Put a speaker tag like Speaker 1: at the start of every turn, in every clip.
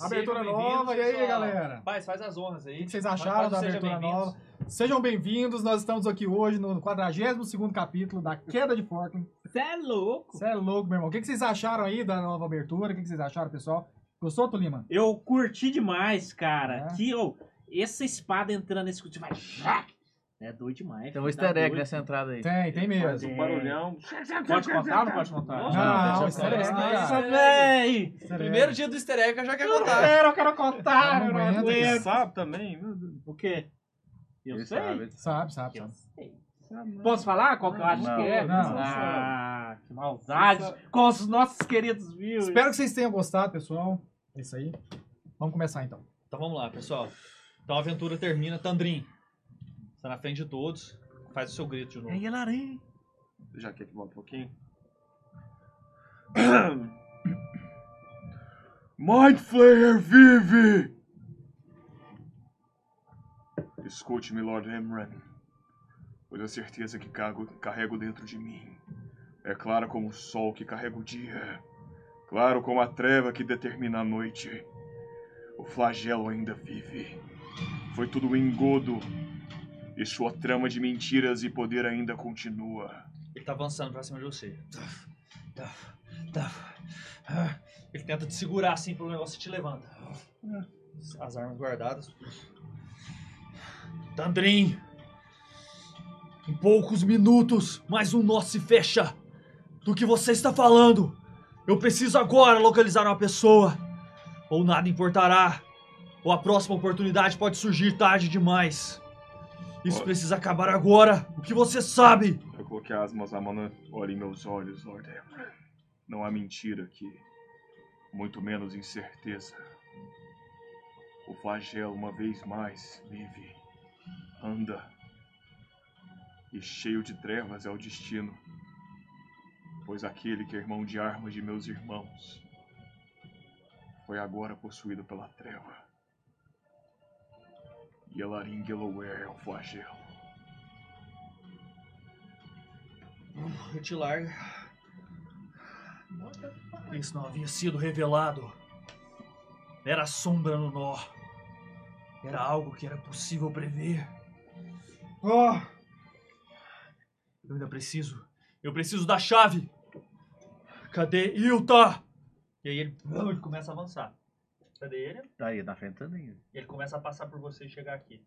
Speaker 1: Abertura nova, e aí,
Speaker 2: pessoal?
Speaker 1: galera?
Speaker 2: Faz, faz as honras aí.
Speaker 1: O que vocês acharam da
Speaker 2: Seja
Speaker 1: abertura
Speaker 2: bem-vindos.
Speaker 1: nova? Sejam bem-vindos, nós estamos aqui hoje no 42º capítulo da Queda de Forkling.
Speaker 2: Cê é louco?
Speaker 1: Você é louco, meu irmão. O que que vocês acharam aí da nova abertura? O que que vocês acharam, pessoal? Gostou, Tulima?
Speaker 3: Eu curti demais,
Speaker 1: É.
Speaker 3: cara. Que, ô, essa espada entrando nesse cultivo vai. jac! É doido
Speaker 4: Tem
Speaker 3: demais.
Speaker 4: um
Speaker 3: filho,
Speaker 4: easter
Speaker 3: tá
Speaker 4: egg
Speaker 3: doido.
Speaker 4: nessa entrada aí.
Speaker 1: Tem, tem
Speaker 5: Faz
Speaker 1: mesmo.
Speaker 5: um
Speaker 3: É.
Speaker 5: barulhão.
Speaker 2: Pode contar ou não pode contar?
Speaker 3: Não,
Speaker 1: Não, é
Speaker 4: deixa
Speaker 1: easter
Speaker 4: pra lá.
Speaker 1: egg, não,
Speaker 2: Nossa,
Speaker 1: cara.
Speaker 2: véi!
Speaker 1: Easter egg.
Speaker 2: Primeiro dia do easter egg eu já quero
Speaker 3: Eu não
Speaker 1: é.
Speaker 2: contar.
Speaker 3: quero, eu quero contar.
Speaker 1: Não
Speaker 3: eu não
Speaker 1: aguento,
Speaker 3: aguento.
Speaker 1: cara.
Speaker 5: Sabe também? meu Deus.
Speaker 3: O quê? Eu
Speaker 4: Ele
Speaker 3: sei.
Speaker 4: sabe, ele sabe.
Speaker 1: Sabe, sabe,
Speaker 3: Eu
Speaker 1: sabe.
Speaker 3: sei.
Speaker 2: Posso falar qual que eu acho
Speaker 4: Não,
Speaker 2: que é?
Speaker 1: não.
Speaker 3: Ah, que maldade. Com os nossos queridos views.
Speaker 1: Espero que vocês tenham gostado, pessoal. É isso aí. Vamos começar, então.
Speaker 2: Então vamos lá, pessoal. Então a aventura termina. Tandrin, está na frente de todos. Faz o seu grito de novo.
Speaker 5: Já quer que bota um pouquinho? Mind Flayer vive! Escute-me, Lord Emran. Pois a certeza que cargo- carrego dentro de mim é clara como o sol que carrega o dia, claro como a treva que determina a noite. O flagelo ainda vive. Foi tudo um engodo, e sua trama de mentiras e poder ainda continua.
Speaker 2: Ele tá avançando pra cima de você. Taf, taf, taf. Ah, Ele tenta te segurar assim pro negócio e te levanta. Ah, As armas guardadas. Tandrin! Em poucos minutos, mais um nó se fecha! Do que você está falando? Eu preciso agora localizar uma pessoa! Ou nada importará! Ou a próxima oportunidade pode surgir tarde demais! Isso
Speaker 5: Ó.
Speaker 2: precisa acabar agora! O que você sabe?
Speaker 5: Eu coloquei as mãos na mão, né? olhe em meus olhos, Lord Emran. Não há mentira aqui, muito menos incerteza. O flagelo, uma vez mais, vive, anda, e cheio de trevas é o destino. Pois aquele que é irmão de armas de meus irmãos foi agora possuído pela treva. E Elarin Gelloware é o flagelo.
Speaker 2: Eu te largo. Isso não havia sido revelado. Era sombra no nó. Era algo que era possível prever.
Speaker 1: Oh,
Speaker 2: Eu ainda preciso. Eu preciso da chave! Cadê Ilta? E aí ele, ele começa a avançar. Cadê ele?
Speaker 4: Tá aí, na frente também.
Speaker 2: Ele começa a passar por você e chegar aqui.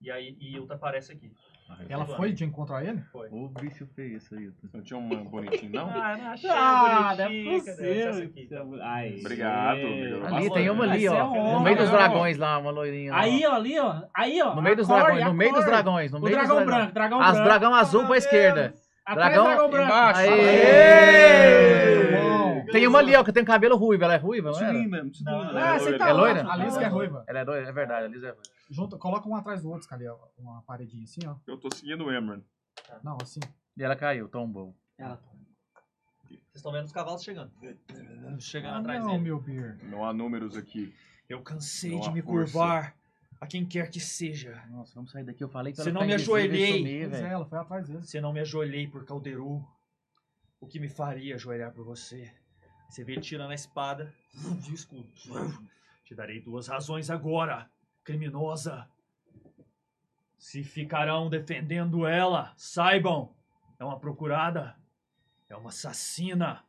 Speaker 2: E aí e Ilta aparece aqui.
Speaker 4: Na frente.
Speaker 1: ela foi de encontro a ele?
Speaker 2: Foi.
Speaker 4: O bicho fez isso aí.
Speaker 5: Não tinha um bonitinho, não?
Speaker 3: Ah, não achei
Speaker 2: Ah, não é
Speaker 3: bonitinho, cadê?
Speaker 2: possível.
Speaker 3: Essa aqui, tá bom. Aí,
Speaker 5: Obrigado,
Speaker 6: É.
Speaker 3: sim.
Speaker 5: obrigado.
Speaker 4: Ali,
Speaker 5: Mas,
Speaker 4: tem uma
Speaker 3: olha,
Speaker 4: ali,
Speaker 3: essa é
Speaker 4: ó.
Speaker 3: honra,
Speaker 4: No meio dos
Speaker 5: cara.
Speaker 4: dragões lá, uma loirinha. lá,
Speaker 3: Aí,
Speaker 4: ó.
Speaker 3: ó, ali, ó. Aí, ó.
Speaker 4: No
Speaker 3: a
Speaker 4: meio dos
Speaker 3: cor,
Speaker 4: dragões,
Speaker 3: a
Speaker 4: no meio
Speaker 3: cor.
Speaker 4: dos dragões, no
Speaker 3: O
Speaker 4: meio dos
Speaker 3: dragão
Speaker 4: dragões.
Speaker 3: branco, dragão
Speaker 4: As
Speaker 3: branco.
Speaker 4: dragão azul pra esquerda.
Speaker 3: Atrás
Speaker 4: dragão-
Speaker 3: dragão branco.
Speaker 2: Embaixo.
Speaker 4: Aê!
Speaker 1: Bom.
Speaker 4: Tem uma ali, ó, que tem cabelo ruivo. Ela é ruiva, não era?
Speaker 5: mesmo,
Speaker 3: Ah, você tá
Speaker 4: É loira?
Speaker 3: ótimo,
Speaker 1: A Liz que é ruiva.
Speaker 4: Ela é loira, é verdade. A Liz é ruiva.
Speaker 1: Junta, coloca um atrás do outro, cara. ali, ó, Uma paredinha assim, ó.
Speaker 5: Eu tô seguindo o Emran.
Speaker 2: Tá.
Speaker 1: Não, assim.
Speaker 4: E ela caiu, tombou.
Speaker 2: Vocês estão vendo os cavalos chegando. Chegando
Speaker 1: Ah,
Speaker 2: atrás
Speaker 1: não,
Speaker 2: dele.
Speaker 1: meu beer.
Speaker 5: Não há números aqui.
Speaker 2: Eu cansei
Speaker 5: Não
Speaker 2: de
Speaker 5: há
Speaker 2: me
Speaker 5: força.
Speaker 2: curvar a quem quer que seja.
Speaker 4: Nossa, vamos sair daqui. Eu falei que
Speaker 2: Se
Speaker 4: ela
Speaker 2: não
Speaker 4: tá
Speaker 2: me
Speaker 4: invisível e
Speaker 2: ajoelhei,
Speaker 4: sumir,
Speaker 1: Pois é,
Speaker 4: velho.
Speaker 1: ela foi atrás dele.
Speaker 2: Se não me ajoelhei por Calderu, o que me faria ajoelhar por você? Você vê ele tirando a espada e o escudo. Te darei duas razões agora, criminosa. Se ficarão defendendo ela, saibam, é uma procurada, é uma assassina.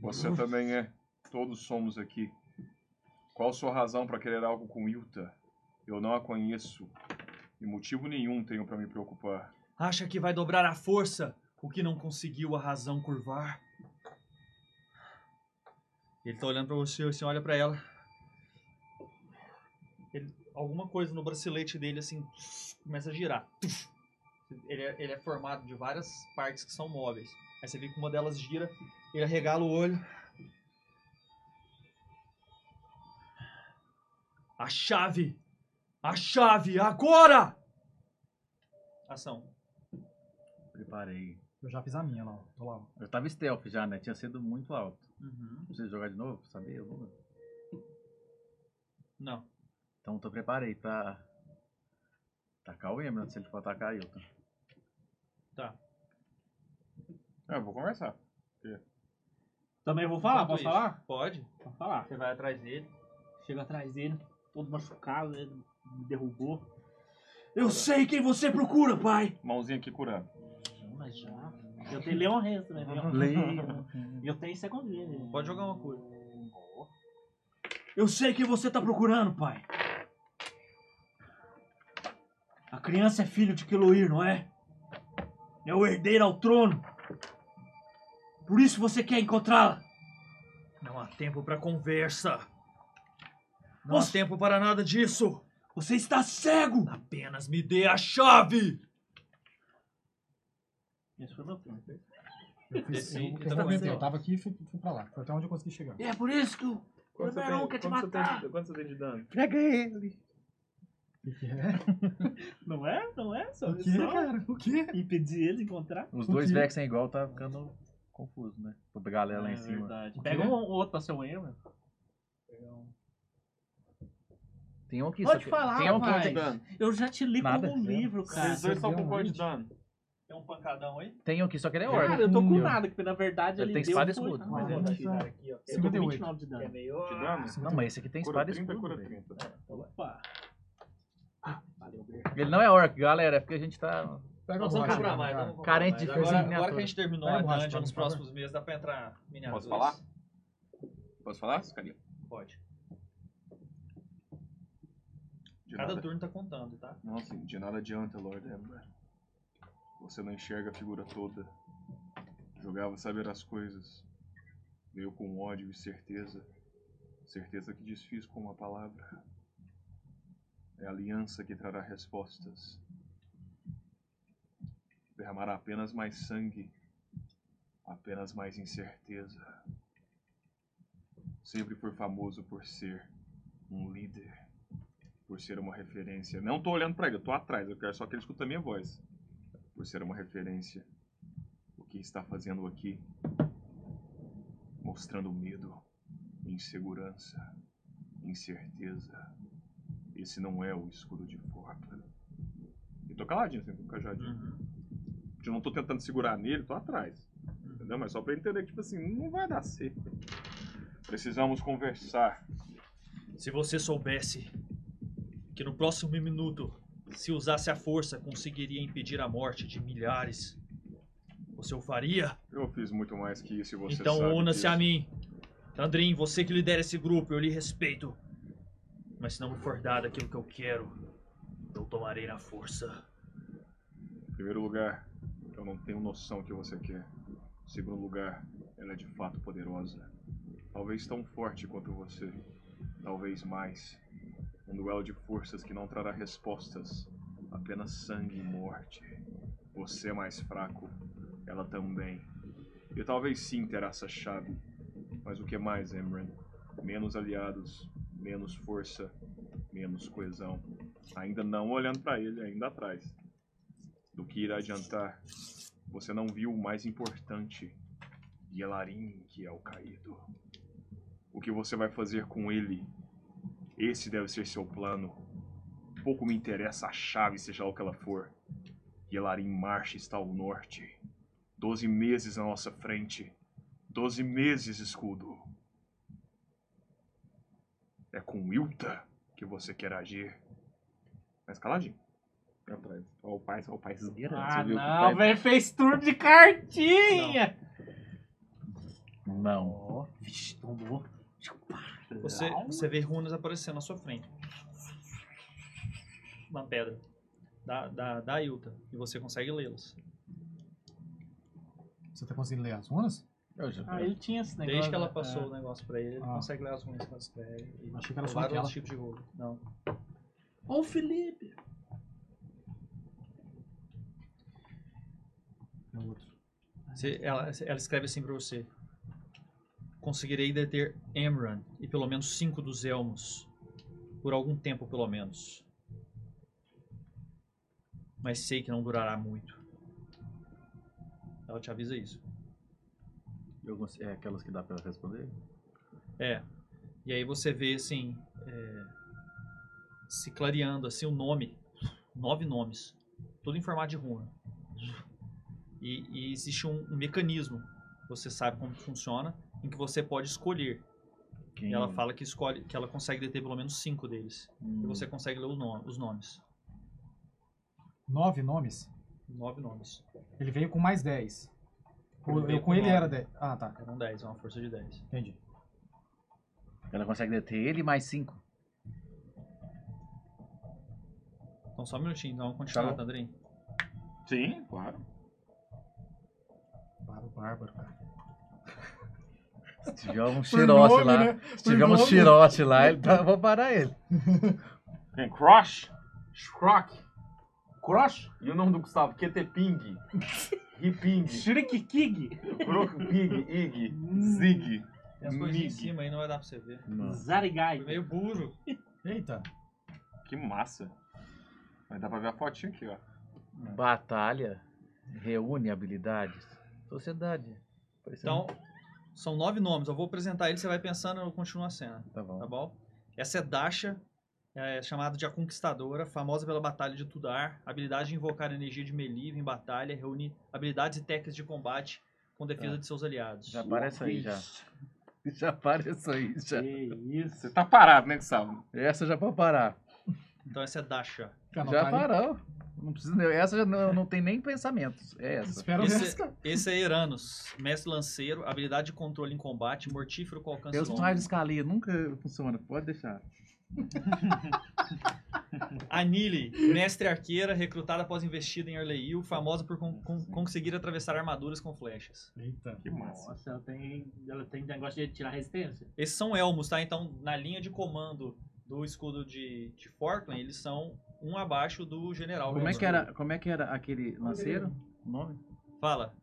Speaker 5: Você também é. Todos somos aqui. Qual sua razão pra querer algo com Ilta? Eu não a conheço. E motivo nenhum tenho pra me preocupar.
Speaker 2: Acha que vai dobrar a força o que não conseguiu a razão curvar? Ele tá olhando pra você, você olha pra ela. Ele- alguma coisa no bracelete dele, assim, começa a girar. Tuf. Ele é, ele é formado de várias partes que são móveis. Aí você vê que uma delas gira, ele arregala o olho. A chave! A chave! Agora! Ação.
Speaker 4: Preparei.
Speaker 1: Eu já fiz a minha lá, ó. Tô lá. ó.
Speaker 4: Eu tava stealth já, né? Tinha sido muito alto.
Speaker 2: Uhum.
Speaker 4: Preciso jogar de novo? Saber? Eu vou-
Speaker 2: Não.
Speaker 4: Então eu preparei pra atacar o Emerald se ele for atacar a Ilton.
Speaker 5: É, eu vou conversar.
Speaker 3: Também vou falar,
Speaker 2: Enquanto
Speaker 3: posso
Speaker 2: isso,
Speaker 3: falar?
Speaker 2: Pode.
Speaker 3: Posso falar.
Speaker 2: Você vai atrás dele.
Speaker 3: Chego atrás dele, todo machucado, ele me derrubou. Eu sei quem você procura, pai!
Speaker 5: Mãozinha aqui curando.
Speaker 3: Não, mas já. Eu tenho Leon Reis também, viu?
Speaker 4: Leon.
Speaker 3: Eu tenho Second Wind.
Speaker 2: Pode jogar uma cura.
Speaker 3: Eu sei quem você tá procurando, pai. A criança é filho de Keloir, não é? É o herdeiro ao trono. Por isso você quer encontrá-la.
Speaker 2: Não há tempo pra conversa. Não há
Speaker 3: Nossa.
Speaker 2: tempo para nada disso.
Speaker 3: Você está cego!
Speaker 2: Apenas me dê a chave.
Speaker 3: Esse foi meu tempo.
Speaker 1: Eu fiz
Speaker 2: Sim,
Speaker 1: cinco,
Speaker 2: que
Speaker 1: eu
Speaker 2: tá
Speaker 1: fragmentei,
Speaker 2: acontecendo.
Speaker 1: eu tava aqui e fui, fui pra lá. Foi até onde eu consegui chegar.
Speaker 3: E é por isso que o
Speaker 7: Quanto você,
Speaker 3: Número
Speaker 7: tem,
Speaker 3: um quer te
Speaker 7: quanto, você tem
Speaker 3: matar.
Speaker 7: de, quanto você tem de dano?
Speaker 4: Pega ele.
Speaker 1: O que é?
Speaker 3: Não é? Não é? Só,
Speaker 1: O que, cara? O que?
Speaker 3: impedir ele de encontrar.
Speaker 4: Os
Speaker 1: O
Speaker 4: dois
Speaker 1: quê?
Speaker 4: Vex é igual, tá ficando confuso, né? Pra galera
Speaker 1: É,
Speaker 4: lá em cima.
Speaker 1: O
Speaker 3: Pega
Speaker 1: quê?
Speaker 3: um ou outro pra ser o erro.
Speaker 4: Tem um aqui,
Speaker 3: Pode
Speaker 4: só que-
Speaker 3: falar,
Speaker 4: tem um que-
Speaker 7: Quanto de
Speaker 3: rapaz.
Speaker 7: dano?
Speaker 3: Eu já te li
Speaker 4: Nada.
Speaker 3: como um livro, cara.
Speaker 7: Vocês dois estão
Speaker 1: deu
Speaker 7: com
Speaker 1: um
Speaker 7: quanto de
Speaker 1: hit?
Speaker 7: dano?
Speaker 2: Tem um pancadão aí?
Speaker 4: Tem um aqui, só que ele é
Speaker 1: Cara,
Speaker 4: orc.
Speaker 3: Cara, eu tô com
Speaker 1: Meu.
Speaker 3: nada, que na verdade
Speaker 4: Ele
Speaker 3: ele
Speaker 4: tem
Speaker 3: deu
Speaker 4: espada e
Speaker 3: foi-
Speaker 4: escudo,
Speaker 3: Ah,
Speaker 1: mas
Speaker 3: eu
Speaker 1: ele-
Speaker 3: tô
Speaker 2: tirar aqui, ó.
Speaker 3: com
Speaker 1: 58.
Speaker 3: 29 de
Speaker 2: É
Speaker 3: dano.
Speaker 2: meio...
Speaker 7: De dano?
Speaker 4: Não, mas esse aqui tem
Speaker 5: Cura
Speaker 4: espada e
Speaker 5: 30,
Speaker 4: escudo.
Speaker 5: cura
Speaker 4: velho.
Speaker 5: 30.
Speaker 3: Opa. Valeu, Ber.
Speaker 4: Ele não é orc, galera, é porque a gente tá.
Speaker 1: Pega o
Speaker 2: Nós vamos comprar mais, vamos comprar
Speaker 4: Carente
Speaker 2: mais.
Speaker 4: de coisa em
Speaker 2: agora, agora que a
Speaker 4: miniatura.
Speaker 2: gente terminou
Speaker 1: Vai,
Speaker 2: a
Speaker 1: borracha,
Speaker 2: dungeon
Speaker 1: por
Speaker 2: nos
Speaker 1: favor.
Speaker 2: próximos meses, dá pra entrar miniaturas.
Speaker 5: Posso falar? Posso falar, Scalia?
Speaker 2: Pode.
Speaker 5: De
Speaker 2: Cada
Speaker 5: nada.
Speaker 2: turno tá contando, tá?
Speaker 5: Não, assim, de nada adianta, Lord Ember. Você não enxerga a figura toda. Jogava saber as coisas. Veio com ódio e certeza. Certeza que desfiz com uma palavra. É a aliança que trará respostas. Derramará apenas mais sangue. Apenas mais incerteza. Sempre foi famoso por ser um líder por ser uma referência. Não tô olhando pra ele, eu tô atrás, eu quero só que ele escuta a minha voz. Por ser uma referência. O que está fazendo aqui? Mostrando medo, insegurança, incerteza. Esse não é o escudo de Forkland. E tô caladinho, assim, com o cajadinho.
Speaker 2: Uhum.
Speaker 5: Tipo, Eu não tô tentando segurar nele, tô atrás. Entendeu? Mas só pra ele entender que, tipo assim, não vai dar certo. Precisamos conversar.
Speaker 2: Se você soubesse que no próximo minuto, se usasse a força, conseguiria impedir a morte de milhares, você o faria?
Speaker 5: Eu fiz muito mais que isso e você
Speaker 2: então
Speaker 5: sabe
Speaker 2: una-se
Speaker 5: disso.
Speaker 2: a mim. Tandrin, você que lidera esse grupo, eu lhe respeito. Mas se não me for dado aquilo que eu quero, eu tomarei na força.
Speaker 5: Em primeiro lugar, eu não tenho noção do que você quer. Em segundo lugar, ela é de fato poderosa. Talvez tão forte quanto você. Talvez mais. Um duelo de forças que não trará respostas, apenas sangue e morte. Você é mais fraco, ela também. E talvez sim terá essa chave. Mas o que mais, Emran? Menos aliados, menos força, menos coesão. Ainda não olhando pra ele, ainda atrás do que irá adiantar. Você não viu o mais importante, Yelarin, que é o caído. O que você vai fazer com ele? Esse deve ser seu plano. Pouco me interessa a chave, seja lá o que ela for. Yelarin marcha está ao norte. Doze meses à nossa frente. Doze meses, escudo. É com Ilta que você quer agir. Mas caladinho. Atrás. Olha o pai, olha o pai esgueirando.
Speaker 3: Ah, não, velho, fez turno de cartinha!
Speaker 4: Não.
Speaker 3: Ó, vixe, tomou.
Speaker 2: Você, você vê runas aparecendo na sua frente. Uma pedra. Da, da, da Ilta. E você consegue lê-las.
Speaker 1: Você tá conseguindo ler as runas?
Speaker 4: Eu já-
Speaker 3: Ah, ele tinha esse negócio.
Speaker 2: Desde que ela
Speaker 3: né?
Speaker 2: passou o negócio pra ele, ele
Speaker 1: é. Ah.
Speaker 2: consegue ler as runas que ela escreve. E
Speaker 1: Achei que era só
Speaker 2: vários
Speaker 1: aquela.
Speaker 2: tipos de rolo. Não.
Speaker 3: Ó o Ah. Felipe!
Speaker 1: É o outro.
Speaker 2: Você- ela, ela escreve assim pra você. Conseguirei deter Emran e pelo menos cinco dos Elmos. Por algum tempo, pelo menos. Mas sei que não durará muito. Ela te avisa isso.
Speaker 4: eu cons- É aquelas que dá pra responder?
Speaker 2: É. E aí você vê assim. é, se clareando assim o nome. Nove nomes. Tudo em formato de runa. E, e existe um, um mecanismo. Você sabe como funciona. Em que você pode escolher
Speaker 4: quem.
Speaker 2: E ela fala que escolhe, que ela consegue deter pelo menos cinco deles.
Speaker 4: Hum.
Speaker 2: E
Speaker 5: Hum.
Speaker 2: você consegue ler o no- os nomes.
Speaker 1: Nove nomes?
Speaker 2: Nove nomes.
Speaker 1: Ele veio com mais dez.
Speaker 2: Ele
Speaker 1: Eu,
Speaker 2: veio
Speaker 1: com
Speaker 2: com
Speaker 1: ele
Speaker 2: nove.
Speaker 1: era dez. Ah, tá.
Speaker 2: Eram dez, é uma força de dez.
Speaker 1: Entendi.
Speaker 4: Ela consegue deter ele mais cinco.
Speaker 2: Então só um minutinho, então vamos continuar,
Speaker 5: Tá bom.
Speaker 2: Tandrin.
Speaker 5: Sim, claro.
Speaker 1: Para o bárbaro, cara.
Speaker 4: Se tiver um
Speaker 1: Por
Speaker 4: xirote
Speaker 1: nome,
Speaker 4: lá.
Speaker 1: né?
Speaker 4: Se
Speaker 1: Por
Speaker 4: tiver um
Speaker 1: nome.
Speaker 4: xirote lá, ele tá- vou parar ele.
Speaker 5: É,
Speaker 7: Tem Crosh, Shrock, Crosh e o nome do Gustavo, QT Ping, Riping,
Speaker 3: Shrek Kig.
Speaker 7: Croc Pig, Ig, Zig.
Speaker 2: Tem as coisinhas em
Speaker 7: Mig.
Speaker 2: cima aí, não vai dar pra você ver.
Speaker 5: Ah.
Speaker 3: Zarigai.
Speaker 2: Foi meio burro.
Speaker 1: Eita.
Speaker 5: Que massa. Mas dá pra ver a fotinha aqui, ó.
Speaker 4: Batalha reúne habilidades. Sociedade.
Speaker 2: Então, são nove nomes. Eu vou apresentar ele, você vai pensando, eu continuo a cena.
Speaker 4: tá bom.
Speaker 2: Tá bom? Essa é Dasha, é, chamada de a Conquistadora, famosa pela Batalha de Tudar. Habilidade de invocar a energia de Melive em batalha, reúne habilidades e técnicas de combate com defesa
Speaker 4: Tá.
Speaker 2: de seus aliados.
Speaker 4: Já aparece aí, já. Já apareceu aí, já.
Speaker 3: Que isso.
Speaker 5: Você tá parado, né, Gustavo?
Speaker 4: Essa já pode parar.
Speaker 2: Então essa é Dasha.
Speaker 1: Já, não tá
Speaker 4: já
Speaker 1: ali.
Speaker 4: parou. Não precisa, essa já não, não tem nem pensamentos. É essa.
Speaker 1: Espera o
Speaker 2: Esse-
Speaker 1: resto, cara.
Speaker 2: Esse é Eranos, mestre lanceiro, habilidade de controle em combate, mortífero com alcance
Speaker 4: Deus
Speaker 2: longo.
Speaker 4: mais escalia, nunca funciona. Pode deixar.
Speaker 2: Anili, mestre arqueira, recrutada após investida em Orleil, famosa por con- con- conseguir atravessar armaduras com flechas.
Speaker 1: Eita.
Speaker 5: Que massa.
Speaker 3: Nossa, ela tem, ela tem negócio de tirar resistência.
Speaker 2: Esses são elmos, tá? Então, na linha de comando do escudo de, de Forkland, eles são um abaixo do general.
Speaker 4: Como é
Speaker 2: mesmo.
Speaker 4: que era, como é que era aquele lanceiro? O nome?
Speaker 2: Fala.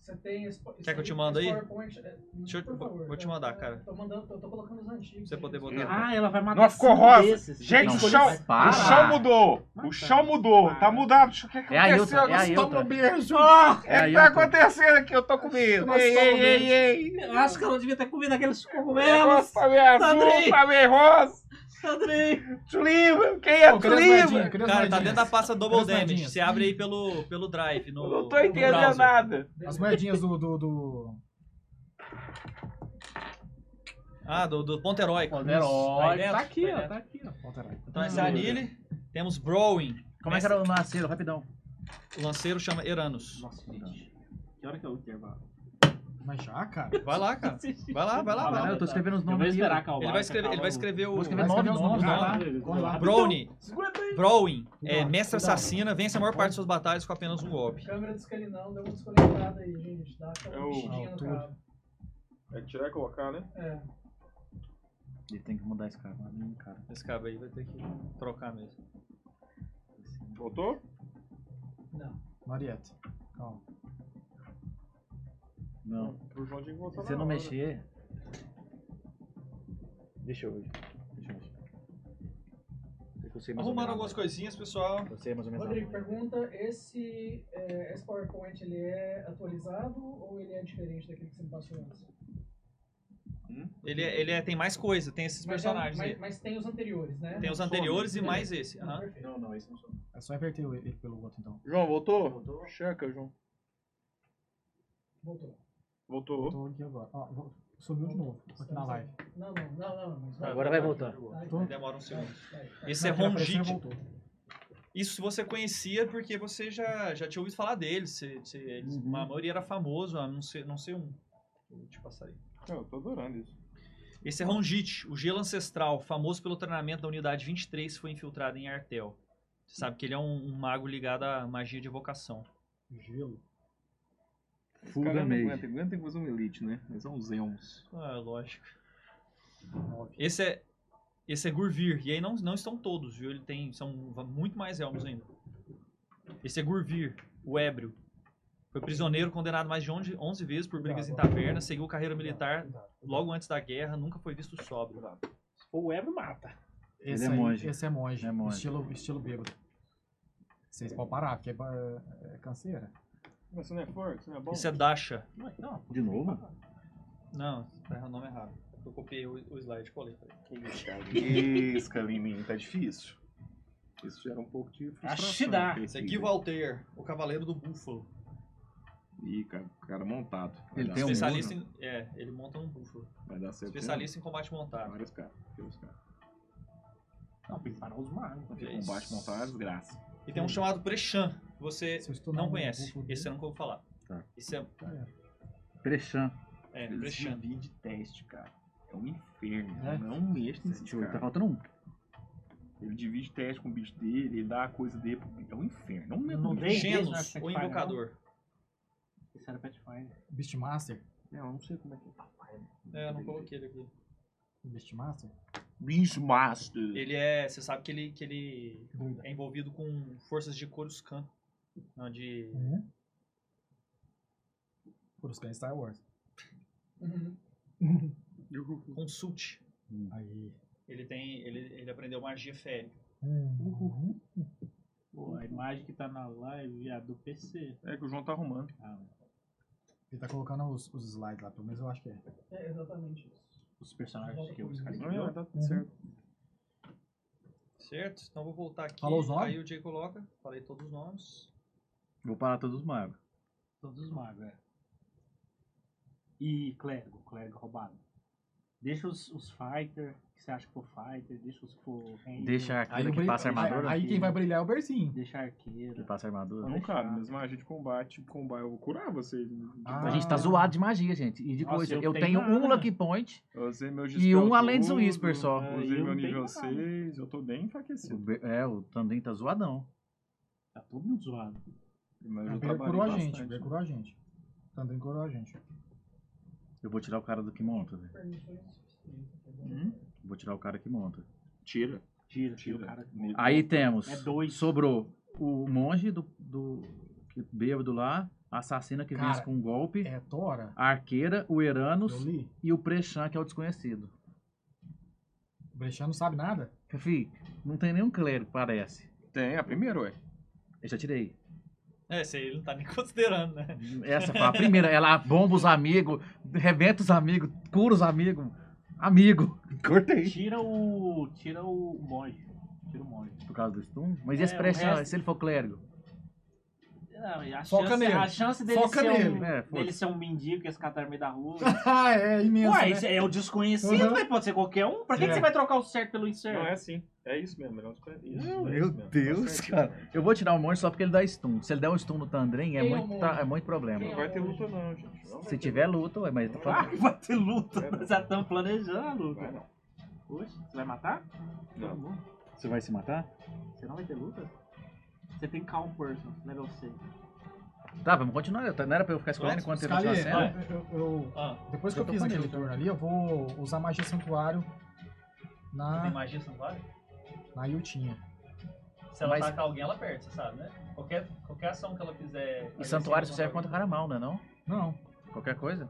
Speaker 8: Você tem esse, Quer
Speaker 2: que eu te mando aí?
Speaker 8: PowerPoint, é,
Speaker 2: Deixa eu-
Speaker 8: por favor,
Speaker 2: vou te
Speaker 8: tá?
Speaker 2: mandar,
Speaker 8: Tá,
Speaker 2: cara.
Speaker 8: Tô mandando, eu tô colocando os antigos.
Speaker 2: Você
Speaker 8: aqui.
Speaker 2: poder botar.
Speaker 3: Ah, ela vai matar
Speaker 5: Nossa, ficou
Speaker 3: cinco
Speaker 5: rosa.
Speaker 3: desses.
Speaker 5: Gente,
Speaker 3: Tem que
Speaker 5: o
Speaker 3: escolher-
Speaker 5: chão-
Speaker 7: Ah.
Speaker 4: Para!
Speaker 5: O chão mudou! O chão mudou! Tá mudado! O que
Speaker 4: É a Yuta,
Speaker 5: aconteceu?
Speaker 4: é a Yuta.
Speaker 1: beijo.
Speaker 4: É a
Speaker 5: O que tá
Speaker 4: Yuta.
Speaker 5: acontecendo aqui? Eu tô com medo!
Speaker 1: Nossa,
Speaker 5: Ei,
Speaker 1: tá
Speaker 5: ei,
Speaker 1: bom,
Speaker 5: ei, ei!
Speaker 3: Eu acho que ela devia ter comido aqueles cogumelos. Tá
Speaker 5: Negócio Pra ver
Speaker 7: Tá
Speaker 5: azul,
Speaker 3: Andrei.
Speaker 5: pra ver rosa!
Speaker 3: Andrei.
Speaker 5: Tulima! Quem é
Speaker 1: Ô, cadê as
Speaker 5: Tulima?
Speaker 4: um.
Speaker 1: moedinhas? Cadê
Speaker 2: Cara,
Speaker 1: as
Speaker 2: tá
Speaker 1: moedinhas?
Speaker 2: dentro da pasta Double
Speaker 1: Cadê as
Speaker 2: Damage.
Speaker 1: moedinhas?
Speaker 2: Você abre aí pelo, pelo drive. No,
Speaker 5: Eu não tô
Speaker 2: no
Speaker 5: entendendo
Speaker 2: browser.
Speaker 5: nada!
Speaker 1: As moedinhas do. do, do...
Speaker 2: Ah, do, do ponto heróico.
Speaker 3: Ponto heróico.
Speaker 2: Aí dentro,
Speaker 3: Tá aqui,
Speaker 2: aí
Speaker 3: ó,
Speaker 2: dentro.
Speaker 3: tá
Speaker 1: aqui, ó. Volta aí.
Speaker 2: Então esse é Anili. Temos Browing.
Speaker 4: Como é que era o lanceiro? Rapidão.
Speaker 2: O lanceiro chama Eranos.
Speaker 3: Nossa, gente. Que hora que é o intervalo?
Speaker 1: Mas já, cara.
Speaker 2: Vai lá, cara. Vai lá, vai lá, vai
Speaker 4: Caralho,
Speaker 2: lá.
Speaker 4: Ah, eu tô escrevendo os
Speaker 3: Eu vou
Speaker 4: nomes um. aqui.
Speaker 5: né?
Speaker 3: esperar calmar.
Speaker 2: Ele vai escrever, ele vai escrever o.
Speaker 4: Vou escrever
Speaker 1: Vai
Speaker 4: nove
Speaker 1: escrever os
Speaker 4: nomes.
Speaker 1: nomes,
Speaker 4: né?
Speaker 1: vai lá.
Speaker 3: Corre lá.
Speaker 2: Brownie. Browin é
Speaker 1: Cuidado,
Speaker 2: mestre
Speaker 1: cuidado.
Speaker 2: assassina, vence a maior parte de suas batalhas com apenas um golpe.
Speaker 8: Câmera descalinão, deu uma desconectada aí, gente. Dá aquela
Speaker 7: Eu-
Speaker 8: mexidinha no
Speaker 1: Altura.
Speaker 8: cabo.
Speaker 7: É tirar e colocar, né?
Speaker 8: É.
Speaker 4: Ele tem que mudar esse cara. mas não, cara.
Speaker 2: Esse cabo aí vai ter que trocar mesmo.
Speaker 7: Voltou?
Speaker 8: Não.
Speaker 1: Marieta. Calma.
Speaker 4: Não.
Speaker 7: O João tinha que
Speaker 4: Se
Speaker 7: voltar
Speaker 4: você
Speaker 7: na
Speaker 4: não
Speaker 7: hora.
Speaker 4: mexer. Deixa eu ver. Deixa eu mexer. Eu sei mais ou
Speaker 2: Arrumando
Speaker 4: menos
Speaker 2: algumas
Speaker 4: agora.
Speaker 2: coisinhas, pessoal.
Speaker 4: Eu sei mais ou menos.
Speaker 8: Rodrigo,
Speaker 4: agora.
Speaker 8: pergunta: esse, é, esse PowerPoint ele é atualizado ou ele é diferente daquele que você me passou antes?
Speaker 2: Ele, é- ele é- tem mais coisa, tem esses
Speaker 8: Mas,
Speaker 2: personagens
Speaker 8: mas,
Speaker 2: aí.
Speaker 8: mas tem os anteriores, né?
Speaker 2: Tem os anteriores e mais esse. aham.
Speaker 8: Perfeito.
Speaker 4: Não, não, esse não sou.
Speaker 1: É só inverter o- ele pelo outro, então.
Speaker 7: João, voltou? Checa, João.
Speaker 8: Voltou.
Speaker 7: Voltou.
Speaker 1: Tô aqui agora. Ó, vou- subiu de novo. Aqui na live.
Speaker 8: Não, não, não, não. Mas
Speaker 4: Agora vai voltar.
Speaker 1: Tô.
Speaker 2: Demora um segundo.
Speaker 8: Vai, vai.
Speaker 2: Esse é
Speaker 1: Aquele apareceu e
Speaker 2: Rongit.
Speaker 1: voltou.
Speaker 2: Isso você conhecia porque você já, já tinha ouvido falar dele. Você, você, eles-
Speaker 4: Uhum.
Speaker 2: A maioria era famoso, a não ser, não ser um. Deixa eu te passar aí.
Speaker 7: Eu tô adorando isso.
Speaker 2: Esse é Rongit, o gelo ancestral, famoso pelo treinamento da unidade 23, foi infiltrado em Artel. Você sabe que ele é um, um mago ligado à magia de evocação.
Speaker 1: Gelo.
Speaker 4: Full
Speaker 7: Cara, não
Speaker 4: damage.
Speaker 7: aguenta, aguenta tem que fazer um elite, né? Mas são uns elmos.
Speaker 2: Ah, lógico. Esse é esse é Gurvir, e aí não, não estão todos, viu? Ele tem são va- muito mais elmos ainda. Esse é Gurvir, o ébrio. Foi prisioneiro condenado mais de 11 11 vezes por brigas em taverna, seguiu carreira militar logo antes da guerra, nunca foi visto sóbrio.
Speaker 3: O Ebro mata.
Speaker 1: Esse
Speaker 4: é
Speaker 1: aí-
Speaker 4: monge.
Speaker 1: Esse é monge.
Speaker 4: É monge.
Speaker 1: Estilo, estilo bêbado. Vocês podem parar, porque é, ba- é canseira.
Speaker 7: Mas você não é forte, você não é bom?
Speaker 2: Isso é Dasha.
Speaker 4: De novo?
Speaker 2: Não, tá o nome errado. Eu copiei o, o slide, colei.
Speaker 5: Isso, Kalimin, tá difícil. Isso gera um pouco de
Speaker 3: Acho que dá.
Speaker 5: frustração.
Speaker 2: Esse aqui é Valter, o Cavaleiro do Búfalo.
Speaker 5: Ih, cara, cara montado. Vai
Speaker 4: Ele
Speaker 5: dar
Speaker 4: tem um
Speaker 5: certo.
Speaker 2: Especialista em. É, ele monta um búfalo.
Speaker 5: Vai dar certo.
Speaker 2: Especialista em combate montado.
Speaker 5: Vários caras. Vários caras.
Speaker 6: Não, tem que parar os magos.
Speaker 5: Porque
Speaker 2: Isso.
Speaker 5: combate montado é uma desgraça.
Speaker 2: E
Speaker 1: Hum.
Speaker 2: tem um chamado Prechan, que você
Speaker 1: Se eu estou
Speaker 2: não
Speaker 1: na-
Speaker 2: conhece.
Speaker 1: vou- vou-
Speaker 2: Esse é eu nunca ouvi falar.
Speaker 4: Tá.
Speaker 2: Esse é.
Speaker 4: Prechan.
Speaker 2: É,
Speaker 5: Esse
Speaker 2: Prechan.
Speaker 5: vídeo de teste, cara. É um inferno.
Speaker 4: É?
Speaker 5: Não mexe nesse
Speaker 4: Tá
Speaker 1: então.
Speaker 5: cara.
Speaker 4: faltando um.
Speaker 5: Ele divide teste com o bicho dele, ele dá a coisa dele. pro bicho. É um inferno. Não mexe
Speaker 6: Não
Speaker 5: no
Speaker 6: dei?
Speaker 5: bicho.
Speaker 6: não é
Speaker 2: Genos,
Speaker 1: né?
Speaker 6: Pathfinder,
Speaker 2: o invocador.
Speaker 6: Esse era Pathfinder.
Speaker 1: Beastmaster?
Speaker 5: Não, eu não sei como é que é papai.
Speaker 2: É, eu não coloquei ele aqui.
Speaker 1: Beastmaster?
Speaker 5: Beastmaster.
Speaker 2: Ele é. Você sabe que ele, que ele
Speaker 1: Doida.
Speaker 2: é envolvido com forças de Coruscant. Não, de.
Speaker 1: Uhum. Por os cães Star Wars.
Speaker 2: Consult.
Speaker 1: Aí.
Speaker 2: Ele tem. Ele, ele aprendeu magia férrea.
Speaker 1: Uhum.
Speaker 6: Pô, a imagem que tá na live é a do PC.
Speaker 5: É que o João tá arrumando.
Speaker 6: Ah,
Speaker 1: Ele tá colocando os, os slides lá, pelo menos eu acho que é.
Speaker 9: É exatamente isso.
Speaker 6: os
Speaker 4: Tá.
Speaker 6: personagens que eu escalei.
Speaker 5: Não, é, tá tudo
Speaker 1: Uhum.
Speaker 5: certo.
Speaker 2: Certo? Então vou voltar aqui.
Speaker 1: Falou os nomes?
Speaker 2: Aí o Jay coloca. Falei todos os nomes.
Speaker 4: Vou parar todos os magos.
Speaker 6: Todos os magos, é. E clérigo, clérigo roubado. Deixa os, os fighter, que você acha que for fighter, deixa os que for ranger,
Speaker 4: Deixa
Speaker 1: o
Speaker 4: aquilo que
Speaker 1: brilho-
Speaker 4: passa armadura.
Speaker 1: Aí, aí quem vai brilhar é o Berzinho.
Speaker 6: deixa arqueiro.
Speaker 4: Que passa armadura.
Speaker 5: Não, cara, mas magia de combate, combate, eu vou curar vocês.
Speaker 1: Ah.
Speaker 4: A gente tá zoado de magia, gente. E de
Speaker 6: Nossa,
Speaker 4: coisa.
Speaker 6: eu
Speaker 4: Eu
Speaker 6: tenho
Speaker 4: tenho um
Speaker 6: nada.
Speaker 4: Lucky Point.
Speaker 5: Eu usei meu
Speaker 4: E um
Speaker 5: dispel
Speaker 4: além do
Speaker 5: todo,
Speaker 4: Whisper só.
Speaker 5: eu
Speaker 6: É,
Speaker 5: Usei
Speaker 6: eu
Speaker 5: meu
Speaker 6: não
Speaker 5: nível
Speaker 6: tenho nada.
Speaker 5: 6, eu tô bem
Speaker 4: O
Speaker 5: enfraquecido.
Speaker 4: Be- É, o Tandem tá zoadão.
Speaker 6: Tá todo mundo zoado.
Speaker 5: Mas
Speaker 1: O
Speaker 5: eu
Speaker 1: Bear
Speaker 5: trabalhei
Speaker 1: curou a gente.
Speaker 5: bastante.
Speaker 1: O Bear curou a gente. Também curou a gente.
Speaker 4: Eu vou tirar o cara do que monta, velho. Vou tirar o cara tá que monta.
Speaker 5: Tira.
Speaker 6: Tira, tira o
Speaker 5: Tira.
Speaker 6: cara.
Speaker 4: Aí temos.
Speaker 6: É dois.
Speaker 4: Sobrou o monge do, do que- bêbado lá, a assassina que
Speaker 1: Cara,
Speaker 4: vence com um golpe,
Speaker 1: É Tora?
Speaker 4: a arqueira, o Eranos
Speaker 1: Eu li.
Speaker 4: e o Prechan, que é o desconhecido.
Speaker 1: O Brechan não sabe nada?
Speaker 4: Fih, não tem nenhum clérigo, parece.
Speaker 5: Tem, a primeira, ué.
Speaker 4: Eu já tirei.
Speaker 2: É, esse aí ele não tá nem considerando, né?
Speaker 4: Essa foi a primeira. Ela bomba os amigos, rebenta os amigos, cura os amigos. Amigo. Cortei.
Speaker 6: Tira o. Tira o monge. Tira o monge.
Speaker 4: Por causa do stun. Mas
Speaker 6: É,
Speaker 4: e esse
Speaker 6: o
Speaker 4: Prechan,
Speaker 6: resto-
Speaker 4: se ele for clérigo?
Speaker 6: Não, Ah, e a
Speaker 1: Foca
Speaker 6: chance,
Speaker 1: nele.
Speaker 6: A chance dele,
Speaker 1: Foca
Speaker 6: ser
Speaker 1: nele.
Speaker 6: Um,
Speaker 4: É, foda-se.
Speaker 6: dele ser um mendigo que esse cara tá no meio da rua.
Speaker 1: ah, é imenso.
Speaker 6: Ué,
Speaker 1: né?
Speaker 6: isso é o desconhecido,
Speaker 1: Uhum.
Speaker 6: né? pode ser qualquer um. Pra que, que
Speaker 1: É.
Speaker 6: você vai trocar o certo pelo incerto?
Speaker 5: Não, é assim. É isso mesmo. Não, é isso,
Speaker 4: Meu
Speaker 5: é isso mesmo.
Speaker 4: Deus,
Speaker 5: certo,
Speaker 4: cara.
Speaker 5: né?
Speaker 4: Eu vou tirar o monge só porque ele dá stun. Se ele der um stun no Tandrin, é,
Speaker 9: Tem
Speaker 4: muito,
Speaker 9: um
Speaker 4: tá-
Speaker 9: monge.
Speaker 4: é muito problema.
Speaker 9: Tem um
Speaker 5: Não vai ter luta, não, gente. Não vai
Speaker 4: Se
Speaker 5: ter
Speaker 4: tiver
Speaker 5: luta.
Speaker 4: luta, ué, mas tá
Speaker 6: Claro
Speaker 4: falando.
Speaker 6: que vai ter luta.
Speaker 5: É, não.
Speaker 6: Nós já estamos planejando a
Speaker 5: Vai,
Speaker 6: luta.
Speaker 5: não.
Speaker 6: Poxa, você vai matar?
Speaker 5: Não.
Speaker 6: Todo mundo.
Speaker 4: Você vai se matar?
Speaker 6: Você não vai ter luta? Você tem Calm Person, level 6.
Speaker 4: Tá, vamos continuar. Eu- Não era pra eu ficar escolhendo enquanto teve a
Speaker 1: Scalier,
Speaker 6: né?
Speaker 4: cena.
Speaker 1: é, eu- eu- eu-
Speaker 2: Ah,
Speaker 1: depois que
Speaker 4: Eu
Speaker 1: eu
Speaker 4: tô
Speaker 1: fiz
Speaker 4: com
Speaker 1: aquele
Speaker 4: ele.
Speaker 1: turno ali, eu vou usar magia santuário
Speaker 2: você tem
Speaker 1: na,
Speaker 2: magia santuária?
Speaker 1: na Yutinha.
Speaker 2: Se ela
Speaker 4: Mas-
Speaker 2: atacar alguém, ela perde, você sabe, né? Qualquer, qualquer ação que ela fizer.
Speaker 4: E santuário só serve contra
Speaker 2: alguém.
Speaker 4: Haramal, não é não?
Speaker 1: Não,
Speaker 4: Qualquer coisa.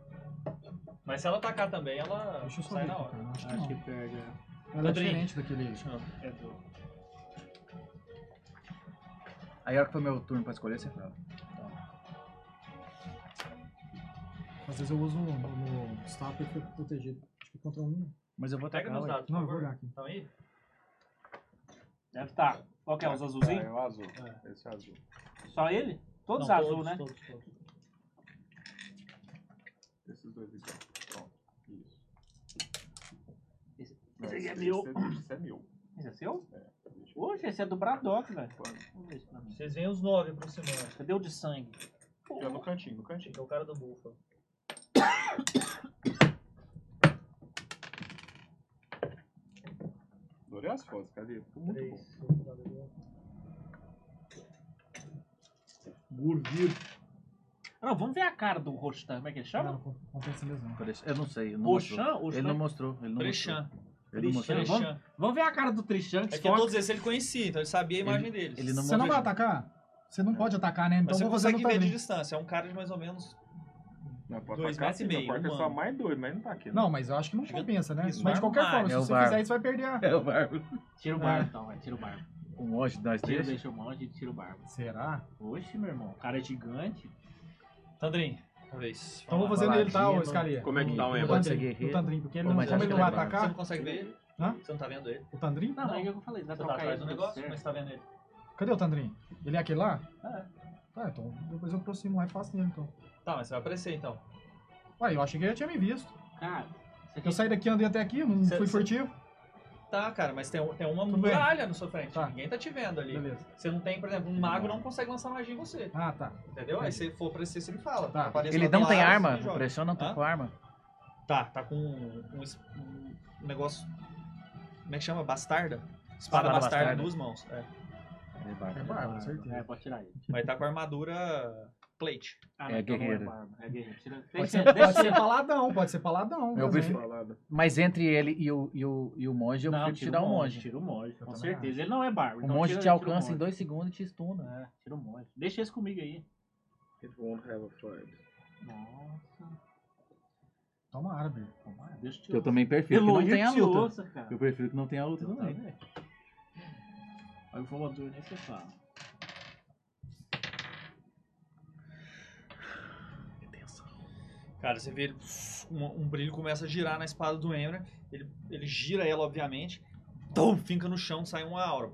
Speaker 2: Mas se ela atacar também, ela
Speaker 1: deixa eu só
Speaker 2: sai
Speaker 1: ver
Speaker 2: na
Speaker 1: aqui,
Speaker 2: hora.
Speaker 1: cara. Acho que
Speaker 6: Acho que
Speaker 1: não.
Speaker 6: perde. é.
Speaker 1: Ela é
Speaker 2: Rodrigo.
Speaker 1: diferente daquele...
Speaker 2: Deixa eu ver.
Speaker 6: É do.
Speaker 4: Aí a hora que foi meu turno pra escolher, você fala.
Speaker 1: Às vezes eu uso no, no staff e fico protegido. Acho que contra um...
Speaker 4: Mas eu vou
Speaker 2: Pega
Speaker 4: atacar,
Speaker 2: meus
Speaker 4: ué.
Speaker 2: dados,
Speaker 1: Não,
Speaker 2: por
Speaker 1: eu vou
Speaker 2: favor.
Speaker 1: olhar aqui.
Speaker 2: Então aí?
Speaker 6: Deve estar. Qual que é? Os
Speaker 5: Ah, é
Speaker 6: azulzinhos?
Speaker 5: o azul.
Speaker 6: É.
Speaker 5: Esse é azul.
Speaker 6: Só ele? Todos
Speaker 2: Não,
Speaker 6: azul, né?
Speaker 2: todos, todos.
Speaker 5: Esses dois aqui. ó. Pronto. Isso.
Speaker 6: Esse-
Speaker 5: Não,
Speaker 6: esse aqui é meu.
Speaker 5: Esse é meu.
Speaker 6: Esse é seu? Poxa, esse é do Braddock, velho. Vamos ver isso pra mim.
Speaker 2: Vocês veem os nove aproximando.
Speaker 6: Cadê o de sangue? Pô,
Speaker 5: Tá no cantinho, no cantinho.
Speaker 2: Que é o cara do Bufa.
Speaker 5: Adorei as fotos, cadê? Ficou muito bom.
Speaker 2: Três.
Speaker 6: Não, vamos ver a cara do Rostan. Como é que ele
Speaker 1: Não,
Speaker 6: chama?
Speaker 1: não compensa mesmo. não.
Speaker 4: Eu não sei. Ele não mostrou.
Speaker 6: Rostan? Rostan?
Speaker 4: Ele não mostrou. Ele não mostrou.
Speaker 2: Brechan.
Speaker 4: Ele não mostrou.
Speaker 6: Brechan.
Speaker 4: Vamos-
Speaker 2: Brechan.
Speaker 6: Vamos ver a cara do Trishan, que
Speaker 2: É que
Speaker 6: foca.
Speaker 2: todos esses ele conhecia, então ele sabia a imagem deles.
Speaker 4: Ele não
Speaker 1: Você não vai
Speaker 4: mostrou.
Speaker 1: atacar? Você não pode atacar, né? Então
Speaker 2: Mas você
Speaker 1: eu vou fazer
Speaker 2: consegue
Speaker 1: no
Speaker 2: ver de
Speaker 1: Tandrin.
Speaker 2: distância. É um cara de mais ou menos.
Speaker 5: Não, pode
Speaker 2: Dois
Speaker 5: tacar
Speaker 2: metros e
Speaker 5: assim,
Speaker 2: meio,
Speaker 5: meu quarto é
Speaker 2: um
Speaker 5: só
Speaker 2: ano.
Speaker 5: mais dois, mas não tá aqui.
Speaker 1: Não, mas eu acho que não compensa, né?
Speaker 2: Isso,
Speaker 1: mas
Speaker 2: vai
Speaker 1: de qualquer
Speaker 2: armar,
Speaker 1: forma,
Speaker 4: é
Speaker 1: se
Speaker 4: o
Speaker 1: você
Speaker 4: barco.
Speaker 1: fizer isso, vai perder a...
Speaker 4: É o barco.
Speaker 6: Tira o barba, então, vai. Tira o barba.
Speaker 4: O monge das
Speaker 6: Tira,
Speaker 4: três.
Speaker 6: deixa o monge e tira o barba.
Speaker 1: Será?
Speaker 6: Oxe, meu irmão. O cara é gigante.
Speaker 2: Tandrin, talvez.
Speaker 1: Então eu vou
Speaker 4: lá,
Speaker 1: fazer nele, tá,
Speaker 4: Paladino.
Speaker 1: ô Scalia?
Speaker 5: Como é que tá o
Speaker 1: No
Speaker 5: Emma?
Speaker 1: Tandrin,
Speaker 4: Pode ser guerreiro.
Speaker 1: no Tandrin, porque ele
Speaker 4: Ô,
Speaker 1: não,
Speaker 4: mas
Speaker 1: como é
Speaker 4: acho
Speaker 1: ele
Speaker 4: que
Speaker 1: não vai
Speaker 4: ele vai
Speaker 2: Você
Speaker 1: atacar,
Speaker 2: não consegue ver ele?
Speaker 1: Hã?
Speaker 2: é, né? Você não tá vendo ele?
Speaker 1: o Tandrin?
Speaker 6: Não, é o que eu falei. Dá
Speaker 2: Você
Speaker 6: pra
Speaker 2: tá atrás
Speaker 6: trocar ele
Speaker 2: do
Speaker 6: no né?
Speaker 2: negócio,
Speaker 6: certo.
Speaker 2: mas tá vendo ele.
Speaker 1: Cadê o Tandrin? Ele é aquele lá?
Speaker 2: É.
Speaker 1: Tá, então depois eu aproximo lá e faço nele, então.
Speaker 2: Tá, mas você vai aparecer então.
Speaker 1: Ué, eu achei que ele já tinha me visto.
Speaker 6: Cara, isso aqui
Speaker 1: Eu saí daqui, andei até aqui, não
Speaker 2: Cê-
Speaker 1: fui
Speaker 2: cê-
Speaker 1: furtivo.
Speaker 2: Tá, cara, mas tem, um- tem uma
Speaker 1: Tudo bem.
Speaker 2: muralha na sua frente.
Speaker 1: Tá.
Speaker 2: Ninguém tá te vendo ali.
Speaker 1: Beleza.
Speaker 2: Você não tem, por exemplo, um mago não consegue lançar magia em você.
Speaker 1: Ah, tá.
Speaker 2: Entendeu? Aí se for aparecer, você me fala.
Speaker 1: Tá.
Speaker 2: Aparece
Speaker 4: Ele
Speaker 2: lá do
Speaker 4: não tem
Speaker 2: lado,
Speaker 4: arma?
Speaker 2: você me joga.
Speaker 4: Pressiona, não
Speaker 2: Hã?
Speaker 4: tá com arma.
Speaker 2: Tá, tá com um, um es- um negócio. Como é que chama? Bastarda? Espada,
Speaker 4: Espada
Speaker 2: bastarda,
Speaker 4: bastarda.
Speaker 2: em duas mãos. É.
Speaker 1: É bárbaro, certeza.
Speaker 6: É, pode tirar ele.
Speaker 2: Vai estar com a armadura plate.
Speaker 6: Ah,
Speaker 4: É
Speaker 6: não, então não
Speaker 4: guerreiro.
Speaker 6: barba, É guerreiro. Tira-
Speaker 1: Pode
Speaker 6: Deixa,
Speaker 1: ser, pode
Speaker 6: deixa
Speaker 1: ser paladão, pode ser paladão. também.
Speaker 4: Eu prefiro- Mas entre ele e o, e o, e o monge, eu
Speaker 6: Não,
Speaker 4: prefiro
Speaker 6: tira
Speaker 4: tirar o um monge.
Speaker 6: Tira o monge, com
Speaker 1: também
Speaker 6: certeza.
Speaker 1: acho.
Speaker 6: Ele não é bárbaro.
Speaker 4: O
Speaker 6: então
Speaker 4: monge
Speaker 6: tira-
Speaker 4: te
Speaker 6: tira o
Speaker 4: alcança em
Speaker 6: monge.
Speaker 4: dois segundos e te estuna.
Speaker 6: É, tira o monge. Deixa esse comigo aí.
Speaker 10: It won't have a fight.
Speaker 6: Nossa.
Speaker 1: Tomara, bicho.
Speaker 6: tomara, Deixa eu tirar.
Speaker 4: Eu também prefiro que não
Speaker 6: Eloy
Speaker 4: tenha
Speaker 6: te
Speaker 4: luta.
Speaker 6: ouça, cara.
Speaker 4: Eu prefiro que não tenha luta
Speaker 6: Então tá,
Speaker 4: também.
Speaker 6: velho. Aí o voador nem se fala.
Speaker 2: Cara, você vê ele, um, um brilho começa a girar na espada do Emra. Ele, ele gira ela, obviamente. Tom, finca no chão, sai uma aura.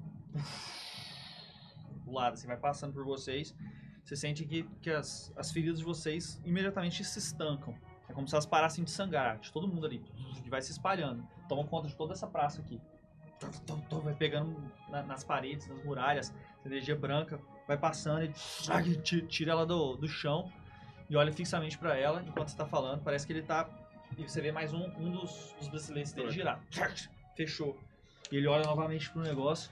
Speaker 2: Do lado, assim, vai passando por vocês. Você sente que, que as, as feridas de vocês imediatamente se estancam. É como se elas parassem de sangrar, de todo mundo ali. Que vai se espalhando. Toma conta de toda essa praça aqui. Tom, tom, tom, Vai pegando na- nas paredes, nas muralhas. Essa energia branca vai passando e ai, ti- tira ela do, do chão e olha fixamente pra ela enquanto você tá falando. Parece que ele tá. E você vê mais um, um dos, dos braceletes dele girar. Fechou. E ele olha novamente pro negócio,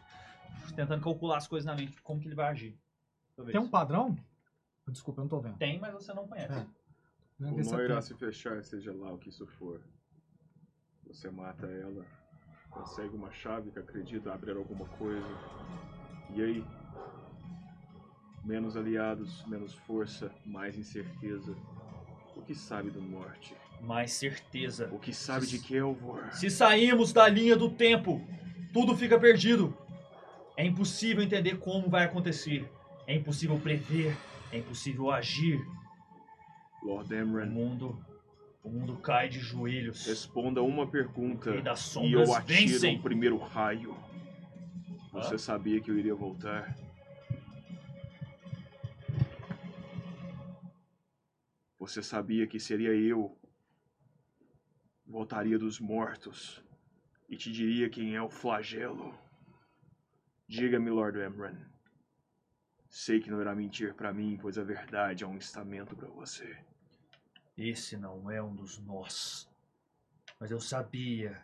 Speaker 2: tentando calcular as coisas na mente, como que ele vai agir. Talvez.
Speaker 1: Tem um padrão? Desculpa, eu não tô vendo.
Speaker 2: Tem, mas você não conhece.
Speaker 1: É. Vamos ver se
Speaker 5: O assim é
Speaker 1: eu
Speaker 5: nó irá
Speaker 1: tenho.
Speaker 5: se fechar, seja lá o que isso for. Você mata ela, consegue uma chave que acredita abrir alguma coisa. E aí? Menos aliados, menos força, mais incerteza. O que sabe do norte?
Speaker 2: Mais certeza.
Speaker 5: O que sabe de Kelvor?
Speaker 2: Se sairmos da linha do tempo, tudo fica perdido. É impossível entender como vai acontecer. É impossível prever. É impossível agir.
Speaker 5: Lord
Speaker 2: O
Speaker 5: Emran,
Speaker 2: mundo. O mundo cai de joelhos.
Speaker 5: responda uma pergunta
Speaker 2: E das
Speaker 5: e eu
Speaker 2: sombras
Speaker 5: atiro
Speaker 2: vencem.
Speaker 5: o primeiro raio.
Speaker 2: Hã?
Speaker 5: Você sabia que eu iria voltar? Você sabia que seria eu? Voltaria dos mortos e te diria quem é o flagelo. Diga-me, Lord Emran. Sei que não irá mentir pra mim, pois a verdade é um estamento pra você.
Speaker 2: Esse não é um dos nós. Mas eu sabia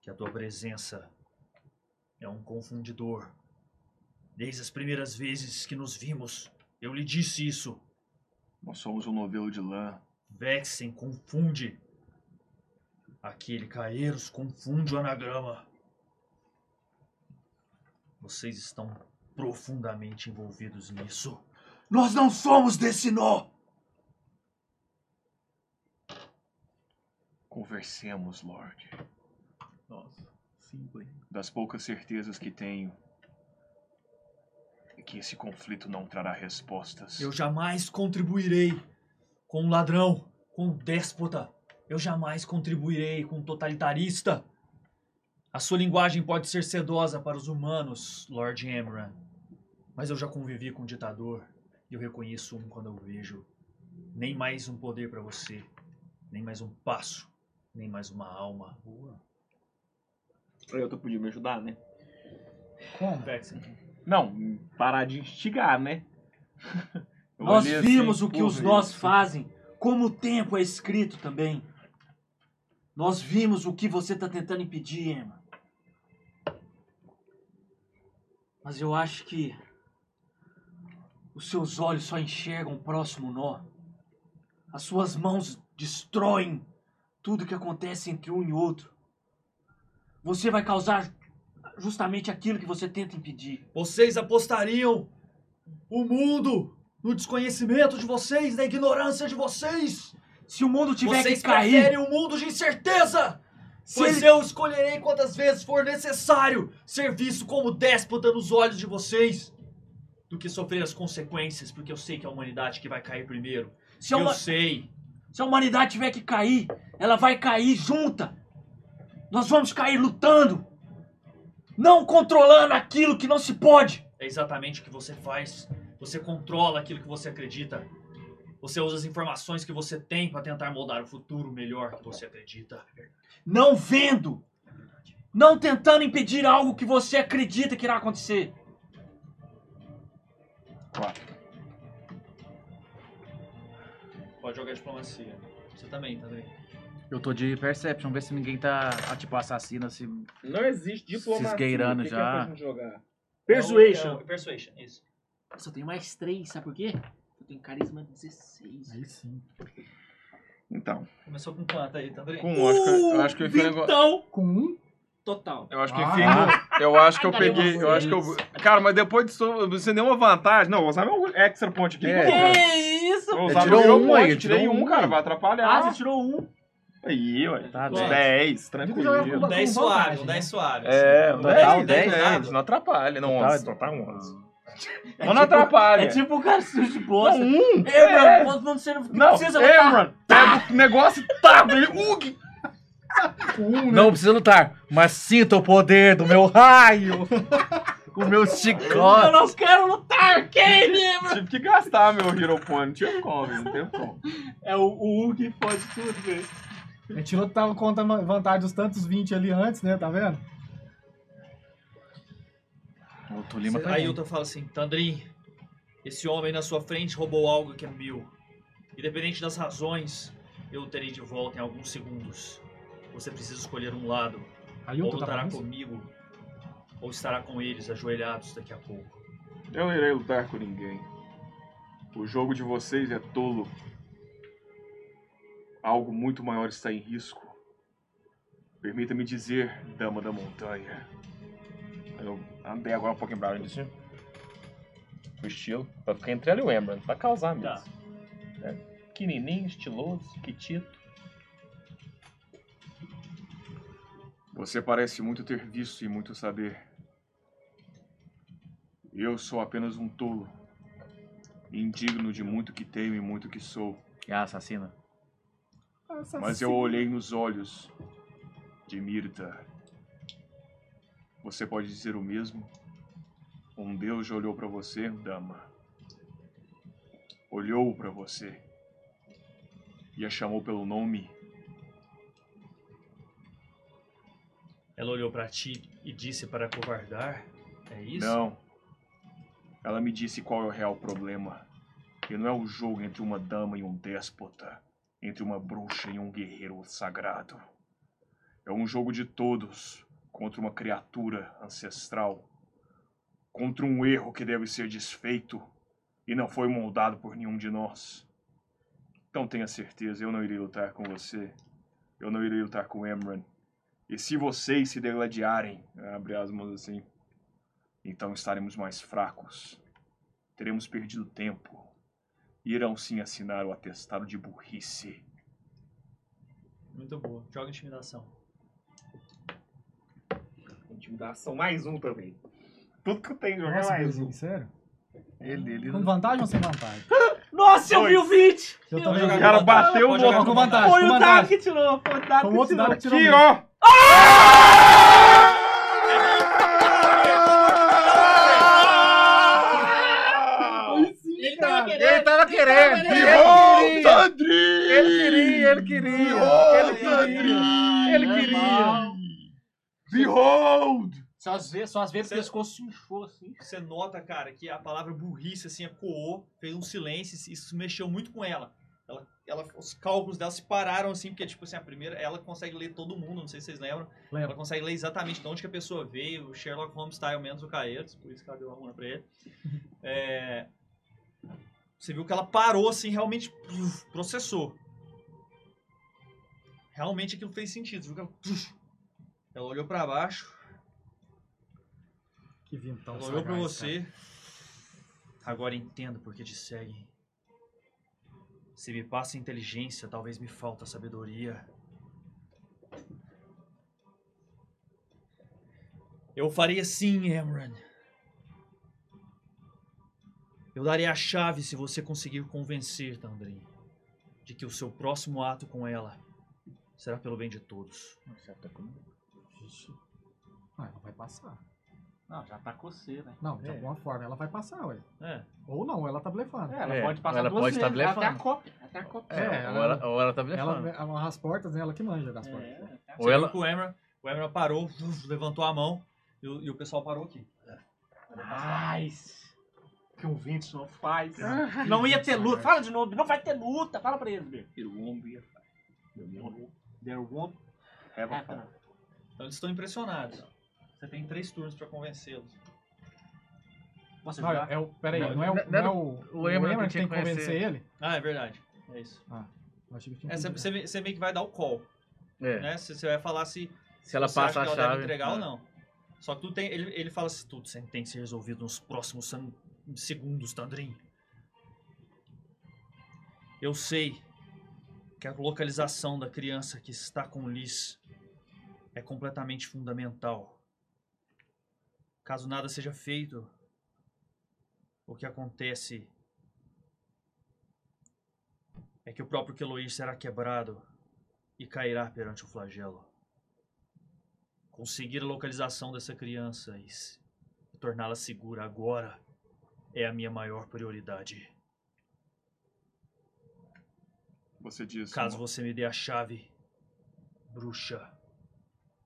Speaker 2: que a tua presença é um confundidor. Desde as primeiras vezes que nos vimos, eu lhe disse isso.
Speaker 5: Nós somos um novelo de lã.
Speaker 2: Vexen confunde. Aquele Caeiros confunde o anagrama. Vocês estão profundamente envolvidos nisso.
Speaker 3: Nós não somos desse nó!
Speaker 5: Conversemos, Lord.
Speaker 3: Nossa, cinco aí.
Speaker 5: das poucas certezas que tenho é que esse conflito não trará respostas.
Speaker 2: Eu jamais contribuirei com um ladrão, com um déspota. Eu jamais contribuirei com um totalitarista. A sua linguagem pode ser sedosa para os humanos, Lord Emran. Mas eu já convivi com um ditador e eu reconheço um quando eu vejo. Nem mais um poder para você, nem mais um passo, nem mais uma alma.
Speaker 7: Eu tô podia me ajudar, né?
Speaker 1: Como?
Speaker 2: Vexen.
Speaker 7: Não, parar de instigar, né? Eu
Speaker 3: Nós
Speaker 7: olhei assim,
Speaker 3: vimos o que
Speaker 7: porra,
Speaker 3: os nós
Speaker 7: isso.
Speaker 3: fazem, como o tempo é escrito também. Nós vimos o que você
Speaker 6: tá
Speaker 3: está tentando impedir, Emma. Mas eu acho que os seus olhos só enxergam o próximo nó. As suas mãos destroem tudo que acontece entre um e outro. Você vai causar justamente aquilo que você tenta impedir.
Speaker 2: Vocês apostariam o mundo no desconhecimento de vocês, na ignorância de vocês!
Speaker 3: Se o mundo tiver
Speaker 2: Vocês
Speaker 3: que cair,
Speaker 2: preferem um mundo de incerteza!
Speaker 3: se
Speaker 2: Pois
Speaker 3: ele-
Speaker 2: eu escolherei quantas vezes for necessário ser visto como déspota nos olhos de vocês do que sofrer as consequências, porque eu sei que é a humanidade que vai cair primeiro.
Speaker 3: se é
Speaker 2: eu
Speaker 3: uma-
Speaker 2: sei.
Speaker 3: Se a humanidade tiver que cair, ela vai cair junta. Nós vamos cair lutando, não controlando aquilo que não se pode.
Speaker 2: É exatamente o que você faz. Você controla aquilo que você acredita. Você usa as informações que você tem para tentar moldar o futuro melhor que você acredita.
Speaker 3: Não vendo! Não tentando impedir algo que você acredita que irá acontecer.
Speaker 2: Pode jogar diplomacia. Você também, tá vendo?
Speaker 4: Eu tô de Perception, ver se ninguém tá, ah, tipo, assassino, se...
Speaker 10: Não existe diplomacia.
Speaker 4: Se esgueirando
Speaker 10: o que que é
Speaker 4: já.
Speaker 10: pra gente jogar?
Speaker 2: Persuasion. é persuasion, isso.
Speaker 6: Só tenho mais três, sabe por quê? Eu tenho carisma 16.
Speaker 1: Aí sim.
Speaker 5: Então,
Speaker 2: Começou com quanto aí,
Speaker 6: tá
Speaker 2: Tandrei?
Speaker 5: com um, acho que eu- eu acho que eu enfiei o negócio.
Speaker 6: Então,
Speaker 1: Com um?
Speaker 6: total.
Speaker 5: Eu acho que eu
Speaker 1: Ah.
Speaker 5: enfiei no- Eu acho que eu
Speaker 6: Ai, galera,
Speaker 5: peguei. Eu acho que eu.
Speaker 6: vocês.
Speaker 5: Cara, mas depois disso, eu não sei nenhuma vantagem. Não, eu vou usar meu extra point aqui.
Speaker 4: É.
Speaker 5: pô.
Speaker 6: Que isso?
Speaker 5: Eu vou
Speaker 4: Ele
Speaker 5: usar meu
Speaker 4: tirou
Speaker 5: hero
Speaker 4: um
Speaker 5: point,
Speaker 4: aí, ele
Speaker 5: tirei
Speaker 4: tirou
Speaker 5: um,
Speaker 4: um
Speaker 5: cara,
Speaker 4: aí.
Speaker 5: vai
Speaker 6: Ah,
Speaker 5: atrapalhar.
Speaker 6: você tirou um.
Speaker 5: Aí, ué.
Speaker 4: Tá,
Speaker 5: Uns
Speaker 4: bem.
Speaker 5: 10,
Speaker 1: Devia jogar
Speaker 5: tranquilo.
Speaker 1: com-
Speaker 2: 10
Speaker 1: com
Speaker 2: suave,
Speaker 1: vantagem,
Speaker 2: um
Speaker 1: né?
Speaker 2: 10 suave.
Speaker 5: É,
Speaker 2: Um
Speaker 5: um
Speaker 4: total
Speaker 5: 10,
Speaker 2: um
Speaker 5: 10,
Speaker 2: dado.
Speaker 5: 10, não atrapalha, não,
Speaker 4: Total
Speaker 5: 11, total 11.
Speaker 6: É
Speaker 5: Não, não
Speaker 6: tipo-
Speaker 5: atrapalha.
Speaker 6: É tipo o cara de
Speaker 5: Não,
Speaker 6: bosta.
Speaker 5: um,
Speaker 6: Ei,
Speaker 5: é.
Speaker 6: mano, você não
Speaker 5: Não,
Speaker 6: precisa lutar.
Speaker 5: Emran, pega o negócio e tapa ele. Uh, que
Speaker 1: um, né?
Speaker 4: Não precisa lutar, mas sinta o poder do meu raio! o meu
Speaker 6: Eu
Speaker 4: chicote!
Speaker 6: não quero lutar, Kane!
Speaker 5: tive que gastar meu Hero Point, não tinha como, não teve como.
Speaker 6: É o, o U que fode tudo, velho.
Speaker 1: A gente tirou que tava contando a vantagem dos tantos 20 ali antes, né? Tá vendo?
Speaker 4: O Tolima tá
Speaker 2: Aí
Speaker 4: bem.
Speaker 2: Ailton fala assim, Tandrin, esse homem na sua frente roubou algo que é meu. Independente das razões, eu o terei de volta em alguns segundos. Você precisa escolher um lado,
Speaker 1: Aí
Speaker 2: ou
Speaker 1: eu tô
Speaker 2: lutará
Speaker 1: falando isso?
Speaker 2: comigo, ou estará com eles ajoelhados daqui a pouco.
Speaker 5: Eu não irei lutar com ninguém. O jogo de vocês é tolo. Algo muito maior está em risco. Permita-me dizer, dama da montanha. Eu andei agora um pouquinho pra além disso. O estilo, pra ficar entre ela e o Emran, pra causar mesmo.
Speaker 2: Tá.
Speaker 5: É, pequenininho, estiloso, quitito. Você parece muito ter visto e muito saber. Eu sou apenas um tolo, indigno de muito que tenho e muito que sou.
Speaker 4: É a assassina.
Speaker 5: Mas eu olhei nos olhos de Mirta. Você pode dizer o mesmo? Um deus já olhou para você, dama. Olhou para você. E a chamou pelo nome.
Speaker 2: Ela olhou para ti e disse para covardar, é isso?
Speaker 5: Não. Ela me disse qual é o real problema. Que não é o jogo entre uma dama e um déspota, entre uma bruxa e um guerreiro sagrado. É um jogo de todos contra uma criatura ancestral, contra um erro que deve ser desfeito e não foi moldado por nenhum de nós. Então tenha certeza, eu não irei lutar com você. Eu não irei lutar com Emran. E se vocês se degladiarem, abre aspas assim, então estaremos mais fracos. Teremos perdido tempo. Irão sim assinar o atestado de burrice.
Speaker 2: Muito boa, joga intimidação.
Speaker 10: Intimidação, mais um também.
Speaker 5: Tudo que eu tenho, jogar
Speaker 1: Nossa,
Speaker 5: mais um.
Speaker 1: Belezinho, sério?
Speaker 4: Ele, ele.
Speaker 1: Com vantagem ou sem vantagem?
Speaker 6: Nossa, eu vi o 20!
Speaker 1: Eu
Speaker 2: Pode
Speaker 1: também
Speaker 2: jogar
Speaker 5: O
Speaker 1: vi.
Speaker 2: com
Speaker 5: cara
Speaker 2: vantagem,
Speaker 5: bateu
Speaker 2: pode
Speaker 5: o
Speaker 2: jogar
Speaker 1: Não,
Speaker 2: com
Speaker 1: com
Speaker 2: vantagem.
Speaker 1: vantagem,
Speaker 6: Foi
Speaker 1: com
Speaker 6: o
Speaker 1: vantagem.
Speaker 6: Dado que tá tirou, foi o Dado
Speaker 1: Foi um
Speaker 6: que
Speaker 1: outro
Speaker 6: tirou.
Speaker 1: dado que tirou.
Speaker 5: Aqui,
Speaker 1: mesmo.
Speaker 5: ó!
Speaker 1: Aí sim, cara.
Speaker 4: Ele tava querendo! Ele
Speaker 5: Behold,
Speaker 4: queria!
Speaker 5: Tandri!
Speaker 4: Ele queria, ele queria! Ele queria! Ele queria!
Speaker 5: Behold!
Speaker 6: Só às vezes, só às vezes
Speaker 2: Você-
Speaker 6: o pescoço se inchou assim.
Speaker 2: Você nota, cara, que a palavra burrice, assim, ecoou, fez um silêncio, e isso mexeu muito com ela. Ela, ela- Os cálculos dela se pararam, assim, porque, tipo assim, a primeira, ela consegue ler todo mundo, não sei se vocês lembram. Ela
Speaker 1: Lembra.
Speaker 2: consegue ler exatamente de onde que a pessoa veio, o Sherlock Holmes style, menos o Caetos, por isso que ela deu a runa pra ele. É, Você viu que ela parou, assim, realmente puf, processou. Realmente aquilo fez sentido, viu que ela... puf, Ela olhou pra baixo,
Speaker 1: Que então, vintão.
Speaker 2: ela olhou Então, pra
Speaker 1: sagaz,
Speaker 2: você. Agora entendo por que te seguem. Se me passa inteligência, talvez me falta sabedoria. Eu faria sim, Emran. Eu daria a chave se você conseguir convencer Tandrin de que o seu próximo ato com ela será
Speaker 5: tá
Speaker 2: pelo bem de todos.
Speaker 1: cara. Ah, não vai passar.
Speaker 6: Não, já tá coceira. né?
Speaker 1: Não, de
Speaker 2: É.
Speaker 1: alguma forma ela vai passar, ué.
Speaker 2: É.
Speaker 1: Ou não, ela tá blefando.
Speaker 7: ela
Speaker 4: É,
Speaker 7: pode passar
Speaker 4: ela
Speaker 7: duas
Speaker 4: pode
Speaker 7: vezes,
Speaker 4: tá
Speaker 7: até a
Speaker 4: blefando.
Speaker 7: Copa. Até a Copa.
Speaker 1: É,
Speaker 4: É,
Speaker 1: ela-
Speaker 4: ou, ela, ou ela tá
Speaker 1: Ela,
Speaker 4: blefando.
Speaker 1: ela- as portas, né? Ela que manja as portas.
Speaker 6: É,
Speaker 4: ou ela,
Speaker 2: O Emra, o Emra parou, uf, levantou a mão e o, e o pessoal parou aqui.
Speaker 7: Faz. Que um Vince não faz.
Speaker 3: Não ia ter luta. Fala de novo. Não vai ter luta. Fala pra eles, Bê.
Speaker 10: It won't be a fight. There won't
Speaker 7: There won't
Speaker 10: have a fight.
Speaker 2: Então eles estão impressionados. Você tem três turnos pra convencê-los.
Speaker 3: Posso
Speaker 1: Não,
Speaker 3: ajudar?
Speaker 1: é o, peraí,
Speaker 2: Não,
Speaker 1: não é o,
Speaker 4: não-
Speaker 1: não é o,
Speaker 4: o Emma
Speaker 1: Emma
Speaker 4: que
Speaker 1: que
Speaker 4: tinha
Speaker 1: tem
Speaker 4: que
Speaker 1: que convencer ele?
Speaker 2: Ah, é verdade. É isso.
Speaker 1: Eu achei que tinha
Speaker 2: É, você,
Speaker 1: entendido.
Speaker 2: você, você meio que vai dar o call,
Speaker 4: é,
Speaker 2: né? Você, você vai falar se
Speaker 4: se ela
Speaker 2: você
Speaker 4: passa
Speaker 2: acha
Speaker 4: a
Speaker 2: que ela
Speaker 4: chave.
Speaker 2: deve entregar
Speaker 4: é.
Speaker 2: ou não. Só que tu tem, ele, ele fala assim, tudo sem- tem que ser resolvido nos próximos san- segundos, Tandrin. Eu sei que a localização da criança que está com o Liz é completamente fundamental. Caso nada seja feito, o que acontece é que o próprio Keloir será quebrado e cairá perante o flagelo conseguir a localização dessa criança e s- e torná-la segura agora é a minha maior prioridade.
Speaker 5: Você diz.
Speaker 2: Caso você me dê a chave, bruxa,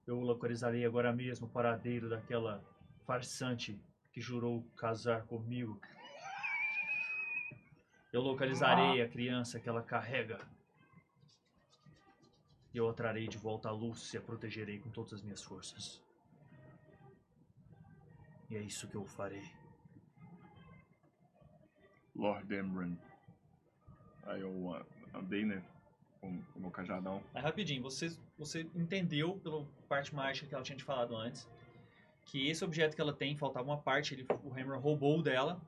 Speaker 2: eu localizarei agora mesmo o paradeiro daquela farsante que jurou casar comigo. Eu localizarei a criança que ela carrega. E eu a trarei de volta à luz e a protegerei com todas as minhas forças. E é isso que eu farei.
Speaker 5: Lord Emran. Aí eu ah, andei, né? Com com o meu cajadão.
Speaker 2: Mas rapidinho, você, você entendeu pela parte mágica que ela tinha te falado antes que esse objeto que ela tem, faltava uma parte, ele, o Hammer roubou dela,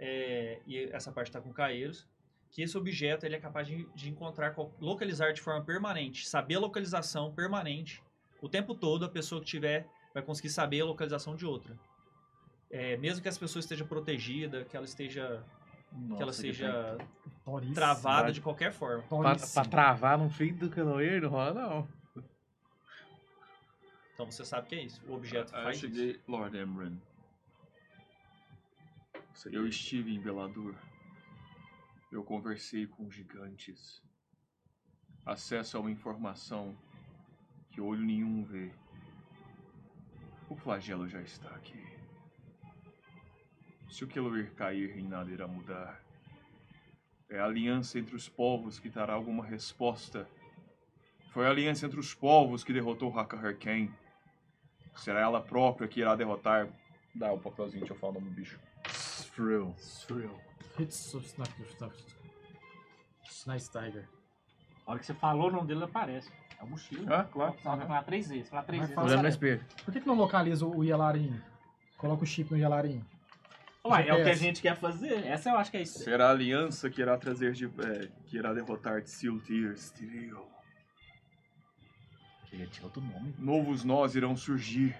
Speaker 2: é, e essa parte está com caeiros, que esse objeto ele é capaz de, de encontrar, qual- localizar de forma permanente, saber a localização permanente. O tempo todo a pessoa que tiver vai conseguir saber a localização de outra. É, mesmo que essa pessoa esteja protegida, que ela esteja, que ela
Speaker 4: Nossa,
Speaker 2: seja
Speaker 1: Toríssimo.
Speaker 2: travada de qualquer forma.
Speaker 4: Pra,
Speaker 1: Toríssimo.
Speaker 4: pra travar no fim do canoeiro não rola, não.
Speaker 2: Então você sabe que é isso. O objeto
Speaker 5: Aí Ah, eu
Speaker 2: faz isso.
Speaker 5: cheguei, Lord Emran. Eu estive em Belador. Eu conversei com gigantes. Acesso a uma informação que olho nenhum vê. O flagelo já está aqui. Se o Keloir cair, em nada irá mudar. É a aliança entre os povos que dará alguma resposta. Foi a aliança entre os povos que derrotou Hakaherken. Será ela própria que irá derrotar. Dá o papelzinho, deixa eu falar o nome do bicho. Thrill.
Speaker 1: Hits of Snap- Snap- Snice Tiger.
Speaker 6: A hora que você falou o nome dele, ele aparece. É o mochila.
Speaker 5: Ah, claro.
Speaker 6: Só vai falar três vezes. Falar três
Speaker 1: Vai
Speaker 6: vezes.
Speaker 1: falar.
Speaker 4: Olhando no
Speaker 1: é.
Speaker 4: espelho.
Speaker 1: Por que, que não localiza o Yelarin? Coloca o chip no Yelarin.
Speaker 10: Ué, é o que a
Speaker 1: GPS.
Speaker 10: gente quer fazer. Essa eu acho que é isso.
Speaker 5: Será a aliança que irá trazer de. É, que irá derrotar Tsil Tears Tyrell. é
Speaker 4: Ele tinha outro nome.
Speaker 5: Novos nós irão surgir.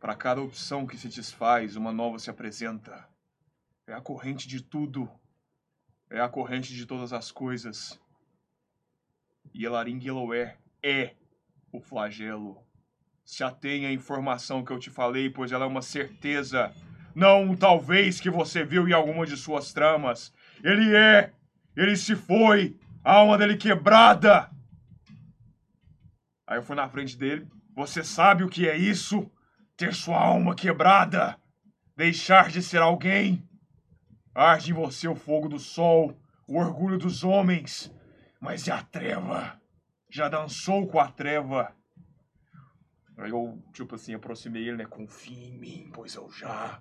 Speaker 5: Para cada opção que se desfaz, uma nova se apresenta. É a corrente de tudo. É a corrente de todas as coisas. E Elaring Eloé é o flagelo. Se atenha à informação que eu te falei, pois ela é uma certeza. Não um talvez que você viu em alguma de suas tramas. Ele é! Ele se foi! A alma dele quebrada! Aí eu fui na frente dele. Você sabe o que é isso? Ter sua alma quebrada? Deixar de ser alguém? Arde em você o fogo do sol, o orgulho dos homens. Mas e a treva? Já dançou com a treva? Aí eu, tipo assim, aproximei ele, né? Confia em mim, pois eu já.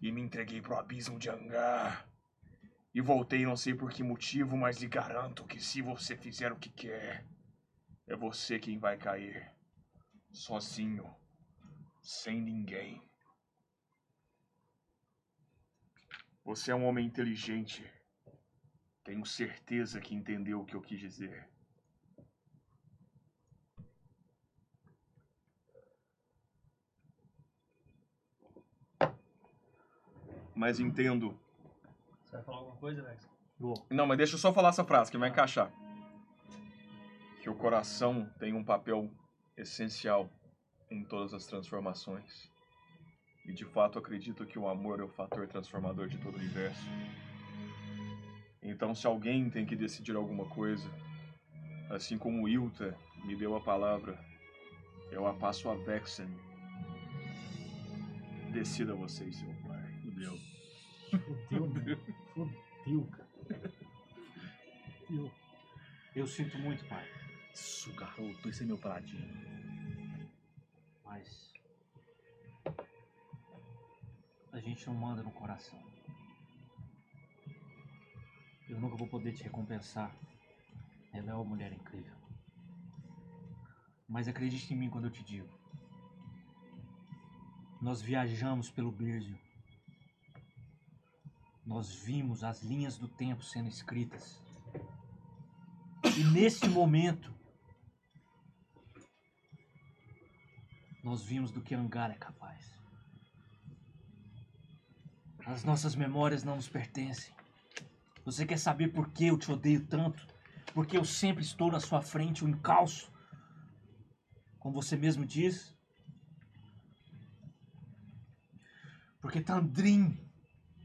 Speaker 5: E me entreguei pro abismo de Angar. E voltei, não sei por que motivo, mas lhe garanto que se você fizer o que quer, é você quem vai cair. Sozinho. Sem ninguém. Você é um homem inteligente. Tenho certeza que entendeu o que eu quis dizer. Mas entendo.
Speaker 2: Você vai falar alguma coisa, Alex?
Speaker 5: Não, mas deixa eu só falar essa frase que vai encaixar. Que o coração tem um papel essencial em todas as transformações. E de fato acredito que o amor é o fator transformador de todo o universo. Então, se alguém tem que decidir alguma coisa, assim como Ilta me deu a palavra, eu a passo a Vexen. Decida você e seu pai. Fudeu.
Speaker 1: Fudeu, mano. Fudeu, cara. Fudeu.
Speaker 3: Eu sinto muito, pai.
Speaker 4: Isso, garoto, esse é meu paradinho.
Speaker 3: Mas. A gente não manda no coração. Eu nunca vou poder te recompensar. Ela é uma mulher incrível. Mas acredite em mim quando eu te digo. Nós viajamos pelo Birzio. Nós vimos as linhas do tempo sendo escritas. E nesse momento, nós vimos do que Angar é capaz. As nossas memórias não nos pertencem. Você quer saber por que eu te odeio tanto? Porque eu sempre estou na sua frente, um encalço. Como você mesmo diz. Porque Tandrin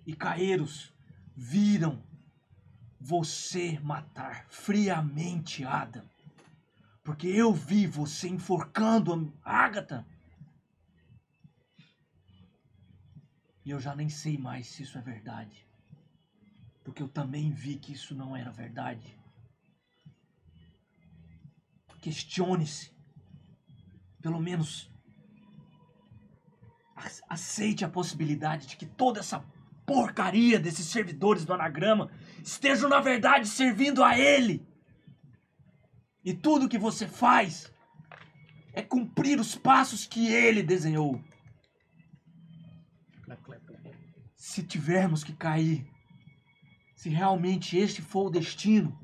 Speaker 3: e Caeiros viram você matar friamente Adam. Porque eu vi você enforcando a Agatha. E eu já nem sei mais se isso é verdade. Porque eu também vi que isso não era verdade. Questione-se. Pelo menos. a- Aceite a possibilidade de que toda essa porcaria desses servidores do anagrama estejam, na verdade, servindo a ele. E tudo que você faz é cumprir os passos que ele desenhou. Se tivermos que cair, se realmente este for o destino,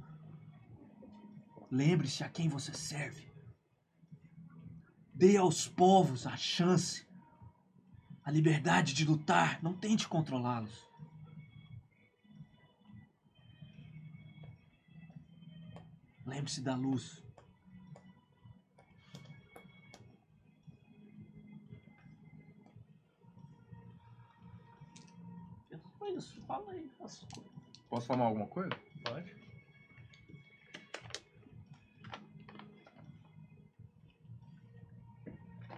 Speaker 3: lembre-se a quem você serve. Dê aos povos a chance, a liberdade de lutar, não tente controlá-los. Lembre-se da luz.
Speaker 10: Foi isso, fala aí. as coisas.
Speaker 5: Posso falar alguma coisa?
Speaker 2: Pode?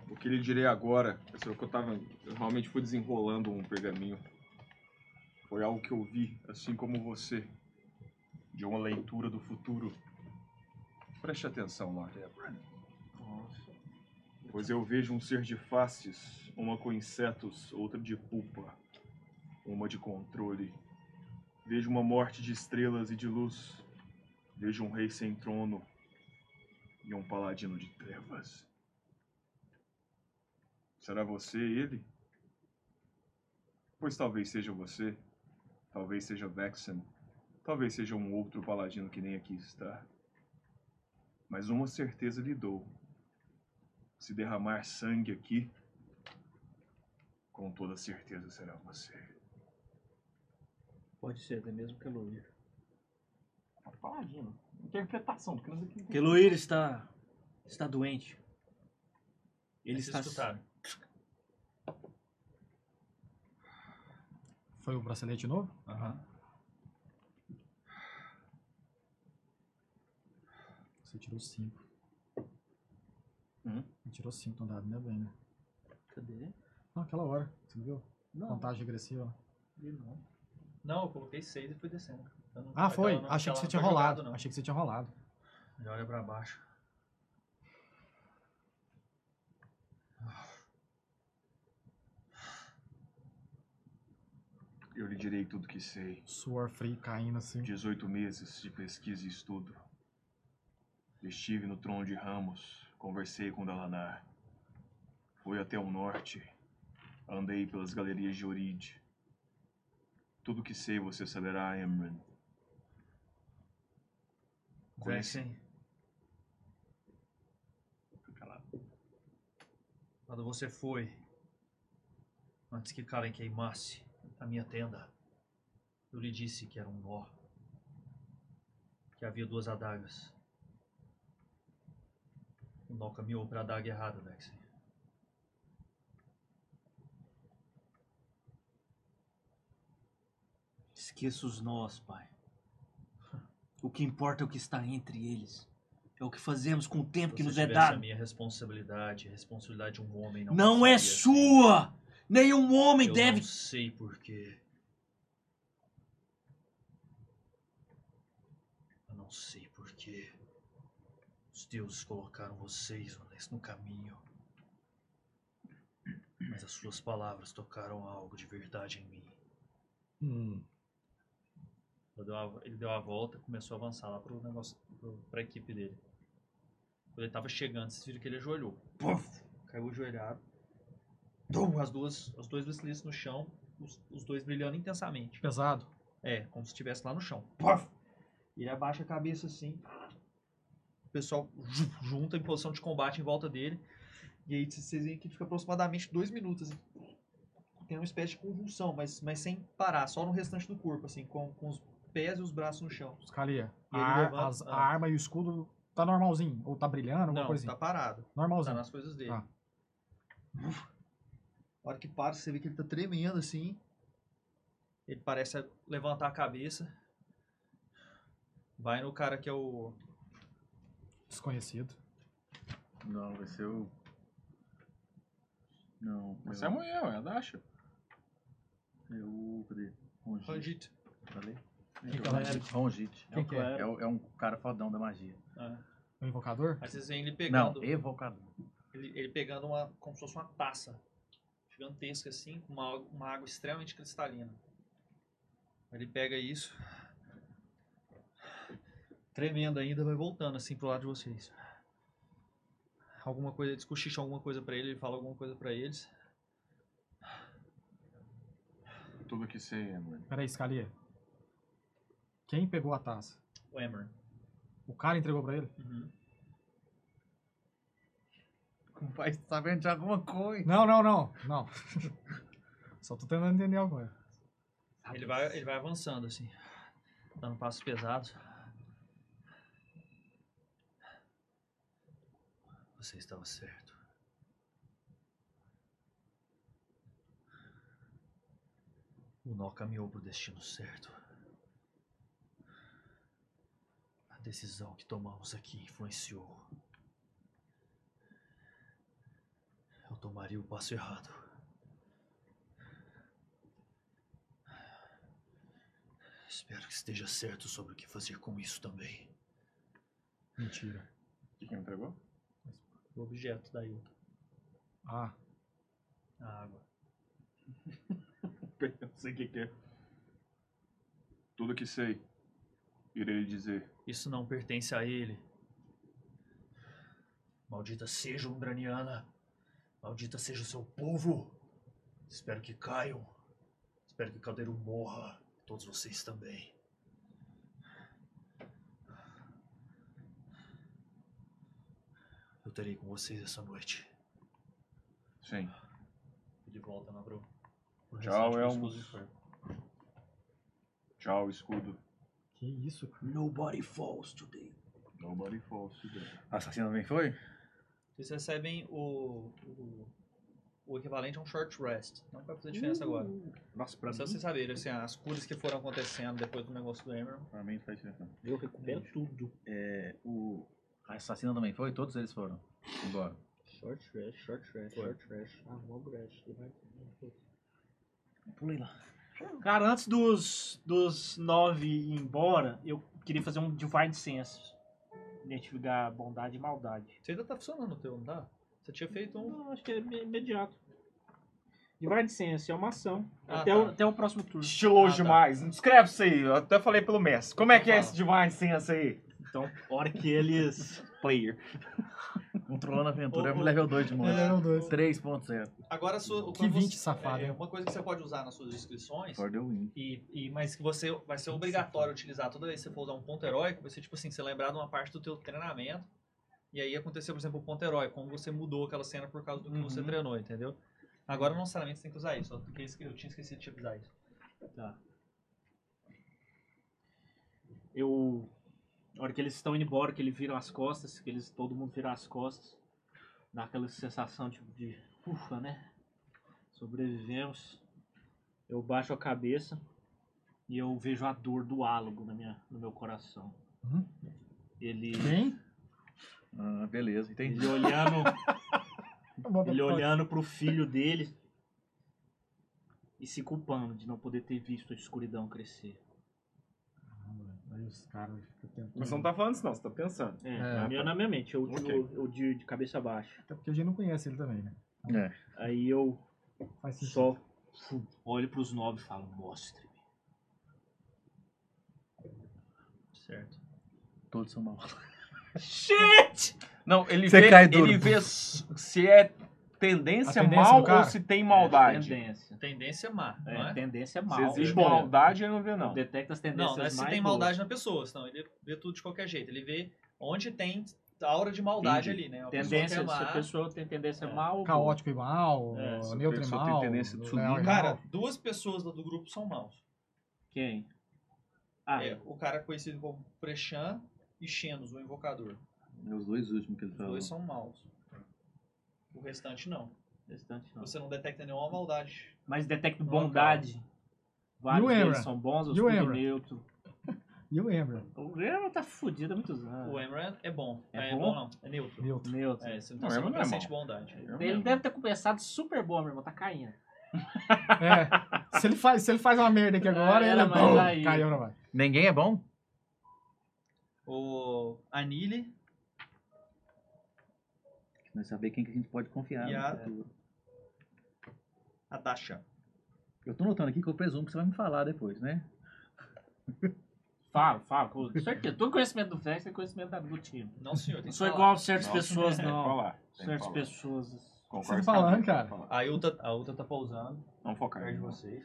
Speaker 5: O que lhe direi agora, é só que eu tava. Eu realmente fui desenrolando um pergaminho. Foi algo que eu vi, assim como você, de uma leitura do futuro. Preste atenção, Lord Ebron. Pois eu vejo um ser de faces, uma com insetos, outra de pupa, uma de controle. Vejo uma morte de estrelas e de luz. Vejo um rei sem trono e um paladino de trevas. Será você ele? Pois talvez seja você, talvez seja Vexen, talvez seja um outro paladino que nem aqui está. Mas uma certeza lhe dou: se derramar sangue aqui, com toda certeza será você.
Speaker 10: Pode ser, até mesmo que a Luísa.
Speaker 7: Pode falar, Gino. Interpretação, porque nós aqui não tem-
Speaker 3: Keloir está está doente. Ele
Speaker 2: Eles
Speaker 3: está
Speaker 2: escutaram.
Speaker 1: Foi o bracelete novo?
Speaker 2: Aham.
Speaker 1: Você tirou 5.
Speaker 5: Hum?
Speaker 1: Ele tirou 5 no dado, né, bem, né?
Speaker 10: Cadê?
Speaker 1: Não, aquela hora. Você não viu?
Speaker 10: Não.
Speaker 1: Contagem regressiva.
Speaker 10: Ele não.
Speaker 2: Não, eu coloquei seis e fui descendo. Eu não-
Speaker 1: Ah,
Speaker 2: aquela
Speaker 1: foi.
Speaker 2: não-
Speaker 1: Achei que
Speaker 2: aquela
Speaker 1: você
Speaker 2: não
Speaker 1: tinha
Speaker 2: foi jogado,
Speaker 1: rolado.
Speaker 2: não.
Speaker 1: Achei que você tinha rolado.
Speaker 2: Ele olha pra baixo.
Speaker 5: Eu lhe direi tudo que sei.
Speaker 1: Suor frio caindo assim.
Speaker 5: 18 meses de pesquisa e estudo. Estive no trono de Ramos, conversei com Dalanar. Fui até o norte, andei pelas galerias de Orid. Tudo que sei você saberá, Emran. Conheci-
Speaker 3: assim?
Speaker 2: Vexen,
Speaker 5: Fica lá.
Speaker 2: quando você foi, antes que Karen queimasse a minha tenda, eu lhe disse que era um nó. Que havia duas adagas. O nó caminhou pra adaga errada, Vexen.
Speaker 3: Esqueça os nós, pai. O que importa é o que está entre eles. É o que fazemos com o tempo que
Speaker 2: Se
Speaker 3: nos é
Speaker 2: tivesse
Speaker 3: dado.
Speaker 2: a minha responsabilidade, a responsabilidade de um homem não.
Speaker 3: Não é
Speaker 2: passaria.
Speaker 3: sua! Nenhum homem
Speaker 2: Eu
Speaker 3: deve.
Speaker 2: não sei porquê. Eu não sei porquê. Os deuses colocaram vocês Vanessa, no caminho. Mas as suas palavras tocaram algo de verdade em mim. Ela deu uma- ele deu a volta e começou a avançar lá pro negócio, pro, pra equipe dele. Quando ele tava chegando, vocês viram que ele ajoelhou. Puf! Caiu ajoelhado. Dum! As duas, os dois basiliscos no chão, os, os dois brilhando intensamente.
Speaker 1: Pesado.
Speaker 2: É, como se estivesse lá no chão. Puf! E ele abaixa a cabeça assim. O pessoal ju- junta em posição de combate em volta dele. E aí vocês- vocês veem que fica aproximadamente dois minutos. assim. Tem uma espécie de convulsão, mas, mas sem parar, só no restante do corpo, assim, com, com os pés e os braços no chão.
Speaker 1: Scalia,
Speaker 2: E
Speaker 1: a,
Speaker 2: ele
Speaker 1: ar-
Speaker 2: levanta-
Speaker 1: as- a
Speaker 2: ah.
Speaker 1: arma e o escudo tá normalzinho? Ou tá brilhando, alguma
Speaker 2: Não,
Speaker 1: coisinha?
Speaker 2: tá parado. Tá
Speaker 1: Normalzinho.
Speaker 2: nas coisas dele.
Speaker 1: Tá.
Speaker 2: A hora que para, você vê que ele tá tremendo assim. Ele parece levantar a cabeça. Vai no cara que é o.
Speaker 1: Desconhecido.
Speaker 5: Não, vai ser o. Não.
Speaker 7: Essa é a mulher, ué, a Dasha.
Speaker 5: É o. Cadê? Rongit.
Speaker 2: Rangit.
Speaker 5: Falei?
Speaker 1: Quem que é o Rongit?
Speaker 5: Rongit.
Speaker 1: Quem que é?
Speaker 5: É, o- é um cara fodão da magia.
Speaker 2: Ah.
Speaker 1: O É um invocador?
Speaker 2: Aí vocês veem ele pegando.
Speaker 5: Não, evocador.
Speaker 2: ele, ele pegando uma. como se fosse uma taça. Gigantesca assim, com uma, água- uma água extremamente cristalina. Ele pega isso. Tremendo ainda, vai voltando assim pro lado de vocês. Alguma coisa, eles cochicham alguma coisa pra ele, ele fala alguma coisa pra eles.
Speaker 5: Tudo que sei é, mano.
Speaker 1: Peraí, Scalia. Quem pegou a taça?
Speaker 2: O Emer.
Speaker 1: O cara entregou pra ele?
Speaker 4: O pai está sabendo de alguma coisa.
Speaker 1: Não, não, não. Não. Só tô tentando entender alguma coisa.
Speaker 2: Ele vai, ele vai avançando assim, dando passos pesados. Você estava certo. O nó caminhou para o destino certo. A decisão que tomamos aqui influenciou. Eu tomaria o passo errado. Espero que esteja certo sobre o que fazer com isso também.
Speaker 1: Mentira.
Speaker 5: O que, que entregou?
Speaker 2: O objeto da Yuka,
Speaker 1: Ah,
Speaker 2: a água.
Speaker 5: Não sei o que, que é. Tudo que sei, irei dizer.
Speaker 2: Isso não pertence a ele. Maldita seja Umbraniana. Maldita seja o seu povo. Espero que caiam. Espero que Caldeiro morra. Todos vocês também. Eu terei com vocês essa noite.
Speaker 5: Sim.
Speaker 2: E de volta na bro.
Speaker 5: Tchau, Elmo. Tchau, escudo.
Speaker 1: que isso?
Speaker 3: Nobody falls today.
Speaker 5: Nobody falls today. Assassino assim também foi?
Speaker 2: Vocês recebem o, o, o equivalente a um short rest. Não vai fazer diferença agora.
Speaker 1: Hum.
Speaker 5: Nossa, pra
Speaker 2: Só vocês saberem, assim, as curas que foram acontecendo depois do negócio do Emerald.
Speaker 5: Pra mim não faz diferença. não.
Speaker 10: Eu recupero tudo.
Speaker 5: É, o assassino também foi? Todos eles foram. Embora.
Speaker 10: Short trash, short trash, short trash. Ah, long trash. Ele vai.
Speaker 5: Pulei lá.
Speaker 6: Cara, antes dos, dos nove ir embora, eu queria fazer um Divine Sense. Identificar bondade e maldade.
Speaker 2: Você ainda tá funcionando o teu, não tá? Você tinha feito um.
Speaker 6: Não, acho que é ime- imediato. Divine Sense é uma ação.
Speaker 2: Ah,
Speaker 6: até,
Speaker 2: tá.
Speaker 6: o, até o próximo turno.
Speaker 7: Estiloso
Speaker 2: Ah, tá.
Speaker 7: demais. Não descreve isso aí. Eu até falei pelo mestre. Como é que é
Speaker 2: Fala.
Speaker 7: esse Divine Sense aí?
Speaker 6: Então, hora que eles. Player.
Speaker 4: Controlando a aventura, é
Speaker 2: Ô, ô.
Speaker 4: um level 2 de
Speaker 2: É.
Speaker 4: monstro.
Speaker 1: Level 2.
Speaker 4: 3.0.
Speaker 2: Agora a sua. o-
Speaker 1: Que
Speaker 2: quando
Speaker 1: 20
Speaker 2: você-
Speaker 1: safado,
Speaker 2: é,
Speaker 1: hein?
Speaker 2: uma coisa que você pode usar nas suas inscrições.
Speaker 5: Agora deu win.
Speaker 2: E, e, mas que você vai ser obrigatório utilizar toda vez que você for usar um ponto heróico, vai ser tipo assim, você lembrar de uma parte do teu treinamento. E aí aconteceu, por exemplo, o ponto heróico, como você mudou aquela cena por causa do que
Speaker 6: Uhum.
Speaker 2: você treinou, entendeu? Agora não necessariamente você tem que usar isso, só porque esque- eu tinha esquecido de utilizar isso.
Speaker 6: Eu. Na hora que eles estão indo embora, que eles viram as costas, que eles, todo mundo vira as costas, dá aquela sensação tipo de ufa, né? Sobrevivemos. Eu baixo a cabeça, E eu vejo a dor do álogo na minha, no meu coração.
Speaker 4: Uhum.
Speaker 6: Ele,
Speaker 1: Quem?
Speaker 4: Ah, beleza, entendi.
Speaker 6: ele olhando. Ele olhando pro filho dele e se culpando de não poder ter visto a escuridão crescer.
Speaker 1: Aí os caras ficam tentando.
Speaker 7: Mas você não tá falando isso, não, você tá pensando.
Speaker 6: É, na minha- na minha mente, eu,
Speaker 7: Ok.
Speaker 6: eu, eu de, de cabeça baixa.
Speaker 1: Até É porque a gente não conhece ele também, né?
Speaker 6: Aí eu
Speaker 1: Faz sentido.
Speaker 6: só fum, olho pros nove e falo, mostre-me. Certo.
Speaker 4: Todos são maus.
Speaker 7: Não, ele
Speaker 4: Você
Speaker 7: vê,
Speaker 4: cai duro.
Speaker 7: ele vê s- se é tendência,
Speaker 1: A tendência
Speaker 7: mal
Speaker 1: do cara?
Speaker 7: ou se tem maldade.
Speaker 6: É Tendência.
Speaker 2: Tendência má,
Speaker 6: É,
Speaker 2: não é?
Speaker 6: Tendência
Speaker 7: se
Speaker 6: mal.
Speaker 7: existe
Speaker 6: né?
Speaker 7: maldade, ele não vê, não.
Speaker 6: Detecta as tendências
Speaker 2: Não, não é se
Speaker 6: mais
Speaker 2: tem
Speaker 6: boas.
Speaker 2: maldade na pessoa, senão ele vê tudo de qualquer jeito. Ele vê onde tem a aura de maldade ali, né? A pessoa que é
Speaker 6: Tendência, se a
Speaker 2: má-
Speaker 6: pessoa tem tendência mal.
Speaker 1: Caótico e mal,
Speaker 6: É,
Speaker 1: é,
Speaker 5: se a
Speaker 1: neutro e
Speaker 5: pessoa tem
Speaker 1: mal.
Speaker 5: tendência de
Speaker 1: leal
Speaker 5: sumir.
Speaker 1: e
Speaker 2: Cara,
Speaker 1: mal.
Speaker 2: duas pessoas lá do grupo são maus.
Speaker 6: Quem? Ah,
Speaker 2: É, o cara conhecido como Prechan e Xenos, o invocador.
Speaker 4: É os dois últimos que ele
Speaker 2: Os dois são maus. O restante não.
Speaker 6: restante não.
Speaker 2: Você não detecta nenhuma maldade.
Speaker 6: Mas detecto
Speaker 2: Não, cara.
Speaker 6: bondade. Vários
Speaker 1: E o Emra?
Speaker 6: deles são bons, os
Speaker 1: E o Emra?
Speaker 6: tudo neutro.
Speaker 1: E o Embra,
Speaker 6: O Grêmio tá fudido há muitos anos.
Speaker 2: O Emran é bom.
Speaker 6: É
Speaker 2: É,
Speaker 6: bom?
Speaker 2: bom? não. É neutro.
Speaker 1: neutro.
Speaker 6: Neutro.
Speaker 2: É, você
Speaker 7: Não,
Speaker 2: não, você
Speaker 7: Emran
Speaker 2: não
Speaker 7: não é
Speaker 2: sente bondade.
Speaker 6: Ele deve ter começado super bom, meu irmão. Tá caindo.
Speaker 1: É. Se ele, faz, se ele faz uma merda aqui agora,
Speaker 6: Ah,
Speaker 1: ele
Speaker 6: era
Speaker 1: é
Speaker 6: mais
Speaker 1: bom.
Speaker 6: aí.
Speaker 1: Caiu pra baixo.
Speaker 4: Ninguém é bom?
Speaker 2: O Anile
Speaker 4: Mas saber quem que a gente pode confiar. né?
Speaker 2: E
Speaker 4: no
Speaker 2: a-
Speaker 4: futuro.
Speaker 2: Adasha.
Speaker 4: Eu tô notando aqui que eu presumo que você vai me falar depois, né?
Speaker 6: Fala, fala. Com certeza. Todo conhecimento do Flex é conhecimento da- do time.
Speaker 2: Não, senhor. Tem
Speaker 6: Não
Speaker 2: que
Speaker 6: sou
Speaker 2: falar.
Speaker 6: igual a certas
Speaker 7: Não,
Speaker 6: pessoas,
Speaker 7: tem que
Speaker 6: não.
Speaker 5: Ah,
Speaker 7: falar, tem que
Speaker 6: Certas
Speaker 7: falar.
Speaker 6: pessoas.
Speaker 7: Concordo
Speaker 1: Você tá
Speaker 7: com a
Speaker 1: falando,
Speaker 7: Bíblia,
Speaker 1: cara?
Speaker 7: tem que falar. né?
Speaker 2: A Uta, a Uta tá pousando
Speaker 7: Vamos focar.
Speaker 5: Ah.
Speaker 2: perto de vocês.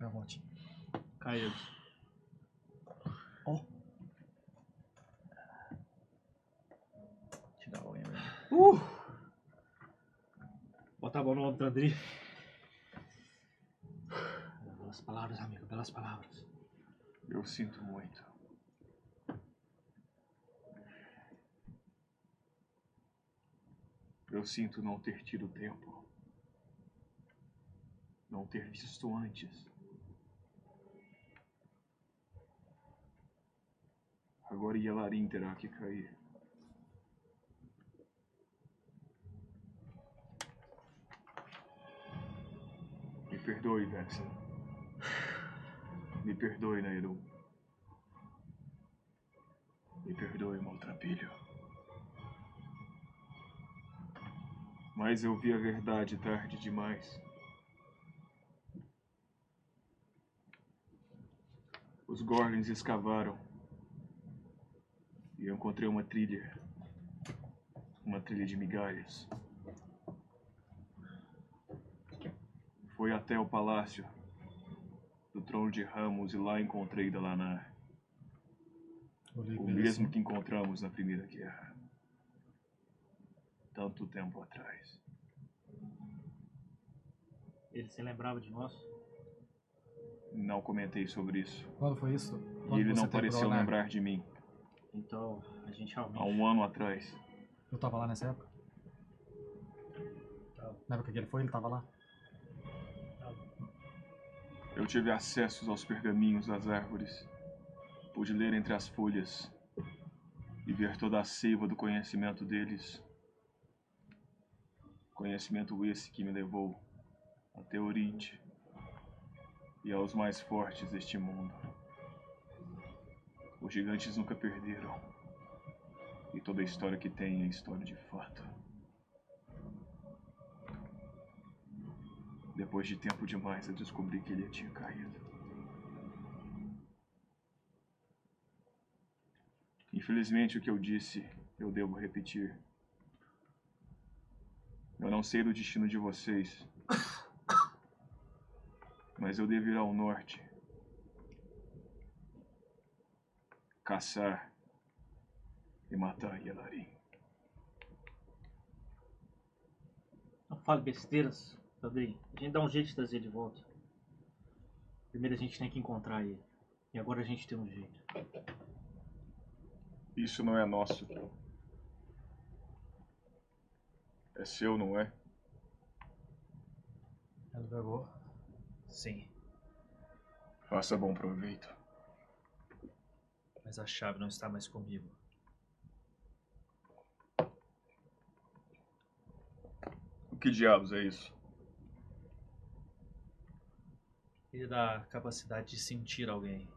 Speaker 1: É ótimo.
Speaker 6: Caiu.
Speaker 4: Tirar
Speaker 6: um
Speaker 4: o Ember.
Speaker 6: Uh! Bota a mão no ombro do André. Belas palavras, amigo. Belas palavras.
Speaker 5: Eu sinto muito. Eu sinto não ter tido tempo. Não ter visto antes. Agora Yelarin terá que cair. Me perdoe, Vex. Me perdoe, Nairu. Me perdoe, maltrapilho. Mas eu vi a verdade tarde demais. Os Gorlins escavaram. E eu encontrei uma trilha. Uma trilha de migalhas. Foi até o palácio do trono de Ramos e lá encontrei Dalanar.
Speaker 1: Olhei
Speaker 5: O
Speaker 1: pra ele
Speaker 5: mesmo
Speaker 1: assim.
Speaker 5: que encontramos na Primeira Guerra. Tanto tempo atrás.
Speaker 6: Ele se lembrava de nós?
Speaker 5: Não comentei sobre isso.
Speaker 1: Quando foi isso?
Speaker 5: e
Speaker 1: Quando
Speaker 5: ele
Speaker 1: você
Speaker 5: não
Speaker 1: temperou,
Speaker 5: pareceu
Speaker 1: né?
Speaker 5: lembrar de mim.
Speaker 6: Então, a gente
Speaker 5: Há
Speaker 6: realmente.
Speaker 5: um ano atrás.
Speaker 1: Eu tava lá nessa época? Na época que ele foi, ele tava lá?
Speaker 5: Eu tive acesso aos pergaminhos das árvores. Pude ler entre as folhas e ver toda a seiva do conhecimento deles. Conhecimento esse que me levou até o Oriente e aos mais fortes deste mundo. Os gigantes nunca perderam. E toda a história que tem é história de fato. Depois de tempo demais, eu descobri que ele tinha caído. Infelizmente, o que eu disse, eu devo repetir. Eu não sei do destino de vocês, mas eu devo ir ao norte caçar e matar Yelarin.
Speaker 6: Não fale besteiras, Padrinho. A gente dá um jeito de trazer ele de volta. Primeiro a gente tem que encontrar ele. E agora a gente tem um jeito.
Speaker 5: Isso não é nosso. É seu, não é?
Speaker 1: Ele pegou.
Speaker 2: Sim.
Speaker 5: Faça bom proveito.
Speaker 2: Mas a chave não está mais comigo.
Speaker 5: O que diabos é isso?
Speaker 2: Ele dá a capacidade de sentir alguém.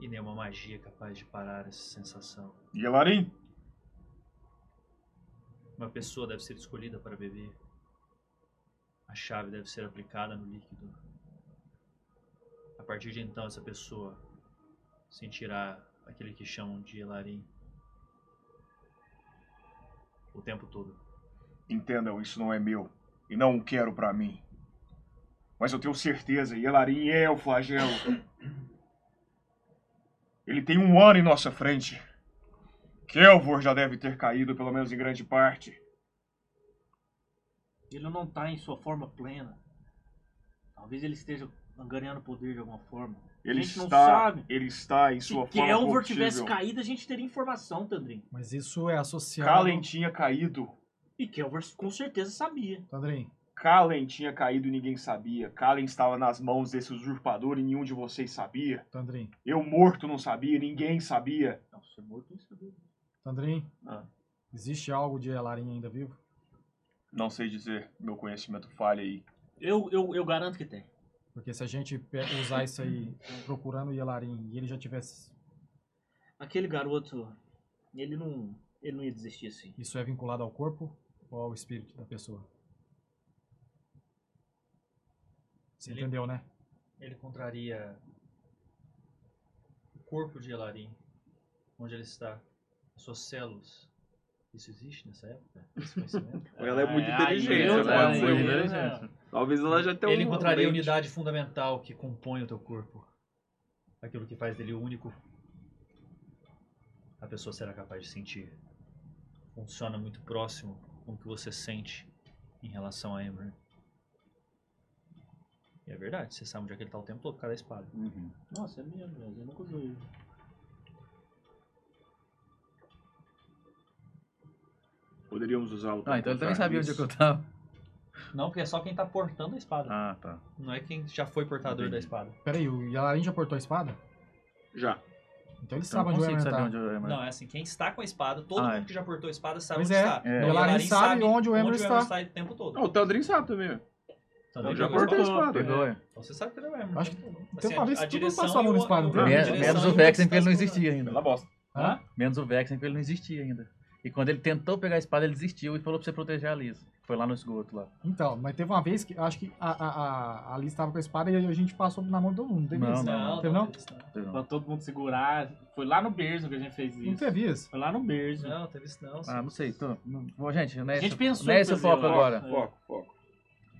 Speaker 2: E nenhuma magia é capaz de parar essa sensação.
Speaker 5: Yelarim?
Speaker 2: Uma pessoa deve ser escolhida para beber. A chave deve ser aplicada no líquido. A partir de então, essa pessoa sentirá aquele que chamam de Elarim o tempo todo.
Speaker 5: Entendam, isso não é meu. E não o quero pra mim. Mas eu tenho certeza, Yelarim é o flagelo. Ele tem um ano em nossa frente. Kelvor já deve ter caído, pelo menos em grande parte.
Speaker 6: Ele não tá em sua forma plena. Talvez ele esteja angariando poder de alguma forma.
Speaker 5: Ele
Speaker 6: a gente
Speaker 5: está,
Speaker 6: não sabe.
Speaker 5: ele está em sua
Speaker 6: Se
Speaker 5: forma
Speaker 6: Kelvor
Speaker 5: corruptível.
Speaker 6: tivesse caído, a gente teria informação, Tandrin.
Speaker 1: Mas isso é associado.
Speaker 5: Kalen tinha caído.
Speaker 6: E Kelvor com certeza sabia.
Speaker 1: Tandrin,
Speaker 5: Kalen tinha caído e ninguém sabia. Kalen estava nas mãos desse usurpador e nenhum de vocês sabia.
Speaker 1: Tandrin,
Speaker 5: Eu morto não sabia, ninguém sabia.
Speaker 6: Não, ser morto não sabia.
Speaker 1: Tandrin.
Speaker 5: Ah.
Speaker 1: Existe algo de Elarim ainda vivo?
Speaker 5: Não sei dizer, meu conhecimento falha aí.
Speaker 6: Eu, eu, eu garanto que tem.
Speaker 1: Porque se a gente pe- usar isso aí procurando o Yelarim e ele já tivesse.
Speaker 6: Aquele garoto, ele não, ele não ia desistir assim.
Speaker 1: Isso é vinculado ao corpo ou ao espírito da pessoa? Você
Speaker 2: Ele-
Speaker 1: entendeu, né?
Speaker 2: Ele encontraria o corpo de Elarim, onde ele está, as suas células. Isso existe nessa época? Esse conhecimento?
Speaker 10: Ela é muito
Speaker 3: Ah,
Speaker 10: inteligente,
Speaker 3: eu,
Speaker 10: ela é
Speaker 3: né?
Speaker 10: muito
Speaker 3: Eu,
Speaker 10: inteligente. Talvez ela já
Speaker 1: Então,
Speaker 10: tenha
Speaker 2: Ele
Speaker 10: um
Speaker 2: encontraria a
Speaker 10: dente.
Speaker 2: unidade fundamental que compõe o teu corpo. Aquilo que faz dele único. A pessoa será capaz de sentir. Funciona muito próximo com o que você sente em relação a Ember. E é verdade, você sabe onde é que ele tá o tempo todo por causa da espada.
Speaker 6: Nossa, é mesmo, meu. Eu nunca usou ele.
Speaker 5: Poderíamos usá-lo
Speaker 4: Ah, então ele
Speaker 10: Tá,
Speaker 4: também sabia onde é que eu tava.
Speaker 2: Não, porque é só quem tá portando a espada.
Speaker 4: Ah, tá.
Speaker 2: Não é quem já foi portador da espada.
Speaker 1: Peraí, o Yelarim já portou a espada?
Speaker 5: Já.
Speaker 1: Então ele
Speaker 4: Então,
Speaker 1: sabe
Speaker 4: eu
Speaker 1: onde vai
Speaker 4: consigo
Speaker 1: entrar.
Speaker 4: saber onde eu ia
Speaker 2: Não, é assim, quem está com a espada, todo
Speaker 4: Ah, é.
Speaker 2: mundo que já portou a espada sabe
Speaker 1: Pois
Speaker 2: onde
Speaker 1: é,
Speaker 2: está.
Speaker 4: é.
Speaker 2: Então,
Speaker 1: O Elarim
Speaker 2: Elarim
Speaker 1: sabe onde o Ember está.
Speaker 2: o tempo todo.
Speaker 10: Ah, o Tandrin sabe também. ó.
Speaker 2: Então,
Speaker 10: Eu
Speaker 2: ele
Speaker 10: já
Speaker 2: jogou a espada.
Speaker 10: cortei a espada.
Speaker 4: Pegou, é.
Speaker 2: Então você sabe que ele é o Ember.
Speaker 1: Acho
Speaker 2: que
Speaker 1: tem uma vez que todo mundo passou a mão
Speaker 2: no
Speaker 1: no né? espada, não tem?
Speaker 4: Men-
Speaker 1: direção
Speaker 4: Menos o Vexen, porque ele não existia
Speaker 7: Pela
Speaker 4: ainda.
Speaker 7: bosta.
Speaker 1: tá? Hã?
Speaker 4: Menos o Vexen, porque ele não existia ainda. E quando ele tentou pegar a espada, ele desistiu e falou pra você proteger a Liz. Foi lá no esgoto lá.
Speaker 1: Então, mas teve uma vez que acho que a, a, a, a Liz estava com a espada e a gente passou na mão de todo mundo. Não teve
Speaker 4: Não,
Speaker 1: isso?
Speaker 2: Não,
Speaker 1: Teve não?
Speaker 2: teve isso não.
Speaker 4: Entendeu?
Speaker 3: Pra todo mundo segurar. Foi lá no berço que a gente fez isso.
Speaker 1: Não teve isso.
Speaker 3: Foi lá no berço.
Speaker 2: Não, teve isso não.
Speaker 4: Ah,
Speaker 2: sim.
Speaker 4: não sei. Tô... não- Bom, gente, não é
Speaker 3: A gente
Speaker 4: esse-
Speaker 3: pensou
Speaker 4: não é esse o
Speaker 3: em fazer,
Speaker 4: foco
Speaker 3: ó.
Speaker 4: agora.
Speaker 10: Foco, foco.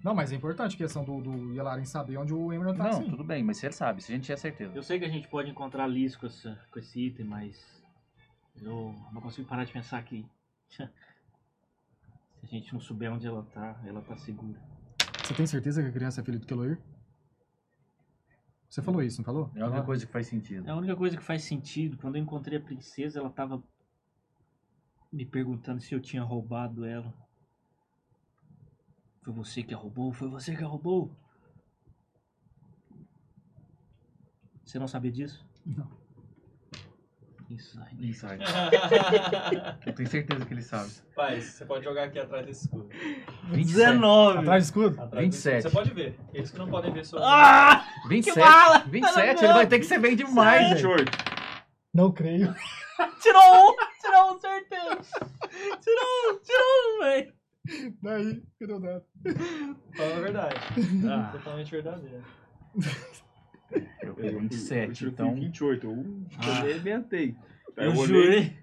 Speaker 1: Não, mas é importante a questão do, do Yelarin saber onde o Emerald tá
Speaker 4: Não,
Speaker 1: sim.
Speaker 4: tudo bem, mas se ele sabe, se a gente tinha certeza.
Speaker 3: assim. Eu sei que a gente pode encontrar Liz com, essa, com esse item, mas eu não consigo parar de pensar que se a gente não souber onde ela tá, ela tá segura.
Speaker 1: Você tem certeza que a criança é filha do Keloir? Você falou isso, não falou?
Speaker 4: É a única coisa que faz sentido.
Speaker 3: É a única coisa que faz sentido. Quando eu encontrei a princesa, ela tava me perguntando se eu tinha roubado ela. Foi você que a roubou? Foi você que a roubou? Você não sabia disso?
Speaker 1: Não.
Speaker 3: Inside.
Speaker 4: Insight. Eu tenho certeza que ele sabe.
Speaker 2: Paz, você pode jogar aqui atrás desse escudo.
Speaker 4: 27.
Speaker 3: 19!
Speaker 1: Atrás do escudo?
Speaker 2: Atrás desse
Speaker 4: 27.
Speaker 2: escudo. Você pode ver. Eles que não podem ver sua.
Speaker 3: Ah!
Speaker 4: 27.
Speaker 3: bala! Tá
Speaker 4: 27, ele vai ter que ser bem demais, gente.
Speaker 5: 28.
Speaker 1: Não creio.
Speaker 3: Tirou um! Tirou um, certeza! Tirou um! Tirou um, velho!
Speaker 1: Daí, cadê o dado?
Speaker 2: Fala a verdade.
Speaker 4: Ah.
Speaker 2: É
Speaker 3: Ah,
Speaker 2: Totalmente verdadeiro.
Speaker 4: Eu peguei
Speaker 10: Eu
Speaker 4: 27,
Speaker 10: tirei
Speaker 4: então.
Speaker 10: 28, eu
Speaker 3: Ah.
Speaker 10: arrebentei. Aí
Speaker 3: Eu
Speaker 10: olhei,
Speaker 3: jurei!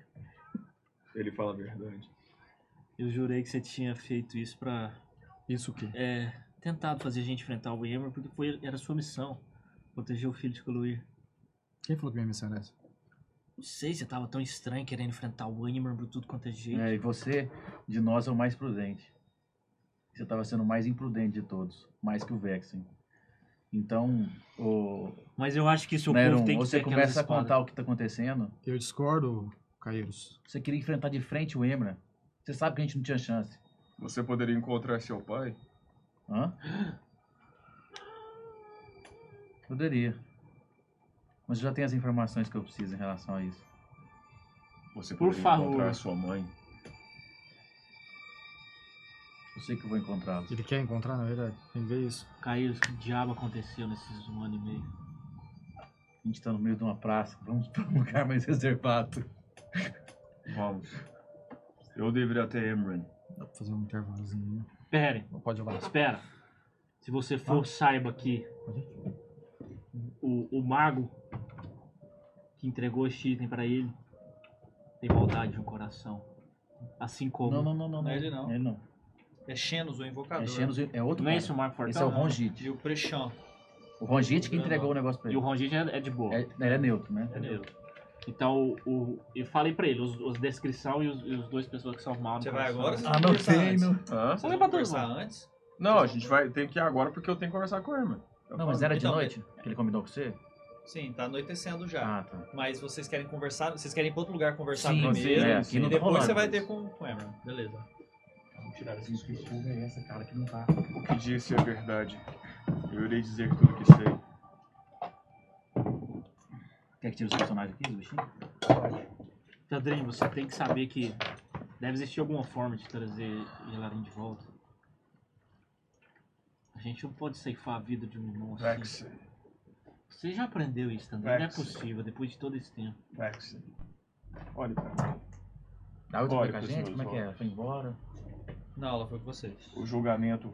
Speaker 10: Ele fala a verdade.
Speaker 3: Eu jurei que você tinha feito isso pra.
Speaker 1: Isso o quê?
Speaker 3: É. Tentado fazer a gente enfrentar o Emer, porque foi, era sua missão. Proteger o filho de Coluir.
Speaker 1: Quem falou que minha missão era essa?
Speaker 3: Não sei, você tava tão estranho querendo enfrentar o Emer por tudo quanto é jeito.
Speaker 4: É, e você, de nós, é o mais prudente. Você estava sendo o mais imprudente de todos, mais que o Vexen. Então, o
Speaker 3: Mas eu acho que seu povo
Speaker 4: Neron,
Speaker 3: tem que
Speaker 4: você
Speaker 3: ter aquelas
Speaker 4: começa a
Speaker 3: espadas.
Speaker 4: contar o que está acontecendo.
Speaker 1: Eu discordo, Caíros.
Speaker 4: Você queria enfrentar de frente o Emra. Você sabe que a gente não tinha chance.
Speaker 5: Você poderia encontrar seu pai?
Speaker 4: Hã? Poderia. Mas eu já tenho as informações que eu preciso em relação a isso.
Speaker 5: Você
Speaker 4: Por
Speaker 5: poderia encontrar
Speaker 4: favor.
Speaker 5: a sua mãe.
Speaker 4: Eu sei que eu vou encontrá-los.
Speaker 1: Ele quer encontrar, na verdade. Ele vê isso.
Speaker 6: Caíros, que diabo aconteceu nesses um ano e meio?
Speaker 4: A gente tá no meio de uma praça. Vamos pra um lugar mais reservado.
Speaker 5: Vamos. Eu deveria ter Emran.
Speaker 1: Dá pra fazer um intervalozinho. Tá
Speaker 6: Pera,
Speaker 1: Não pode jogar.
Speaker 6: espera. Se você for, saiba que o, o mago que entregou este item pra ele tem maldade no coração. Assim como.
Speaker 4: Não, não, não, não.
Speaker 2: Não é ele, não.
Speaker 4: Ele não.
Speaker 2: É Xenos, o invocador.
Speaker 4: É, Xenos, é outro
Speaker 6: Não é
Speaker 4: cara.
Speaker 6: esse o mago fortão?
Speaker 4: Esse é o
Speaker 6: Não.
Speaker 4: Rongit.
Speaker 2: E o Prechão.
Speaker 4: O Rongit que entregou o negócio pra
Speaker 6: E o
Speaker 4: ele.
Speaker 6: Rongit é, é de boa.
Speaker 4: É, ele é neutro, né?
Speaker 6: Entendeu? Então, o, o- eu falei pra ele, os, os descrição e os, e os dois pessoas que são mal.
Speaker 2: Você vai agora? ou
Speaker 6: né?
Speaker 2: vocês
Speaker 4: Ah,
Speaker 2: vão
Speaker 4: não
Speaker 2: conversar
Speaker 4: sei,
Speaker 2: antes?
Speaker 4: não.
Speaker 5: Hã?
Speaker 2: Vocês
Speaker 6: Não é
Speaker 2: vão
Speaker 6: pra
Speaker 2: conversar
Speaker 6: turma.
Speaker 2: antes?
Speaker 5: Não, a gente vai. Tem que ir agora porque eu tenho que conversar com o Emran. Eu
Speaker 4: Não, mas
Speaker 5: falo.
Speaker 4: era de
Speaker 2: Então,
Speaker 4: noite que ele combinou com você?
Speaker 2: Sim, tá anoitecendo já.
Speaker 4: Ah, tá.
Speaker 2: Mas vocês querem conversar? Vocês querem ir pra outro lugar conversar
Speaker 4: Sim,
Speaker 2: primeiro?
Speaker 4: sim, é, aqui
Speaker 2: e
Speaker 4: não tá
Speaker 2: depois
Speaker 4: rolando
Speaker 2: você vai
Speaker 4: isso.
Speaker 2: ter com com o Emran. Beleza.
Speaker 5: O que disse é verdade. Eu irei dizer tudo o que sei.
Speaker 4: Quer que tire os personagens aqui, os bichinhos?
Speaker 6: Tadrim, você tem que saber que deve existir alguma forma de trazer Yelarin de volta. A gente não pode ceifar a vida de um irmão assim.
Speaker 5: Vex.
Speaker 6: Você já aprendeu isso também? Não é
Speaker 5: Vex.
Speaker 6: possível, depois de todo esse tempo.
Speaker 5: Vex. É, Olha pra mim.
Speaker 4: A outra foi
Speaker 5: Olha,
Speaker 4: com
Speaker 5: pros
Speaker 4: a
Speaker 5: meus
Speaker 4: gente? Como é que é? Foi embora?
Speaker 2: Não, ela foi com vocês.
Speaker 5: O julgamento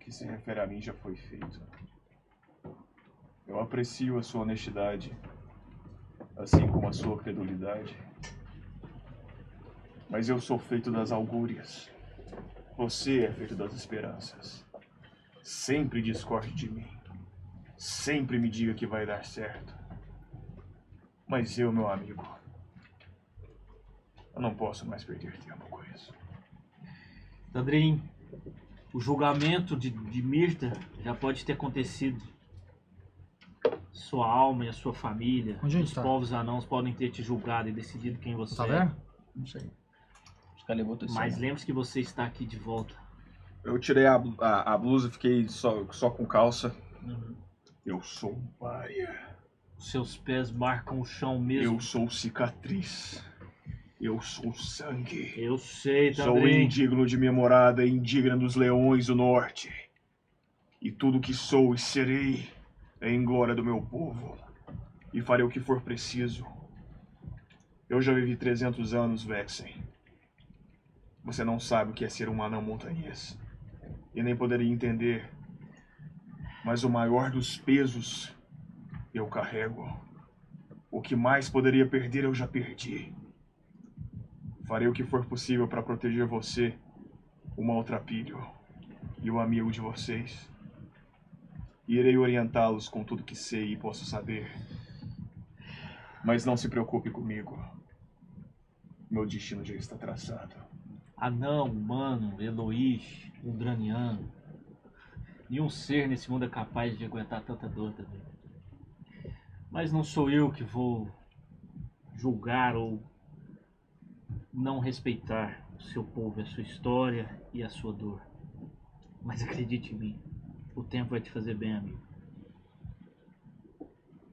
Speaker 5: que se refere a mim já foi feito. Eu aprecio a sua honestidade, assim como a sua credulidade. Mas eu sou feito das augúrias. Você é feito das esperanças. Sempre discorde de mim. Sempre me diga que vai dar certo. Mas eu, meu amigo, eu não posso mais perder tempo com isso.
Speaker 6: Tadrim, o julgamento de, de Mirta já pode ter acontecido. Sua alma e a sua família,
Speaker 1: Onde a gente
Speaker 6: os
Speaker 1: tá?
Speaker 6: povos anãos podem ter te julgado e decidido quem você
Speaker 1: Tá
Speaker 6: é.
Speaker 1: vendo?
Speaker 4: Não sei. Acho que ele levou tudo isso.
Speaker 6: Mas
Speaker 4: né?
Speaker 6: lembre-se que você está aqui de volta.
Speaker 5: Eu tirei a, blu- a, a blusa, fiquei só, só com calça. Eu sou um pária.
Speaker 6: Os seus pés marcam o chão mesmo.
Speaker 5: Eu sou cicatriz. Eu sou sangue.
Speaker 6: Eu, sei,
Speaker 5: Sou
Speaker 6: Tadrim.
Speaker 5: indigno de minha morada, indigna dos leões do norte. E tudo que sou e serei é em glória do meu povo. E farei o que for preciso. Eu já vivi 300 anos, Vexen. Você não sabe o que é ser um anão montanhês. E nem poderia entender. Mas o maior dos pesos eu carrego. O que mais poderia perder eu já perdi. Farei o que for possível para proteger você, o maltrapilho e o amigo de vocês. E irei orientá-los com tudo que sei e posso saber. Mas não se preocupe comigo. Meu destino já está traçado.
Speaker 6: Anão, humano, Eloís, Undraniano. Nenhum ser nesse mundo é capaz de aguentar tanta dor também. Mas não sou eu que vou julgar ou não respeitar o seu povo, a sua história e a sua dor. Mas acredite em mim, o tempo vai te fazer bem, amigo.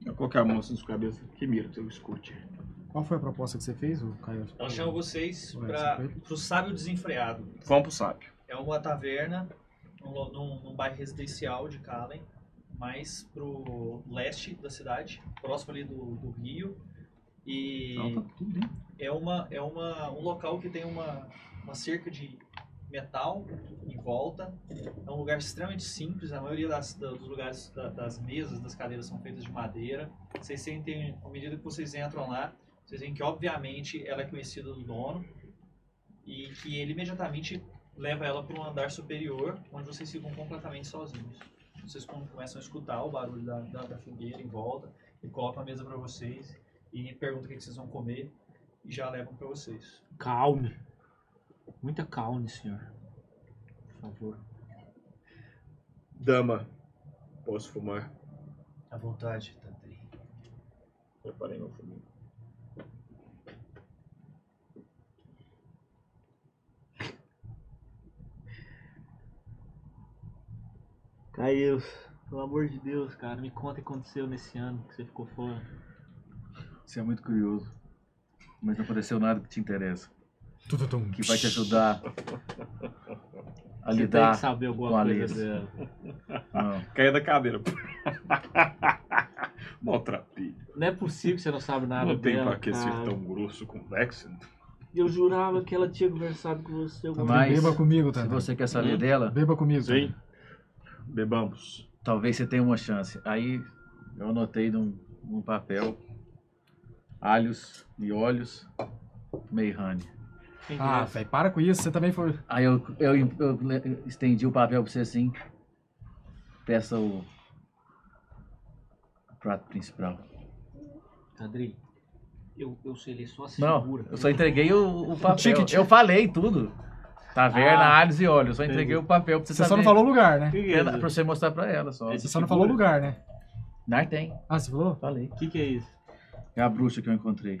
Speaker 5: Eu coloquei a mão assim na sua cabeça. Que mira, eu escute.
Speaker 1: Qual foi a proposta que você fez, o Caio?
Speaker 2: Ela chama vocês
Speaker 1: Vai,
Speaker 2: para
Speaker 1: você
Speaker 2: pro Sábio Desenfreado.
Speaker 5: Vamos pro sábio.
Speaker 2: É uma taverna num, lo- num- num bairro residencial de Kallen, mais pro leste da cidade, próximo ali do, do rio. E é, uma, é uma, um local que tem uma, uma cerca de metal em volta. É um lugar extremamente simples, a maioria das, da- dos lugares, da- das mesas, das cadeiras são feitas de madeira. Vocês sentem, à medida que vocês entram lá, vocês veem que obviamente ela é conhecida do dono e que ele imediatamente leva ela para um andar superior, onde vocês ficam completamente sozinhos. Vocês com- começam a escutar o barulho da, da, da fogueira em volta, e coloca a mesa para vocês, e pergunta o que, que vocês vão comer, e já levam para vocês.
Speaker 6: Calme. Muita calma, senhor. Por favor.
Speaker 5: Dama, posso fumar?
Speaker 2: À vontade, Tantri.
Speaker 5: Preparei meu fuminho.
Speaker 6: Caiu. Pelo amor de Deus, cara, me conta o que aconteceu nesse ano que você ficou fora.
Speaker 4: Você é muito curioso. Mas não aconteceu nada que te interessa. Que vai te ajudar a
Speaker 6: Você
Speaker 4: lidar
Speaker 6: tem que saber alguma
Speaker 4: com a
Speaker 6: coisa
Speaker 4: Alice.
Speaker 6: dela.
Speaker 4: Não.
Speaker 5: Caia da cadeira. Maltrapilho.
Speaker 6: Não é possível que você não sabe nada
Speaker 5: Não tem
Speaker 6: dela,
Speaker 5: pra que ser
Speaker 6: cara.
Speaker 5: tão grosso com o Vexen.
Speaker 6: Eu jurava que ela tinha conversado com você. alguma
Speaker 4: Mas
Speaker 1: Beba comigo
Speaker 4: se
Speaker 1: também.
Speaker 4: você quer saber
Speaker 5: Hum.
Speaker 4: dela,
Speaker 1: Beba comigo.
Speaker 5: Sim. Bebamos.
Speaker 4: talvez você tenha uma chance. Aí eu anotei num, num papel alhos e olhos Meirhane.
Speaker 6: Quem
Speaker 4: é
Speaker 1: Ah,
Speaker 6: dessa?
Speaker 1: velho, para com isso. Você também foi.
Speaker 4: Aí eu, eu, eu le- estendi o papel pra você assim. Peça o prato principal.
Speaker 6: Cadri, eu, eu sei ler só a
Speaker 4: Não,
Speaker 6: segura.
Speaker 4: eu só entreguei o, o papel.
Speaker 1: ticket.
Speaker 4: Eu falei tudo. Taverna,
Speaker 6: Ah,
Speaker 4: alhos e olhos. Eu só entreguei o papel pra você,
Speaker 1: Você
Speaker 4: saber.
Speaker 1: só não falou o lugar, né?
Speaker 6: Que que é
Speaker 4: Ela,
Speaker 6: isso?
Speaker 4: pra você mostrar pra ela só.
Speaker 1: Você só não falou o lugar, né?
Speaker 4: Nar tem,
Speaker 1: Ah, você falou?
Speaker 4: falei.
Speaker 6: Que que é isso?
Speaker 4: É a bruxa que eu encontrei.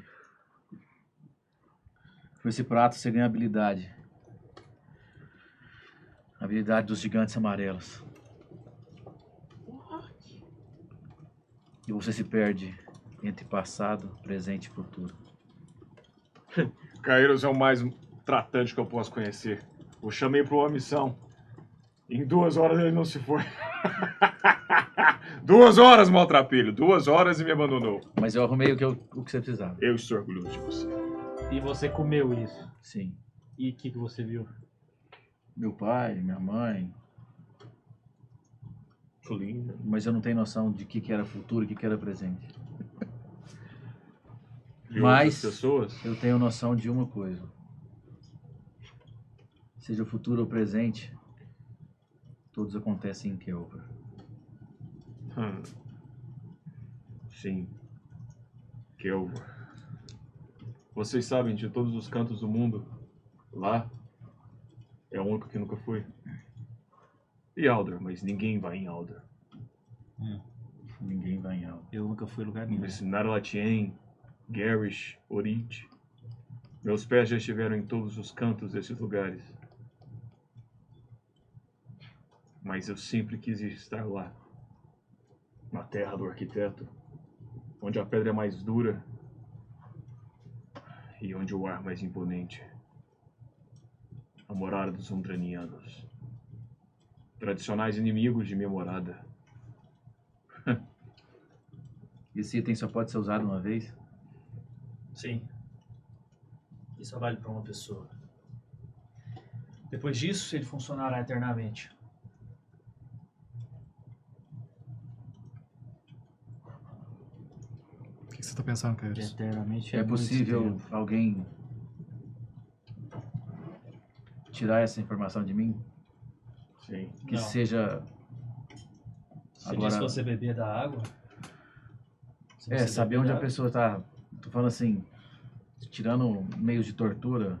Speaker 4: Com esse prato você ganha habilidade. Habilidade dos gigantes amarelos. E você se perde entre passado, presente e futuro.
Speaker 5: Caeiros é o mais tratante que eu posso conhecer. Eu chamei para uma missão. Em duas horas ele não se foi. duas horas, maltrapilho. Duas horas e me abandonou.
Speaker 4: Mas eu arrumei o que, eu- o que você precisava.
Speaker 5: Eu estou orgulhoso de você.
Speaker 6: E você comeu isso.
Speaker 4: Sim.
Speaker 6: E o que, que você viu?
Speaker 4: Meu pai, minha mãe.
Speaker 5: Que lindo.
Speaker 4: Mas eu não tenho noção de o que, que era futuro e o que, que era presente.
Speaker 5: E
Speaker 4: Mas-
Speaker 5: outras pessoas?
Speaker 4: Eu tenho noção de uma coisa. Seja o futuro ou o presente, todos acontecem em Kelver.
Speaker 5: Hum. Sim. Que eu. Vocês sabem de todos os cantos do mundo. Lá é o único que nunca fui. E Alder, mas ninguém vai em Alder.
Speaker 4: Ninguém vai em algo.
Speaker 6: Eu nunca fui a
Speaker 5: é
Speaker 6: lugar nenhum.
Speaker 5: Ensinar Latien, Garish, Orid. Meus pés já estiveram em todos os cantos desses lugares. Mas eu sempre quis estar lá. Na terra do arquiteto. Onde a pedra é mais dura. E onde o ar é mais imponente. A morada dos Undranianos. Tradicionais inimigos de minha morada.
Speaker 4: Esse item só pode ser usado uma vez?
Speaker 2: Sim. E só vale para uma pessoa. Depois disso, ele funcionará eternamente.
Speaker 1: O que que você tá pensando, cara?
Speaker 6: Eternamente
Speaker 4: É, possível alguém tirar essa informação de mim?
Speaker 5: Sim.
Speaker 4: Que
Speaker 2: Não.
Speaker 4: seja.
Speaker 2: Você
Speaker 4: Agora-
Speaker 2: disse que você beber da água? Se
Speaker 4: É,
Speaker 2: você
Speaker 4: saber
Speaker 2: beber
Speaker 4: onde
Speaker 2: da
Speaker 4: a
Speaker 2: água-
Speaker 4: pessoa tá. Tô falando assim, tirando meios de tortura.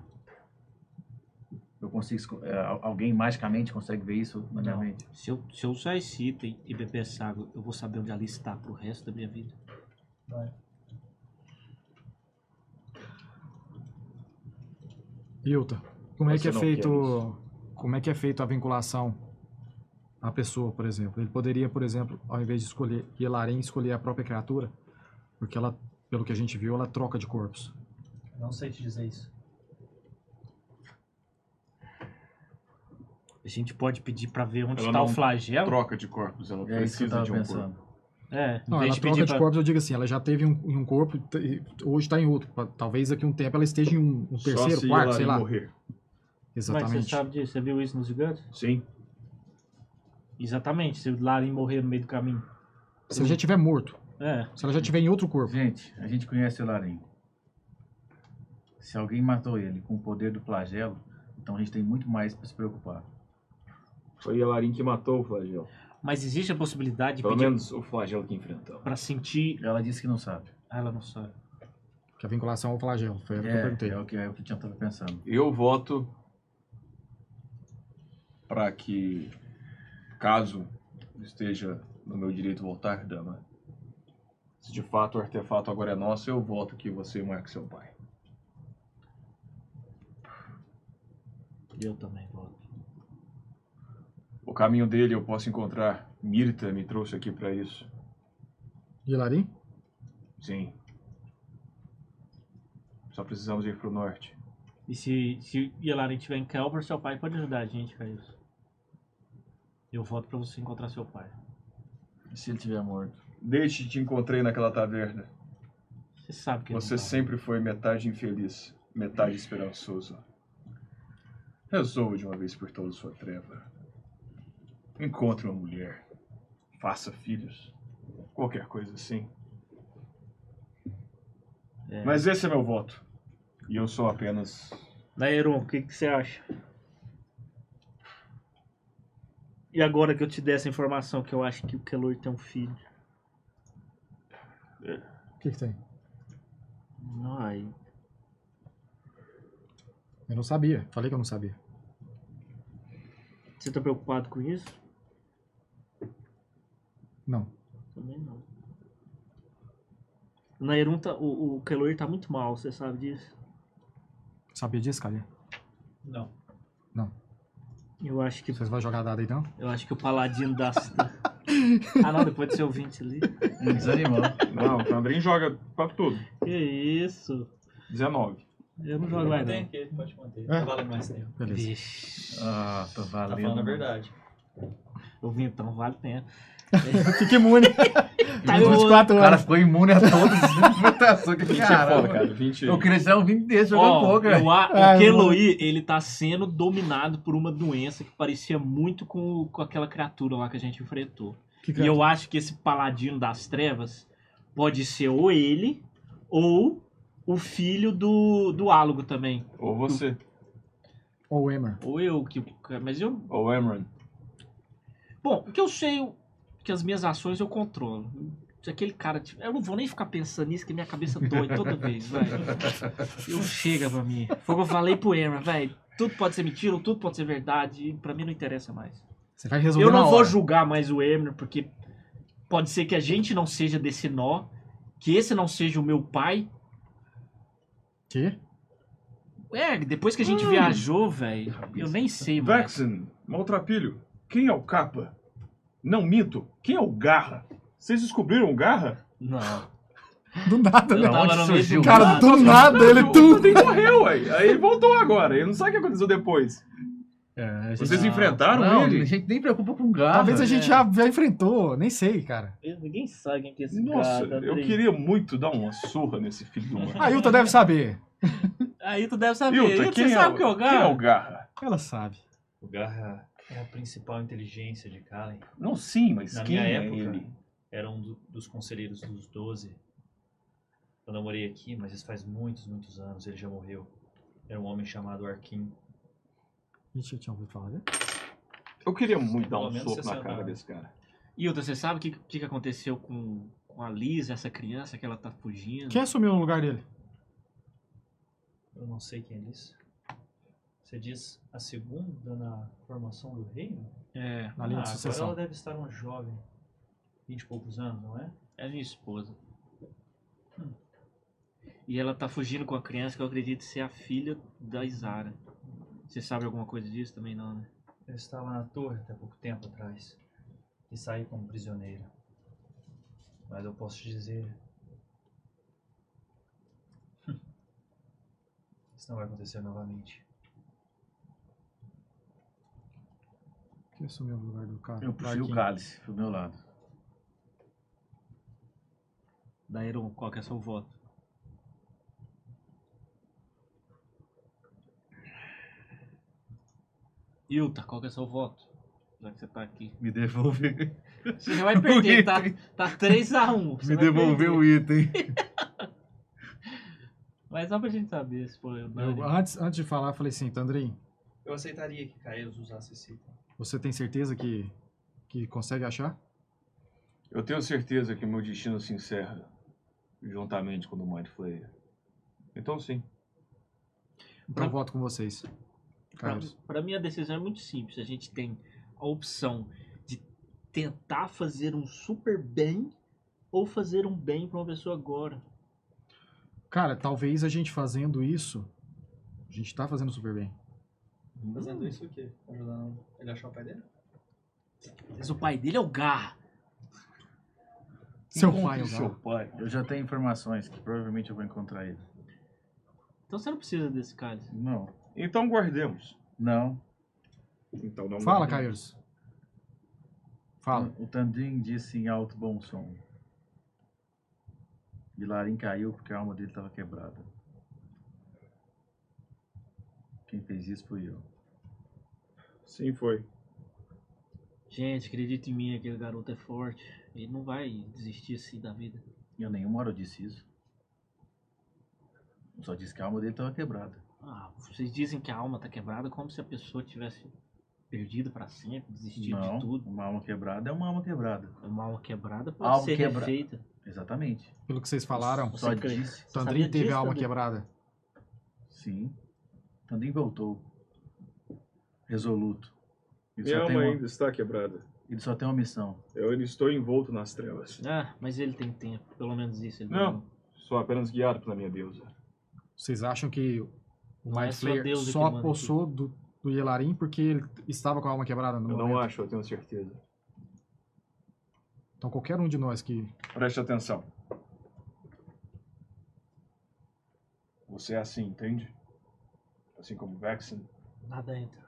Speaker 4: Eu consigo. esco- é, al- Alguém magicamente consegue ver isso na minha
Speaker 6: Não.
Speaker 4: mente?
Speaker 6: Se eu, se eu usar esse item e beber essa água, eu vou saber onde a Alice está pro resto da minha vida.
Speaker 1: Hilton, como é
Speaker 5: Você
Speaker 1: que é
Speaker 5: não
Speaker 1: feito.
Speaker 5: quer isso.
Speaker 1: Como é que é feito a vinculação à pessoa, por exemplo? Ele poderia, por exemplo, ao invés de escolher Yelaren, escolher a própria criatura, porque ela, pelo que a gente viu, ela troca de corpos.
Speaker 2: Não sei te dizer isso.
Speaker 6: A gente pode pedir pra ver onde
Speaker 5: Ela
Speaker 6: está o
Speaker 5: não
Speaker 6: flagelo.
Speaker 5: Troca de corpos, ela
Speaker 4: É isso que eu
Speaker 5: precisa
Speaker 4: tava
Speaker 5: de um corpo.
Speaker 4: pensando.
Speaker 6: É, em
Speaker 1: Não, ela
Speaker 6: vez de
Speaker 1: troca
Speaker 6: pedir
Speaker 1: de
Speaker 6: pra...
Speaker 1: corpos, eu digo assim, ela já teve um, em um corpo t- e hoje está em outro. Pa- Talvez daqui a um tempo ela esteja em um, um
Speaker 5: Só
Speaker 1: terceiro,
Speaker 5: se
Speaker 1: quarto,
Speaker 5: Ilarim
Speaker 1: sei lá.
Speaker 5: morrer.
Speaker 6: Como é que você
Speaker 1: Exatamente.
Speaker 6: sabe disso? Você viu isso nos gigantes?
Speaker 5: Sim.
Speaker 6: Exatamente, se o Larin morrer no meio do caminho.
Speaker 1: Se ela já estiver morto,
Speaker 6: É,
Speaker 1: se ela já estiver em outro corpo.
Speaker 4: Gente, a gente conhece o Larim. Se alguém matou ele com o poder do flagelo, então a gente tem muito mais pra se preocupar.
Speaker 7: Foi Yelarin que matou o flagelo.
Speaker 6: mas existe a possibilidade de
Speaker 7: Pelo
Speaker 6: pedir
Speaker 7: menos o flagelo que enfrentou.
Speaker 6: pra sentir...
Speaker 4: Ela disse que não sabe.
Speaker 6: Ah, ela não sabe.
Speaker 1: Que a vinculação ao flagelo. Foi o que eu
Speaker 4: É,
Speaker 1: perguntei.
Speaker 4: é o que, é o que o Tião tava pensando.
Speaker 10: Eu voto para que, caso esteja no meu direito voltar, dama, se de fato o artefato agora é nosso, eu voto que você marque seu pai.
Speaker 6: Eu também, volto.
Speaker 5: O O caminho dele eu posso encontrar. Mirta me trouxe aqui para isso.
Speaker 1: Ilarim?
Speaker 5: Sim. Só precisamos ir pro norte.
Speaker 6: E se, se Yelaren estiver em Kelber, seu pai pode ajudar a gente com isso. Eu voto pra você encontrar seu pai.
Speaker 4: Se ele tiver morto.
Speaker 5: Desde que te encontrei naquela taverna,
Speaker 6: Você sabe que ele
Speaker 5: você
Speaker 6: não tá.
Speaker 5: sempre foi metade infeliz, metade esperançoso. Resolva de uma vez por todas sua treva. Encontre uma mulher. Faça filhos. Qualquer coisa assim.
Speaker 6: É.
Speaker 5: Mas esse é meu voto. E eu sou apenas.
Speaker 6: Nairon, o que, que você acha? E agora que eu te der essa informação que eu acho que o Kelor tem um filho.
Speaker 1: O que, que tem?
Speaker 6: Não, aí.
Speaker 1: Eu não sabia. Falei que eu não sabia.
Speaker 6: Você tá preocupado com isso?
Speaker 1: Não.
Speaker 6: Também não. O Nairun tá. O, o Kelor tá muito mal, você sabe disso?
Speaker 1: Sabia disso, Calia?
Speaker 11: Não.
Speaker 6: Eu acho que.
Speaker 1: Vocês vão jogar dado aí, então? não?
Speaker 6: Eu acho que o paladino da. ah não, depois de ser ouvinte ali.
Speaker 4: Não desanimou.
Speaker 12: Não, o Tandrin joga pra tudo.
Speaker 6: Que isso?
Speaker 12: 19.
Speaker 6: Eu não jogo mais
Speaker 2: Tem
Speaker 6: não.
Speaker 2: aqui, pode manter.
Speaker 1: É.
Speaker 2: Não vale mais tempo.
Speaker 1: Beleza.
Speaker 4: Ah, tô
Speaker 2: Tá
Speaker 4: valendo.
Speaker 2: falando a verdade.
Speaker 6: Eu vim então, vale a pena.
Speaker 1: Fica imune.
Speaker 6: Tá,
Speaker 1: Tem
Speaker 6: eu-
Speaker 1: 24
Speaker 4: O
Speaker 1: horas.
Speaker 4: cara ficou imune a todas as mutações. que-
Speaker 5: é Foda,
Speaker 4: Caramba.
Speaker 5: cara. 20.
Speaker 4: Eu queria ser um 20 desse jogando
Speaker 6: Ó,
Speaker 4: pouco, velho.
Speaker 6: eu a-
Speaker 1: Ah,
Speaker 6: o Keloí, ele tá sendo dominado por uma doença que parecia muito com, o- com aquela criatura lá que a gente enfrentou.
Speaker 1: Que é?
Speaker 6: E eu acho que esse paladino das trevas pode ser ou ele ou o filho do, do Álogo também.
Speaker 5: Ou você.
Speaker 1: Ou o Emer.
Speaker 6: Ou eu, que. Mas eu
Speaker 5: Ou Emran.
Speaker 6: Bom, o que eu sei o- que as minhas ações eu controlo. Se aquele cara. tiver- Eu não vou nem ficar pensando nisso, que minha cabeça dói toda vez, velho. Eu chega pra mim. Foi o que eu falei pro Emma, velho. Tudo pode ser mentira, tudo pode ser verdade. e Pra mim não interessa mais.
Speaker 1: Você vai resolver
Speaker 6: Eu
Speaker 1: na
Speaker 6: não vou
Speaker 1: hora.
Speaker 6: julgar mais o Emmer, porque pode ser que a gente não seja desse nó, que esse não seja o meu pai.
Speaker 1: Quê?
Speaker 6: É, depois que a
Speaker 5: Hum.
Speaker 6: gente viajou, velho, eu nem sei, mano.
Speaker 5: Vexen, maltrapilho. Quem é o capa? Não minto. Quem é o garra? Vocês descobriram o garra?
Speaker 6: Não.
Speaker 1: Do nada,
Speaker 6: Eu
Speaker 1: né?
Speaker 4: Da
Speaker 6: tava
Speaker 4: onde
Speaker 6: no meio
Speaker 4: surgiu?
Speaker 6: do
Speaker 1: Cara,
Speaker 6: mato.
Speaker 1: do
Speaker 5: Ah,
Speaker 1: nada, ele
Speaker 5: o
Speaker 1: tudo.
Speaker 5: Tandrin morreu, aí. Aí ele voltou agora. Ele não sabe o que aconteceu depois.
Speaker 1: É,
Speaker 5: Vocês enfrentaram
Speaker 4: Não,
Speaker 5: ele?
Speaker 4: a gente nem preocupa com né? garra.
Speaker 1: Talvez a gente já, já enfrentou, nem sei, cara.
Speaker 6: Ninguém sabe quem que é esse
Speaker 5: Nossa,
Speaker 6: cara. tá
Speaker 5: eu
Speaker 6: triste.
Speaker 5: queria muito dar uma surra nesse filho do mano.
Speaker 1: A Yuta deve saber.
Speaker 6: Aí tu deve saber.
Speaker 5: Yuta,
Speaker 6: Você
Speaker 5: quem, é,
Speaker 6: sabe
Speaker 5: o-
Speaker 6: que é o
Speaker 5: quem é
Speaker 6: Gar?
Speaker 5: o garra?
Speaker 1: Ela sabe.
Speaker 2: O Garra é a principal inteligência de Kalen.
Speaker 5: Não, sim, mas
Speaker 2: Na
Speaker 5: quem
Speaker 2: minha
Speaker 5: é
Speaker 2: época,
Speaker 5: ele?
Speaker 2: era um do- dos conselheiros dos Doze. Quando eu morei aqui, mas isso faz muitos, muitos anos, ele já morreu. Era um homem chamado Arquim.
Speaker 1: Gente, eu tinha ouvido falar dele.
Speaker 5: Eu queria muito dar
Speaker 2: Pelo
Speaker 5: um
Speaker 2: menos
Speaker 5: soco na
Speaker 2: 60
Speaker 5: cara
Speaker 2: anos.
Speaker 5: desse cara.
Speaker 6: E outra, você sabe o que, que, que aconteceu com, com a Liz, essa criança que ela tá fugindo?
Speaker 1: Quem assumiu no lugar dele?
Speaker 2: Eu não sei quem é isso. Você diz a segunda na formação do reino?
Speaker 6: É,
Speaker 1: Na linha
Speaker 2: ah,
Speaker 1: de
Speaker 2: agora
Speaker 1: sucessão.
Speaker 2: ela deve estar uma jovem. Vinte e poucos anos, não é? Hum.
Speaker 6: é minha esposa. E ela tá fugindo com a criança que eu acredito ser a filha da Isara. Você sabe alguma coisa disso também, não, né?
Speaker 2: Eu estava na torre até pouco tempo atrás e saí como prisioneiro. Mas eu posso te dizer. hum, Isso não vai acontecer novamente.
Speaker 1: Quem assumiu no lugar do cara?
Speaker 4: Eu puxei o
Speaker 1: Larkin.
Speaker 4: cálice pro meu lado.
Speaker 6: Dairon, qual que é seu voto? Yuta, qual que é seu voto? Já que você tá aqui.
Speaker 4: Me devolver.
Speaker 6: Você já vai perder, tá, tá 3x1.
Speaker 4: Me devolver o item.
Speaker 6: Mas só pra gente saber se foi o
Speaker 1: Eu-
Speaker 4: ah,
Speaker 1: antes, antes de falar, eu falei assim, Tandrin,
Speaker 11: Eu aceitaria que Caeiros usasse esse item.
Speaker 1: você tem certeza que, que consegue achar?
Speaker 5: Eu tenho certeza que meu destino se encerra juntamente com o do Mind Flayer. Então sim.
Speaker 1: Então
Speaker 6: Pra-
Speaker 1: eu voto com vocês.
Speaker 6: Pra,
Speaker 1: Carlos.
Speaker 6: pra mim a decisão é muito simples. A gente tem a opção de tentar fazer um super bem ou fazer um bem pra uma pessoa agora.
Speaker 1: Cara, talvez a gente fazendo isso, a gente tá fazendo super bem.
Speaker 2: Hum.
Speaker 11: Fazendo isso o quê? Ajudando ele a achar o pai dele?
Speaker 6: Mas o pai dele é o Garra.
Speaker 1: Seu pai é o
Speaker 4: Seu
Speaker 1: Garra.
Speaker 4: pai. Eu já tenho informações que provavelmente eu vou encontrar ele.
Speaker 6: Então você não precisa desse cálice.
Speaker 4: Não.
Speaker 5: Então guardemos.
Speaker 4: Não.
Speaker 5: Então não
Speaker 1: Fala,
Speaker 5: guardemos.
Speaker 1: Kairos. Fala.
Speaker 4: O Tandrin disse em alto bom som. Vilarim caiu porque a alma dele estava quebrada. Quem fez isso foi eu.
Speaker 5: Sim, foi.
Speaker 6: Gente, acredita em mim, aquele garoto é forte. Ele não vai desistir assim da vida.
Speaker 4: Eu nenhuma hora eu disse isso. Eu só disse que a alma dele estava quebrada.
Speaker 6: Ah, vocês dizem que a alma tá quebrada como se a pessoa tivesse perdido pra sempre, desistido
Speaker 4: Não,
Speaker 6: tipo de tudo.
Speaker 4: uma alma quebrada é uma alma quebrada.
Speaker 6: Uma alma quebrada pode
Speaker 4: Alma
Speaker 6: ser
Speaker 4: quebra-
Speaker 6: refeita.
Speaker 4: Exatamente.
Speaker 1: Pelo que vocês falaram,
Speaker 4: Só
Speaker 6: crê?
Speaker 4: disse.
Speaker 6: Você
Speaker 1: Tandrin
Speaker 6: sabia
Speaker 1: teve
Speaker 6: disso,
Speaker 1: a alma
Speaker 6: Tandrin?
Speaker 1: quebrada.
Speaker 4: Sim. Tandrin voltou. Resoluto. Ele
Speaker 5: Minha
Speaker 4: só, tem
Speaker 5: alma
Speaker 4: uma,
Speaker 5: ainda um está quebrada.
Speaker 4: ele só tem uma missão.
Speaker 5: Eu ainda estou envolto nas trevas.
Speaker 6: Ah, mas ele tem tempo. Pelo menos isso ele
Speaker 13: Não.
Speaker 6: tem.
Speaker 13: Sou apenas guiado pela minha deusa.
Speaker 1: Vocês acham que o
Speaker 6: Não é
Speaker 1: Mind
Speaker 6: só
Speaker 1: Flayer
Speaker 6: Deus que
Speaker 1: só
Speaker 6: manda
Speaker 1: apossou do, do Yelarim porque ele estava com a alma quebrada no
Speaker 13: Eu
Speaker 1: momento.
Speaker 13: não acho, eu tenho certeza.
Speaker 1: Então qualquer um de nós que...
Speaker 5: Preste atenção. Você é assim, entende? Assim como Vexen,
Speaker 6: Nada entra.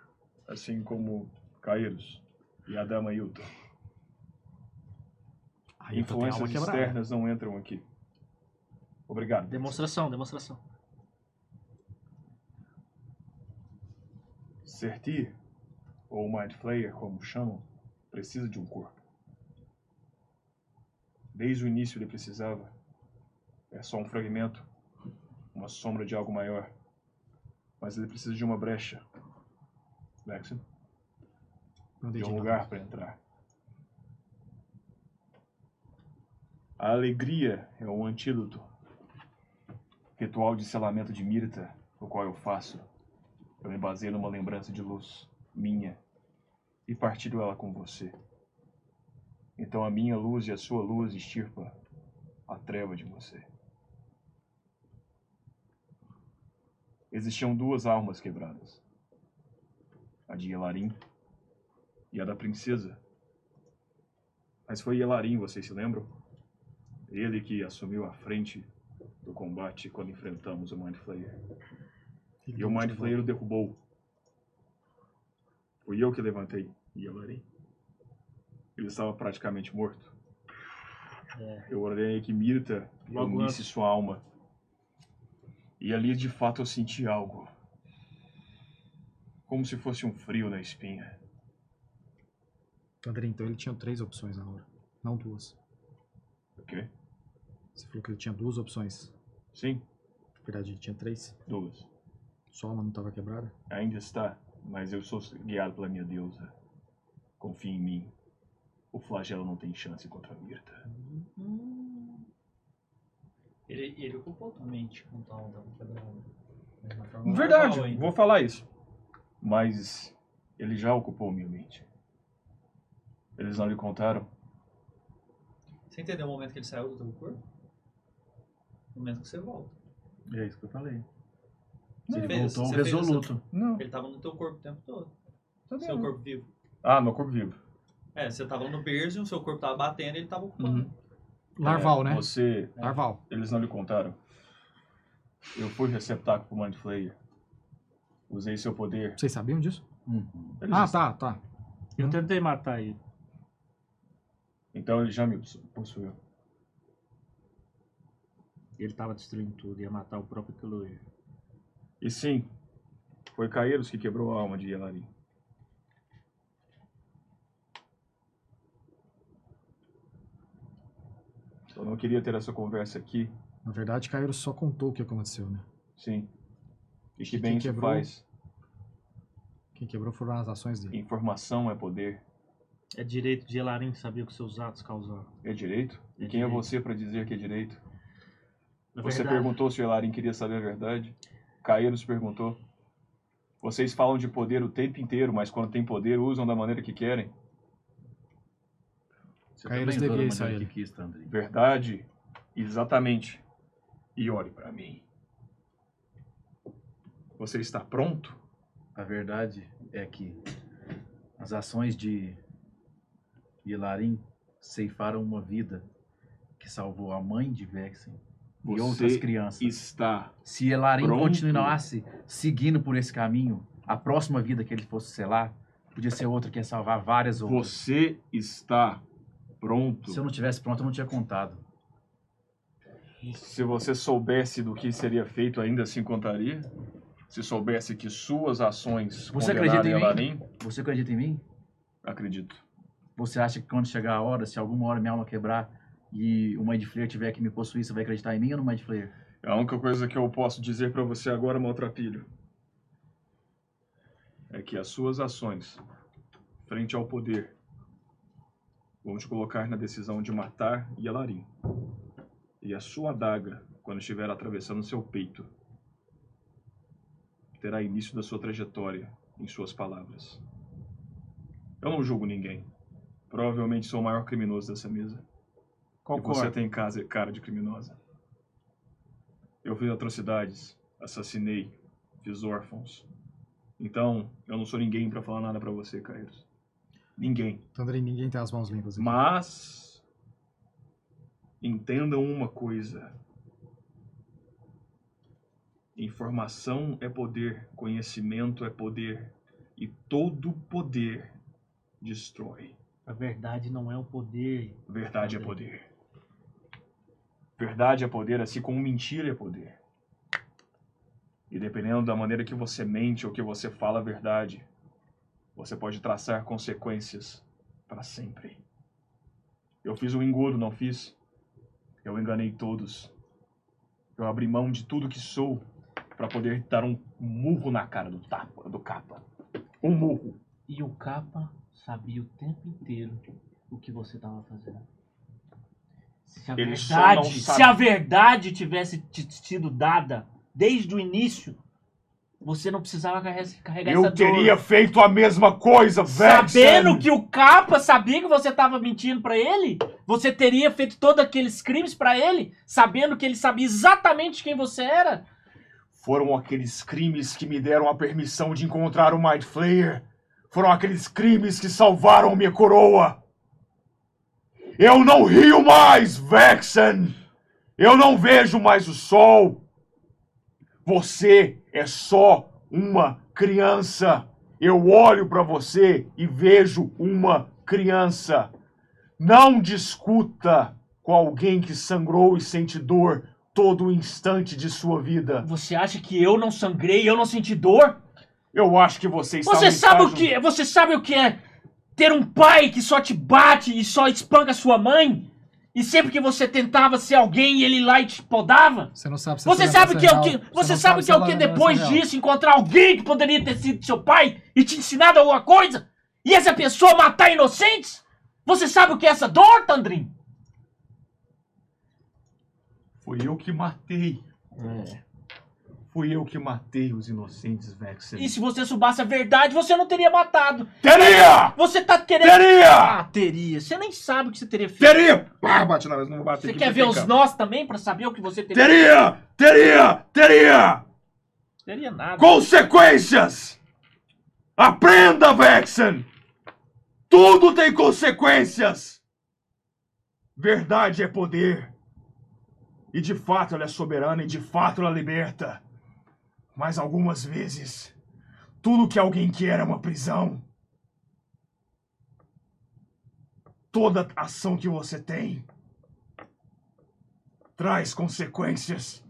Speaker 5: assim como Caíros e Adama Yuta.
Speaker 1: A Yuta tem a alma
Speaker 5: Influências
Speaker 1: quebrada.
Speaker 5: externas não entram aqui. Obrigado.
Speaker 6: Demonstração, demonstração.
Speaker 5: Sertir, ou Mind Flayer, como chamam, precisa de um corpo. Desde o início ele precisava. É só um fragmento, uma sombra de algo maior. Mas ele precisa de uma brecha. Vexen,
Speaker 1: Meu
Speaker 5: de um
Speaker 1: dedinho.
Speaker 5: lugar para entrar. A alegria é um antídoto. Ritual de selamento de Mirta, o qual eu faço, eu me baseio numa lembrança de luz, minha, e partilho ela com você. Então a minha luz e a sua luz extirpa a treva de você. Existiam duas almas quebradas: a de Elarim e a da princesa. Mas foi Yelarim, vocês se lembram? Ele que assumiu a frente do combate quando enfrentamos o Mind Flayer. E o Mind Flayer o derrubou. Fui eu que levantei Yelarim. Ele estava praticamente morto. Eu ordenei que Mirta
Speaker 6: Logo
Speaker 5: unisse sua alma. E ali de fato eu senti algo. Como se fosse um frio na espinha.
Speaker 1: Tandrin, então ele tinha três opções na hora. Não duas.
Speaker 5: Ok.
Speaker 1: Você falou que ele tinha duas opções.
Speaker 5: Sim,
Speaker 1: Na verdade, ele tinha três.
Speaker 5: duas.
Speaker 1: Sua alma não estava quebrada.
Speaker 5: Ainda está, mas eu sou guiado pela minha deusa. Confie em mim. O flagelo não tem chance contra a Mirta.
Speaker 2: Ele, ele ocupou totalmente com tal da quebrada. Mas na forma
Speaker 5: Verdade,
Speaker 2: natural ainda.
Speaker 5: vou falar isso. Mas ele já ocupou minha mente. Eles não lhe contaram?
Speaker 2: Você entendeu o momento que ele saiu do teu corpo? O momento que você volta.
Speaker 4: É isso que eu falei.
Speaker 2: Você
Speaker 4: ele
Speaker 2: fez-
Speaker 4: voltou
Speaker 2: você fez
Speaker 4: resoluto.
Speaker 5: Não.
Speaker 2: Ele tava no teu corpo o tempo todo.
Speaker 5: Tá
Speaker 2: seu
Speaker 5: bem.
Speaker 2: corpo vivo.
Speaker 5: Ah, meu corpo vivo.
Speaker 2: É, você tava no berço, o seu corpo tava batendo e ele tava ocupando.
Speaker 4: Uhum.
Speaker 1: Larval,
Speaker 5: É,
Speaker 1: né?
Speaker 5: Você.
Speaker 1: Larval.
Speaker 5: Eles não lhe contaram. Eu fui receptáculo pro Mind Flayer. Usei seu poder.
Speaker 1: Vocês sabiam disso?
Speaker 4: Uhum.
Speaker 5: Eles
Speaker 1: Ah, tá, tá.
Speaker 6: Eu tentei matar ele.
Speaker 5: Então ele já me possuiu.
Speaker 6: Ele tava destruindo tudo, ia matar o próprio Killer.
Speaker 5: E sim, foi Caeiros que quebrou a alma de Yelarim. Eu não queria ter essa conversa aqui,
Speaker 1: Na verdade, Cairo só contou o que aconteceu, né?
Speaker 5: sim. E que
Speaker 1: Quem
Speaker 5: bem isso
Speaker 1: quebrou?
Speaker 5: faz.
Speaker 1: Quem quebrou foram as ações dele.
Speaker 5: Informação é poder,
Speaker 6: É direito de Elarim saber o que seus atos causaram.
Speaker 5: é direito. E
Speaker 6: É
Speaker 5: quem é
Speaker 6: direito.
Speaker 5: você para dizer que é direito?
Speaker 6: Na
Speaker 5: Você
Speaker 6: verdade,
Speaker 5: perguntou se o Elarim queria saber a verdade. Caeiros perguntou. Vocês falam de poder o tempo inteiro, mas quando tem poder, usam da maneira que querem.
Speaker 4: Você
Speaker 1: Caíros
Speaker 4: também usou da
Speaker 1: devia isso a
Speaker 4: maneira
Speaker 1: ele.
Speaker 4: que quis, Tandrin.
Speaker 5: Verdade, exatamente. E olhe para mim. Você está pronto?
Speaker 4: A verdade é que as ações de e Elarim ceifaram uma vida que salvou a mãe de Vexen e
Speaker 5: Você
Speaker 4: outras crianças.
Speaker 5: está
Speaker 4: Se Elarim
Speaker 5: pronto?
Speaker 4: continuasse seguindo por esse caminho, a próxima vida que ele fosse selar podia ser outra que ia salvar várias outras.
Speaker 5: Você está pronto.
Speaker 4: Se eu não tivesse pronto, eu não tinha contado.
Speaker 5: Se você soubesse do que seria feito, ainda assim contaria? Se soubesse que suas ações
Speaker 4: Você
Speaker 5: condenaram
Speaker 4: acredita em mim?
Speaker 5: Elarim?
Speaker 4: Você acredita em mim?
Speaker 5: Acredito.
Speaker 4: Você acha que quando chegar a hora, se alguma hora minha alma quebrar e o Mind Flayer tiver que me possuir, você vai acreditar em mim ou no Mind Flayer?
Speaker 5: A única coisa que eu posso dizer pra você agora, maltrapilho, é que as suas ações frente ao poder vão te colocar na decisão de matar Yelarim. E a sua adaga, quando estiver atravessando seu peito, terá início da sua trajetória em suas palavras. Eu não julgo ninguém. Provavelmente sou o maior criminoso dessa mesa. E você
Speaker 6: Concordo.
Speaker 5: tem casa- cara de criminosa. Eu fiz atrocidades, assassinei, fiz órfãos. Então, eu não sou ninguém pra falar nada pra você, Kairos. Ninguém.
Speaker 1: Tandrin, Então, ninguém tem as mãos limpas. aqui.
Speaker 5: Mas entendam uma coisa. Informação é poder, conhecimento é poder e todo poder destrói.
Speaker 3: A verdade não é um poder.
Speaker 5: Verdade é poder. Verdade é poder, assim como mentira é poder. E dependendo da maneira que você mente ou que você fala a verdade, você pode traçar consequências para sempre. Eu fiz um engodo, não fiz? Eu enganei todos. Eu abri mão de tudo que sou para poder dar um murro na cara do, tapa, do capa. Um murro.
Speaker 3: E o capa sabia o tempo inteiro o que você estava fazendo. Se a
Speaker 5: Ele só não
Speaker 3: verdade,
Speaker 5: sabe-
Speaker 3: se a verdade tivesse t- sido dada desde o início, você não precisava carre- carregar essa
Speaker 6: Eu
Speaker 3: dor.
Speaker 6: teria feito a mesma coisa, velho!
Speaker 3: Sabendo que o capa sabia que você estava mentindo pra ele, você teria feito todos aqueles crimes pra ele, sabendo que ele sabia exatamente quem você era.
Speaker 6: Foram aqueles crimes que me deram a permissão de encontrar o Mind Flayer. Foram aqueles crimes que salvaram minha coroa. Eu não rio mais, Vexen! Eu não vejo mais o sol. Você é só uma criança. Eu olho pra você e vejo uma criança. Não discuta com alguém que sangrou e sente dor todo instante de sua vida.
Speaker 3: Você acha que eu não sangrei, eu não senti dor?
Speaker 6: Eu acho que você está
Speaker 3: Você
Speaker 6: no
Speaker 3: sabe o
Speaker 6: estágio-
Speaker 1: um-
Speaker 3: que? Você sabe o que é ter um pai que só te bate e só espanca sua mãe? E sempre que você tentava ser alguém, ele lá e te podava?
Speaker 1: Você não sabe se
Speaker 3: Você
Speaker 1: essa
Speaker 3: sabe o que é
Speaker 1: real.
Speaker 3: o que?
Speaker 1: não
Speaker 3: Você sabe o
Speaker 1: se
Speaker 3: que é o
Speaker 1: ela
Speaker 3: que
Speaker 1: é
Speaker 3: depois
Speaker 1: real.
Speaker 3: disso encontrar alguém que poderia ter sido seu pai e te ensinado alguma coisa? E essa pessoa matar inocentes? Você sabe o que é essa dor, Tandrin?
Speaker 6: Foi eu que matei. É. Fui eu que matei os inocentes, Vexen.
Speaker 3: E se você soubesse a verdade, você não teria matado.
Speaker 6: Teria!
Speaker 3: Você tá querendo.
Speaker 6: Teria!
Speaker 3: Ah, teria. Você nem sabe o que você teria feito.
Speaker 6: Teria! Ah, bate na mesa, não vou bater.
Speaker 3: Você
Speaker 6: aqui,
Speaker 3: quer ver
Speaker 6: vem
Speaker 3: os
Speaker 6: cá.
Speaker 3: nós também pra saber o que você teria?
Speaker 6: Teria! Teria! Teria!
Speaker 3: Teria nada.
Speaker 6: Consequências! Aprenda, Vexen! Tudo tem consequências! Verdade é poder. E de fato ela é soberana e de fato ela liberta. Mas algumas vezes, tudo que alguém quer é uma prisão. Toda ação que você tem traz consequências.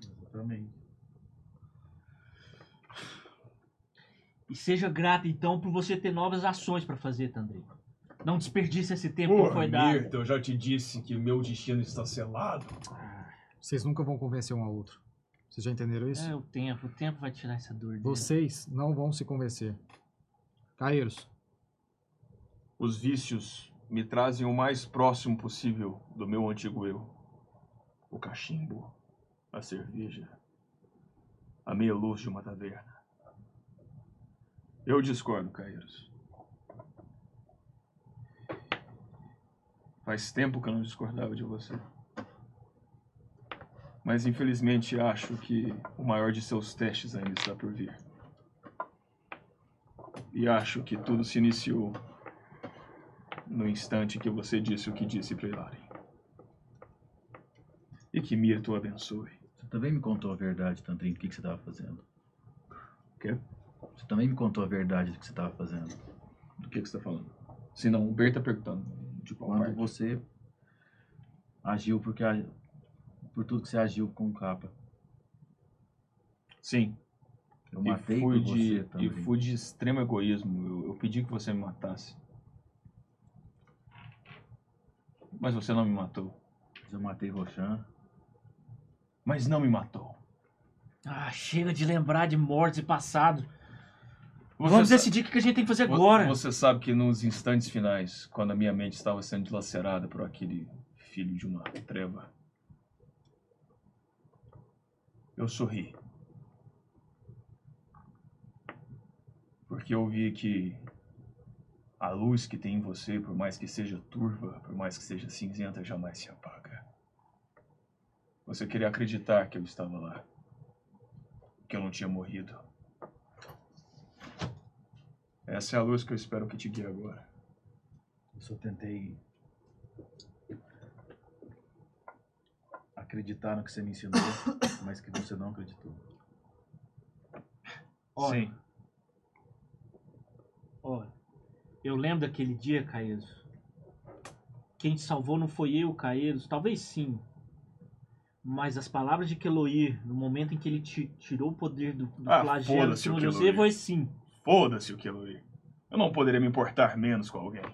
Speaker 3: E seja grato então por você ter novas ações pra fazer, Tandrin. Não desperdice esse tempo
Speaker 5: Pô,
Speaker 3: que foi dado.
Speaker 5: Mirta, eu já te disse que meu destino está selado.
Speaker 1: Vocês nunca vão convencer um ao outro. Vocês já entenderam isso?
Speaker 3: É o tempo, o tempo vai tirar essa dor dele.
Speaker 1: Vocês não vão se convencer. Caeiros,
Speaker 5: Os vícios me trazem o mais próximo possível do meu antigo eu. O cachimbo, a cerveja, a meia luz de uma taverna. Eu discordo, Caíros. Faz tempo que eu não discordava de você. Mas infelizmente acho que o maior de seus testes ainda está por vir. E acho que tudo se iniciou no instante que você disse o que disse para Ilari. E que Mirto o abençoe.
Speaker 4: Você também me contou a verdade, Tandrin, do que, que você estava fazendo.
Speaker 5: O quê?
Speaker 4: Você também me contou a verdade do que você estava fazendo.
Speaker 5: Do que, que você está falando? Se não, o Ber tá perguntando. De qual
Speaker 4: Quando
Speaker 5: parte?
Speaker 4: você agiu porque a- por tudo que você agiu com o capa.
Speaker 5: Sim.
Speaker 4: Eu
Speaker 5: E
Speaker 4: matei
Speaker 5: fui
Speaker 4: por
Speaker 5: de,
Speaker 4: você também.
Speaker 5: E fui de extremo egoísmo. Eu, eu pedi que você me matasse. Mas você não me matou.
Speaker 4: Eu matei Roshan.
Speaker 5: Mas não me matou.
Speaker 6: Ah, chega de lembrar de mortes e passado.
Speaker 5: Você
Speaker 6: Vamos
Speaker 5: sa-
Speaker 6: decidir o que que a gente tem que fazer
Speaker 5: Vo-
Speaker 6: agora.
Speaker 5: Você sabe que nos instantes finais, quando a minha mente estava sendo dilacerada por aquele filho de uma treva, eu sorri. Porque eu vi que a luz que tem em você, por mais que seja turva, por mais que seja cinzenta, jamais se apaga. Você queria acreditar que eu estava lá, que eu não tinha morrido. Essa é a luz que eu espero que te guie agora.
Speaker 14: Eu só tentei acreditar no que você me ensinou, mas que você não acreditou.
Speaker 6: Ora.
Speaker 5: Sim.
Speaker 6: Ora, eu lembro daquele dia, Caeso. Quem te salvou não foi eu, Caeso. Talvez sim. Mas as palavras de Keloir, no momento em que ele ti- tirou o poder do, do
Speaker 5: Ah,
Speaker 6: flagelo de
Speaker 5: foda-se o
Speaker 6: você,
Speaker 5: Keloir.
Speaker 6: foi sim.
Speaker 5: Foda-se o Kelly. Eu não poderia me importar menos com alguém.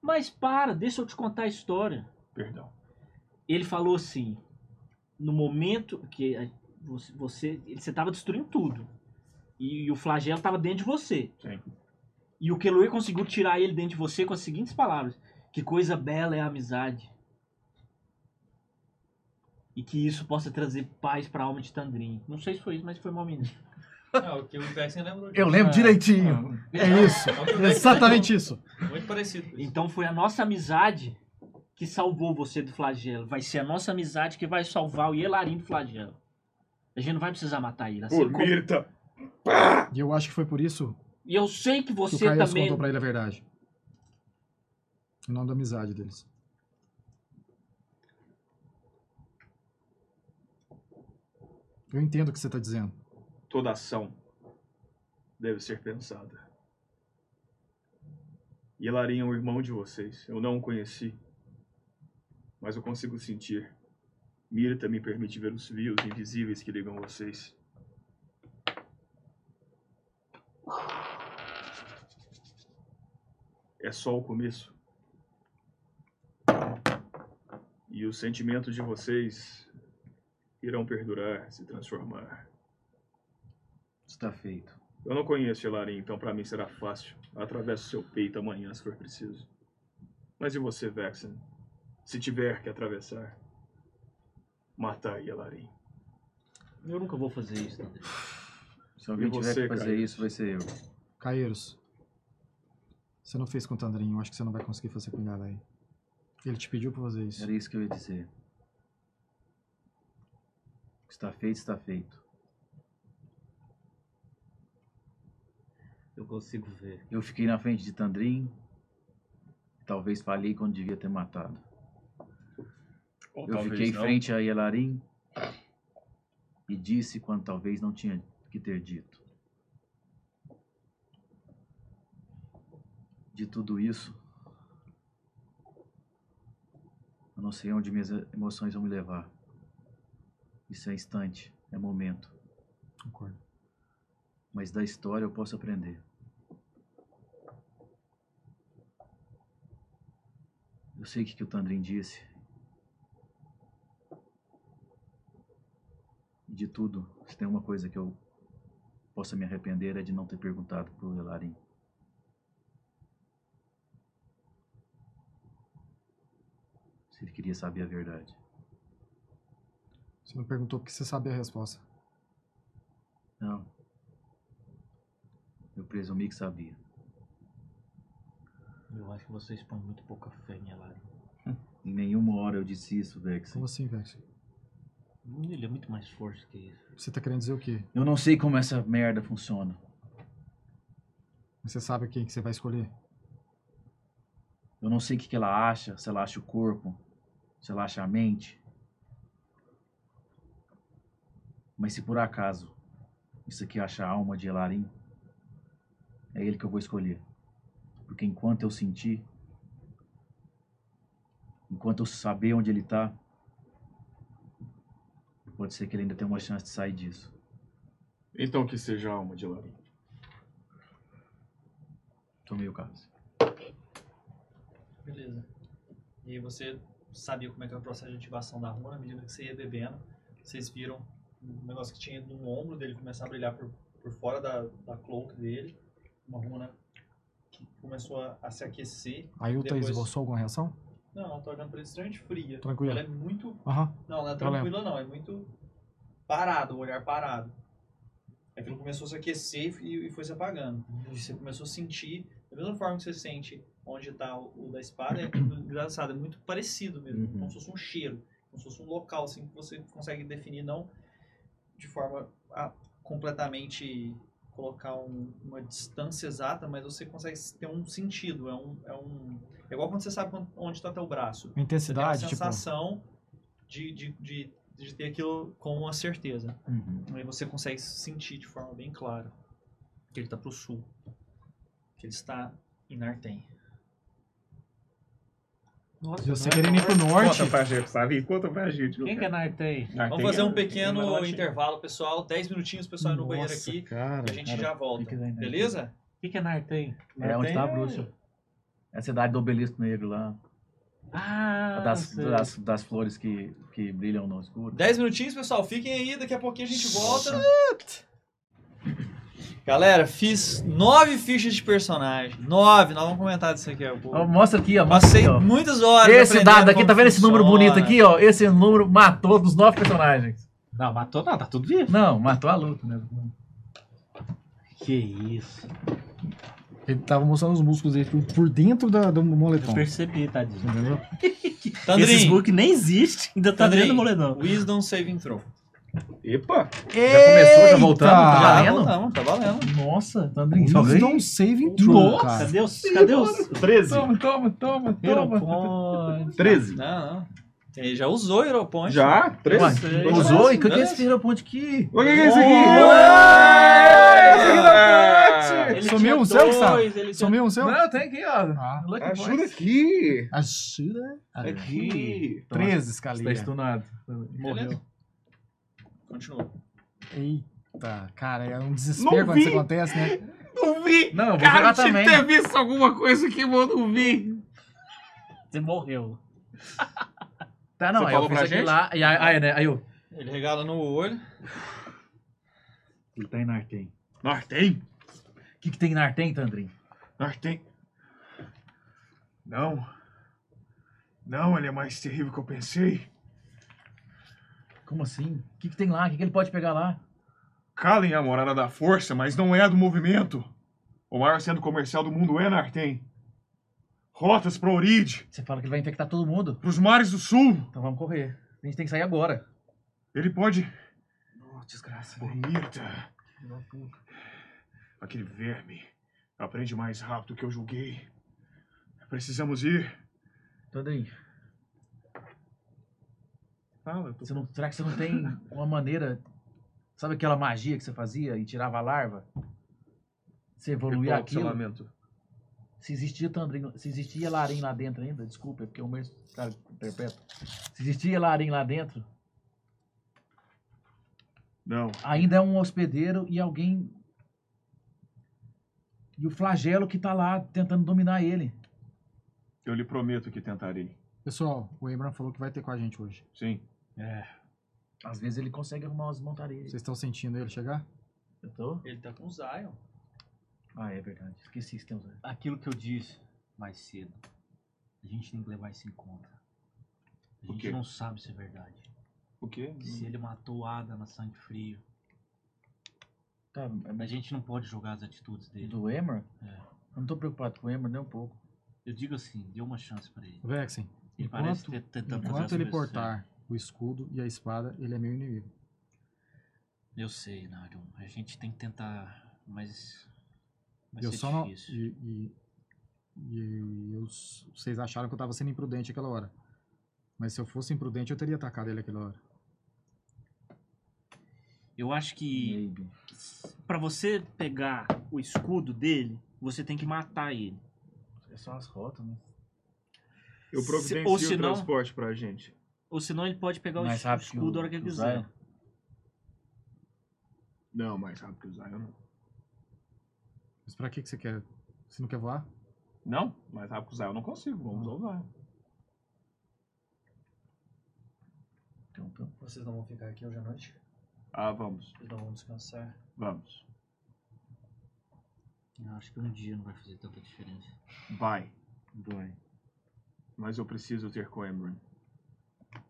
Speaker 6: Mas para, deixa eu te contar a história.
Speaker 5: Perdão.
Speaker 6: ele falou assim, no momento que a- você, você, ele- você tava destruindo tudo. E, o flagelo tava dentro de você.
Speaker 5: Sim.
Speaker 6: E o Keloe conseguiu tirar ele dentro de você com as seguintes palavras. Que coisa bela é a amizade. E que isso possa trazer paz pra alma de Tandrin. Não sei se foi isso, mas foi mal menino.
Speaker 2: Ah, o que o Vexen lembrou disso.
Speaker 6: Eu lembro
Speaker 2: Ah.
Speaker 1: direitinho.
Speaker 2: Ah.
Speaker 1: É isso.
Speaker 2: Ah, o que o Vexen
Speaker 1: Exatamente isso.
Speaker 2: lembrou. Muito parecido.
Speaker 6: Então foi a nossa amizade que salvou você do flagelo. Vai ser a nossa amizade que vai salvar o Yelarim do flagelo. A gente não vai precisar matar ele. Assim como-
Speaker 1: E eu acho que foi por isso
Speaker 6: E eu sei que
Speaker 1: que o
Speaker 6: você
Speaker 1: Caias
Speaker 6: também.
Speaker 1: contou pra ele a verdade. Em nome da amizade deles. Eu entendo o que você tá dizendo.
Speaker 5: Toda ação deve ser pensada. E Elarim é um irmão de vocês. Eu não o conheci. Mas eu consigo sentir. Mirta me permite ver os fios invisíveis que ligam vocês. É só o começo. E os sentimentos de vocês irão perdurar, se transformar.
Speaker 4: Está tá feito.
Speaker 5: Eu não conheço Elarim, então pra mim será fácil. Atravesso seu peito amanhã se for preciso. Mas e você, Vexen? Se tiver que atravessar, matar Elarim.
Speaker 6: Eu nunca vou fazer isso, Tandrin.
Speaker 4: Se alguém
Speaker 5: E
Speaker 4: tiver
Speaker 5: você,
Speaker 4: que fazer
Speaker 5: Caio?
Speaker 4: isso, vai ser eu.
Speaker 1: Caeiros, você não fez com o Tandrinho. Eu acho que você não vai conseguir fazer com ele aí. Ele te pediu pra fazer isso.
Speaker 4: Era isso que eu ia dizer. O que Está feito, está feito.
Speaker 6: Eu consigo ver.
Speaker 4: Eu fiquei na frente de Tandrin. Talvez falhei quando devia ter matado.
Speaker 5: Ou
Speaker 4: eu
Speaker 5: talvez
Speaker 4: fiquei em
Speaker 5: não.
Speaker 4: frente a Yelarim e disse quando talvez não tinha que ter dito. De tudo isso, eu não sei onde minhas emoções vão me levar. Isso é instante, é momento.
Speaker 1: Concordo.
Speaker 4: Mas da história eu posso aprender. Eu sei o que, que o Tandrin disse. E de tudo, se tem uma coisa que eu possa me arrepender é de não ter perguntado pro Elarim. Se ele queria saber a verdade.
Speaker 1: Você não perguntou porque você sabia a resposta.
Speaker 4: Não. Eu presumi que sabia.
Speaker 6: Eu acho que vocês põem muito pouca fé em Elarim.
Speaker 4: Em nenhuma hora eu disse isso, Vex.
Speaker 1: Como assim, Vex?
Speaker 6: Ele é muito mais forte que isso.
Speaker 1: Você tá querendo dizer o quê?
Speaker 4: Eu não sei como essa merda funciona.
Speaker 1: Você sabe quem que você vai escolher?
Speaker 4: Eu não sei o que, que ela acha, se ela acha o corpo, se ela acha a mente. Mas se por acaso isso aqui acha a alma de Elarim, é ele que eu vou escolher. Porque enquanto eu sentir, enquanto eu saber onde ele tá, pode ser que ele ainda tenha uma chance de sair disso.
Speaker 5: Então que seja a alma de Larim.
Speaker 4: Tomei o caso.
Speaker 2: Beleza. E aí você sabia como é que era o processo de ativação da runa, à medida que você ia bebendo, vocês viram um negócio que tinha no ombro dele começar a brilhar por, por fora da, da cloak dele, uma runa que começou a, a se aquecer.
Speaker 1: Aí o Thaís
Speaker 2: depois-
Speaker 1: esboçou alguma reação?
Speaker 2: Não, eu tô olhando pra ele extremamente fria. Ela
Speaker 1: Tranquila.
Speaker 2: é muito
Speaker 1: Aham.
Speaker 2: não, não é
Speaker 1: Eu
Speaker 2: tranquila não, é muito parado, o olhar parado. Aquilo começou a se aquecer e, e foi se apagando. E Você começou a sentir, da mesma forma que você sente onde está o, o da espada, é engraçado, é muito parecido mesmo,
Speaker 4: Uhum.
Speaker 2: como se fosse um cheiro, como se fosse um local, assim, que você consegue definir não de forma a completamente colocar um- uma distância exata, mas você consegue ter um sentido, é um... É, um, é igual quando você sabe quando- onde está teu braço.
Speaker 1: A intensidade,
Speaker 2: Você tem
Speaker 1: tipo.
Speaker 2: uma sensação de, de, de, de ter aquilo com uma certeza. Aí você consegue sentir de forma bem clara que ele tá pro sul. Que ele está em Nartem.
Speaker 6: Nossa,
Speaker 1: Se
Speaker 2: assim,
Speaker 1: você
Speaker 6: não é
Speaker 2: né?
Speaker 1: querer ir pro norte.
Speaker 5: Conta pra gente, sabe? Conta pra gente.
Speaker 6: Quem que é Nartei?
Speaker 2: Vamos fazer um pequeno intervalo, pessoal. 10 minutinhos, pessoal, no banheiro
Speaker 1: Nossa,
Speaker 2: aqui.
Speaker 1: cara,
Speaker 2: e a gente
Speaker 4: cara,
Speaker 2: já volta.
Speaker 4: fica aí, né?
Speaker 2: Beleza?
Speaker 6: O que, que é Nartei?
Speaker 4: É onde tá a bruxa. É a cidade do obelisco negro lá.
Speaker 6: Ah,
Speaker 4: A das,
Speaker 6: sei.
Speaker 4: das, das flores que, que brilham no escuro.
Speaker 2: 10 minutinhos, pessoal. Fiquem aí, daqui a pouquinho a gente volta. Galera, fiz 9 fichas de personagem. 9, nós vamos comentar disso aqui. é ó.
Speaker 4: Ó, mostra aqui, ó. mostra
Speaker 2: Passei
Speaker 4: aqui, ó.
Speaker 2: muitas horas.
Speaker 4: Esse
Speaker 2: aprendendo
Speaker 4: dado aqui,
Speaker 2: como
Speaker 4: tá vendo esse número
Speaker 2: funciona.
Speaker 4: bonito aqui, ó? Esse número matou dos nove personagens.
Speaker 6: Não, matou não, tá tudo vivo.
Speaker 4: Não, matou a luta, né?
Speaker 6: Que isso.
Speaker 1: Ele tava mostrando os músculos dele tipo, por dentro da, do moletom.
Speaker 6: Eu percebi, tadinho.
Speaker 1: Entendeu?
Speaker 2: Tandrin,
Speaker 6: Esse book nem existe, ainda tá
Speaker 2: Tandrin,
Speaker 6: dentro do moledão.
Speaker 2: Wisdom Saving Throw.
Speaker 5: Epa!
Speaker 4: Já começou, já voltando?
Speaker 1: Tá
Speaker 4: Tá
Speaker 2: Já
Speaker 4: valendo?
Speaker 2: voltamos, tá valendo.
Speaker 4: Nossa, Tandrinho, só ganhei.
Speaker 1: Wisdom saving throw, cara.
Speaker 6: Cadê os, cadê os 13?
Speaker 5: Toma, toma, toma, toma.
Speaker 6: Heropoint.
Speaker 5: 13.
Speaker 2: Não, não. Ele já usou Aeroponte.
Speaker 5: Já? 13?
Speaker 4: Uai,
Speaker 6: sei.
Speaker 4: Usou? E o que que é
Speaker 2: Beleza.
Speaker 4: esse Hero Point aqui?
Speaker 5: O que, que é isso aqui?
Speaker 1: Ué!
Speaker 5: é.
Speaker 4: É.
Speaker 6: Ele
Speaker 1: Sumiu
Speaker 6: tinha
Speaker 4: um
Speaker 1: o seu, Gustavo?
Speaker 6: dois, ele tinha
Speaker 1: Sumiu o seu?
Speaker 4: Não, tem aqui, ó.
Speaker 1: Ah.
Speaker 4: Lucky
Speaker 5: Ajuda
Speaker 4: Point.
Speaker 5: aqui!
Speaker 1: Ajuda.
Speaker 5: Aqui!
Speaker 4: Então,
Speaker 1: 13
Speaker 4: Você tá
Speaker 1: escalinha.
Speaker 4: estunado.
Speaker 2: Morreu. Continua.
Speaker 1: Eita, cara, é um desespero
Speaker 15: Não
Speaker 1: quando isso
Speaker 15: vi.
Speaker 1: acontece, né?
Speaker 15: Não vi!
Speaker 4: Não, eu vou
Speaker 15: Cara,
Speaker 4: jogar
Speaker 15: eu tinha
Speaker 4: também.
Speaker 15: que ter visto alguma coisa que eu não vi.
Speaker 6: Você morreu.
Speaker 4: Tá, não,
Speaker 15: Você
Speaker 4: aí
Speaker 15: falou
Speaker 4: eu fiz
Speaker 15: pra
Speaker 4: aqui
Speaker 15: gente?
Speaker 4: lá. E aí, aí, né, aí eu...
Speaker 2: Ele regala no olho.
Speaker 4: Ele tá em Nartem.
Speaker 5: Nartem?
Speaker 4: O que que tem em Nartem, Tandrinho?
Speaker 5: Nartem? Ah, Não. Não, ele é mais terrível que eu pensei.
Speaker 4: Como assim? O que que tem lá? O que que ele pode pegar lá?
Speaker 5: Kallen é a morada da força, mas não é a do movimento. O maior centro comercial do mundo é Nartem. Rotas pra Oride,
Speaker 4: Você fala que ele vai infectar todo mundo.
Speaker 5: pros mares do sul.
Speaker 4: Então vamos correr. A gente tem que sair agora.
Speaker 5: Ele pode
Speaker 4: Nossa, desgraça.
Speaker 5: Bonita. Aquele verme aprende mais rápido que eu julguei. Precisamos ir.
Speaker 4: Tandrinho,
Speaker 5: Fala, eu tô...
Speaker 4: você não, será que você não tem uma maneira... Sabe aquela magia que você fazia e tirava a larva? Você evoluía
Speaker 5: Ritual de
Speaker 4: aquilo?
Speaker 5: selamento.
Speaker 4: Se existia Tandrinho, se existia Larim lá dentro ainda, desculpa, é porque eu mesmo cara interpreto. Se existia Larim lá dentro,
Speaker 5: Não,
Speaker 4: ainda é um hospedeiro e alguém. E o flagelo que tá lá tentando dominar ele.
Speaker 5: eu lhe prometo que tentarei.
Speaker 1: Pessoal, o Abraham falou que vai ter com a gente hoje.
Speaker 5: Sim.
Speaker 4: Às vezes ele consegue arrumar umas montarias.
Speaker 1: Vocês estão sentindo ele chegar?
Speaker 4: Eu tô?
Speaker 2: Ele tá com o Zion.
Speaker 4: Ah, é verdade. Esqueci que temos.
Speaker 6: Aquilo que eu disse mais cedo. A gente tem que levar isso em conta. A
Speaker 5: O
Speaker 6: gente
Speaker 5: quê?
Speaker 6: não sabe se é verdade.
Speaker 5: O quê?
Speaker 6: Se ele matou Ada na sangue frio.
Speaker 4: Tá,
Speaker 6: A gente não pode jogar as atitudes dele.
Speaker 4: do Emer?
Speaker 6: É.
Speaker 4: Eu não tô preocupado com o Emer nem um pouco.
Speaker 6: Eu digo assim, dê uma chance pra ele.
Speaker 1: Vexen,
Speaker 4: Tá
Speaker 6: Ele parece
Speaker 1: enquanto,
Speaker 6: ter tentando fazer as
Speaker 1: enquanto ele
Speaker 6: coisas
Speaker 1: portar o escudo e a espada, ele é meu inimigo.
Speaker 6: certas. Eu sei, Nário. A gente tem que tentar, mas é vai
Speaker 1: eu
Speaker 6: ser
Speaker 1: só não.
Speaker 6: difícil.
Speaker 1: E, e E eu, vocês acharam que eu tava sendo imprudente aquela hora. Mas se eu fosse imprudente, eu teria atacado ele aquela hora.
Speaker 6: Eu acho que pra você pegar o escudo dele, você tem que matar ele.
Speaker 4: É só as rotas, né?
Speaker 16: Eu
Speaker 6: Se-
Speaker 16: providencio
Speaker 6: ou
Speaker 16: o
Speaker 6: senão-
Speaker 16: transporte pra gente.
Speaker 6: Ou senão ele pode pegar o
Speaker 16: Mais
Speaker 6: es- o
Speaker 16: rápido que
Speaker 6: um escudo
Speaker 16: o-
Speaker 6: a hora que ele
Speaker 16: que o
Speaker 6: quiser.
Speaker 16: Zion? Não, mais rápido que o Zion não.
Speaker 1: Mas pra que, que você quer? Você não quer voar?
Speaker 17: Não, mais rápido que o Zion eu não consigo. Vamos usar o Zion.
Speaker 2: Então, Vocês não vão ficar aqui hoje à noite?
Speaker 17: Ah, vamos.
Speaker 2: Vocês não vão descansar?
Speaker 17: Vamos.
Speaker 18: Eu acho que um dia não vai fazer tanta diferença.
Speaker 5: Vai. Vai. Mas eu preciso ter com o Emran.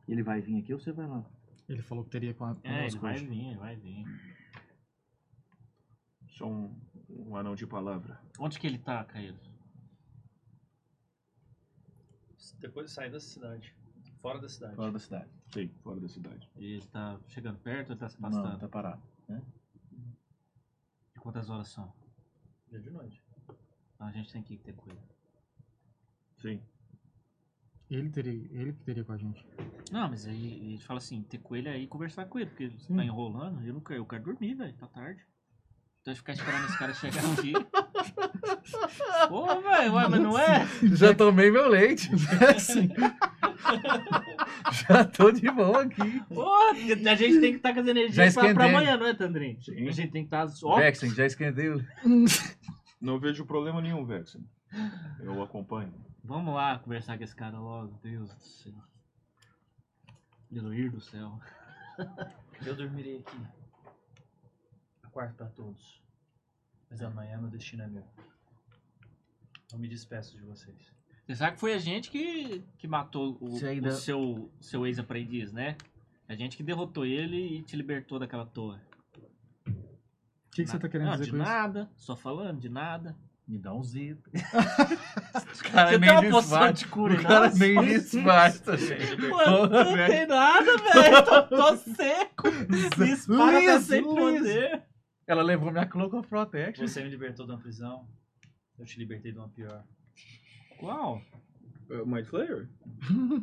Speaker 4: Ele vai vir aqui ou você vai lá?
Speaker 1: Ele falou que teria com a.
Speaker 6: É, ele
Speaker 1: conosco
Speaker 6: vai
Speaker 1: hoje.
Speaker 6: vir, ele vai vir.
Speaker 5: Sou um, um anão de palavra.
Speaker 6: Onde que ele tá, Caído?
Speaker 2: Depois de sair da cidade. Fora da cidade.
Speaker 4: Fora da cidade.
Speaker 5: Sim, fora da cidade.
Speaker 6: Ele tá chegando perto ou ele tá se afastando?
Speaker 4: Não, tá parado. Né?
Speaker 6: E quantas horas são?
Speaker 2: Já de noite.
Speaker 6: Então a gente tem que ter cuidado.
Speaker 5: Sim.
Speaker 1: Ele, teria, ele que teria com a gente.
Speaker 6: Não, mas aí ele fala assim, ter com ele aí e conversar com ele, porque ele tá enrolando, eu não quero, eu quero dormir, velho, tá tarde. Então ficar esperando esse cara chegar um dia. Pô, velho, ué, mas não é?
Speaker 4: Já tomei meu leite. né? Assim. Já tô de boa aqui.
Speaker 6: Pô, a gente tem que estar com as energias pra, pra
Speaker 4: esquentei.
Speaker 6: amanhã, não é, Tandrin? A gente tem que tá, estar só.
Speaker 4: Vexen, já esquentei o.
Speaker 5: Não vejo problema nenhum, Vexen. Eu o acompanho.
Speaker 6: Vamos lá conversar com esse cara logo, Deus do céu. Deluir do céu.
Speaker 2: Eu dormirei aqui. A quarto pra todos. Mas amanhã meu destino é meu. Eu me despeço de vocês.
Speaker 6: Você sabe que foi a gente que, que matou o,
Speaker 4: Você
Speaker 6: o
Speaker 4: ainda-
Speaker 6: seu, seu ex-aprendiz, né? A gente que derrotou ele e te libertou daquela torre.
Speaker 1: O que, que você tá querendo
Speaker 6: Não,
Speaker 1: dizer
Speaker 6: de
Speaker 1: com isso?
Speaker 6: nada, só falando, de nada.
Speaker 4: Me dá um zito. Os
Speaker 6: Você
Speaker 4: caras
Speaker 6: tem
Speaker 4: é meio
Speaker 6: uma poção
Speaker 4: disfarçam.
Speaker 6: de cura né?
Speaker 4: O
Speaker 6: aí,
Speaker 4: cara é
Speaker 6: não?
Speaker 4: meio disfarça,
Speaker 6: Pô,
Speaker 4: gente.
Speaker 6: eu
Speaker 4: Porra,
Speaker 6: não
Speaker 4: velho.
Speaker 6: tem nada, velho. Tô, tô seco. Me espalha tá
Speaker 4: Liso,
Speaker 6: sem
Speaker 4: liso.
Speaker 6: poder.
Speaker 4: Ela levou minha Cloak of Protection.
Speaker 2: Você me libertou de uma prisão. Eu te libertei de uma pior.
Speaker 6: Qual?
Speaker 16: Uh, Mind Flayer?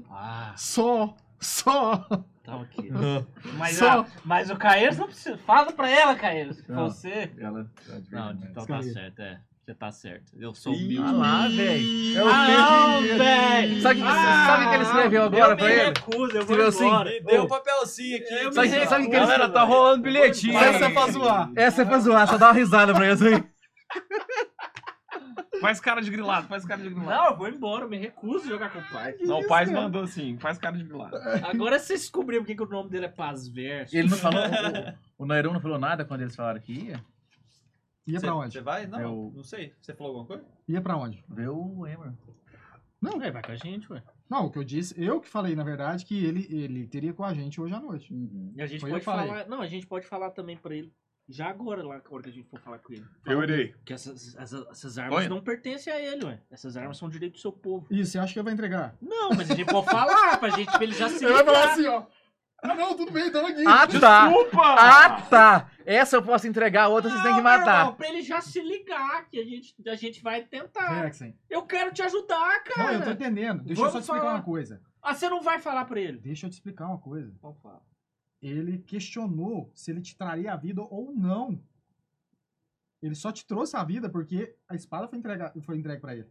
Speaker 6: Ah,
Speaker 1: Só! Só!
Speaker 6: tava aqui.
Speaker 4: Não.
Speaker 6: Mas,
Speaker 1: Só-
Speaker 6: ah, mas o Caeiros não precisa. Fala pra ela, Caeiros. que
Speaker 4: Não.
Speaker 6: Você.
Speaker 4: Ela tá de
Speaker 6: Não,
Speaker 4: verdade.
Speaker 6: então tá
Speaker 1: Caeiros.
Speaker 6: certo, é. Você tá certo. Eu sou
Speaker 4: Ih,
Speaker 16: Ah
Speaker 6: humilde.
Speaker 4: olha lá, velho. É o
Speaker 6: Ah, não,
Speaker 4: mesmo
Speaker 6: velho.
Speaker 4: Sabe o que,
Speaker 6: Ah,
Speaker 4: sabe o que ele escreveu agora
Speaker 6: eu
Speaker 4: pra
Speaker 6: me
Speaker 4: ele?
Speaker 6: Recuso, eu vou
Speaker 4: Escreveu assim,
Speaker 6: embora.
Speaker 2: Deu um papelzinho aqui.
Speaker 4: Sabe, sabe o que ele
Speaker 6: Galera,
Speaker 4: tá rolando bilhetinho?
Speaker 1: Essa é
Speaker 4: aí.
Speaker 1: pra zoar.
Speaker 4: Essa é pra zoar, só dá uma risada pra eles aí.
Speaker 17: Faz cara de grilado, faz cara de grilado.
Speaker 6: Não, eu vou embora, eu me recuso a jogar com o pai.
Speaker 17: Não, o Paz mandou assim, faz cara de grilado.
Speaker 6: Agora vocês descobriram porque que o nome dele é Paz Verso.
Speaker 4: Ele não falou. O, o Nairon não falou nada quando eles falaram que ia.
Speaker 1: Ia
Speaker 2: Você,
Speaker 1: pra onde?
Speaker 2: você vai? Não,
Speaker 4: Eu-
Speaker 2: não sei. Você falou alguma coisa?
Speaker 1: Ia pra onde?
Speaker 4: Vê o Emer.
Speaker 6: Não, é, vai com a gente, ué.
Speaker 1: Não, o que eu disse, eu que falei, na verdade, que ele, ele teria com a gente hoje à noite.
Speaker 6: E a gente
Speaker 1: Foi eu
Speaker 6: pode
Speaker 1: que falei.
Speaker 6: falar. Não, a gente pode falar também pra ele. Já agora, lá, na hora que a gente for falar com ele.
Speaker 5: Eu irei.
Speaker 6: Porque essas, essas, essas armas
Speaker 5: Olha.
Speaker 6: não pertencem a ele, ué. Essas armas são um direito do seu povo.
Speaker 1: Isso, você acha que eu vou entregar?
Speaker 6: Não, mas a gente pode falar pra gente pra ele já se
Speaker 1: Ele vai falar
Speaker 6: livrar.
Speaker 1: assim, ó. Ah, não, tudo bem, então aqui.
Speaker 4: Ah tá!
Speaker 17: Opa!
Speaker 4: Ah tá! Essa eu posso entregar, a outra vocês têm que
Speaker 6: Não, Ah, meu
Speaker 4: matar.
Speaker 6: irmão, pra ele já se ligar que a gente, a gente vai tentar.
Speaker 1: Ah, Jackson.
Speaker 6: Eu quero te ajudar,
Speaker 1: Não, eu tô
Speaker 6: cara.
Speaker 1: entendendo. Deixa eu só te
Speaker 6: Vamos
Speaker 1: explicar
Speaker 6: falar.
Speaker 1: uma coisa.
Speaker 6: Ah, você não vai falar pra ele.
Speaker 1: Deixa eu te explicar uma coisa.
Speaker 6: Então fala.
Speaker 1: Ele questionou se ele te traria a vida ou não. Ele só te trouxe a vida porque a espada foi entregue, foi entregue pra ele.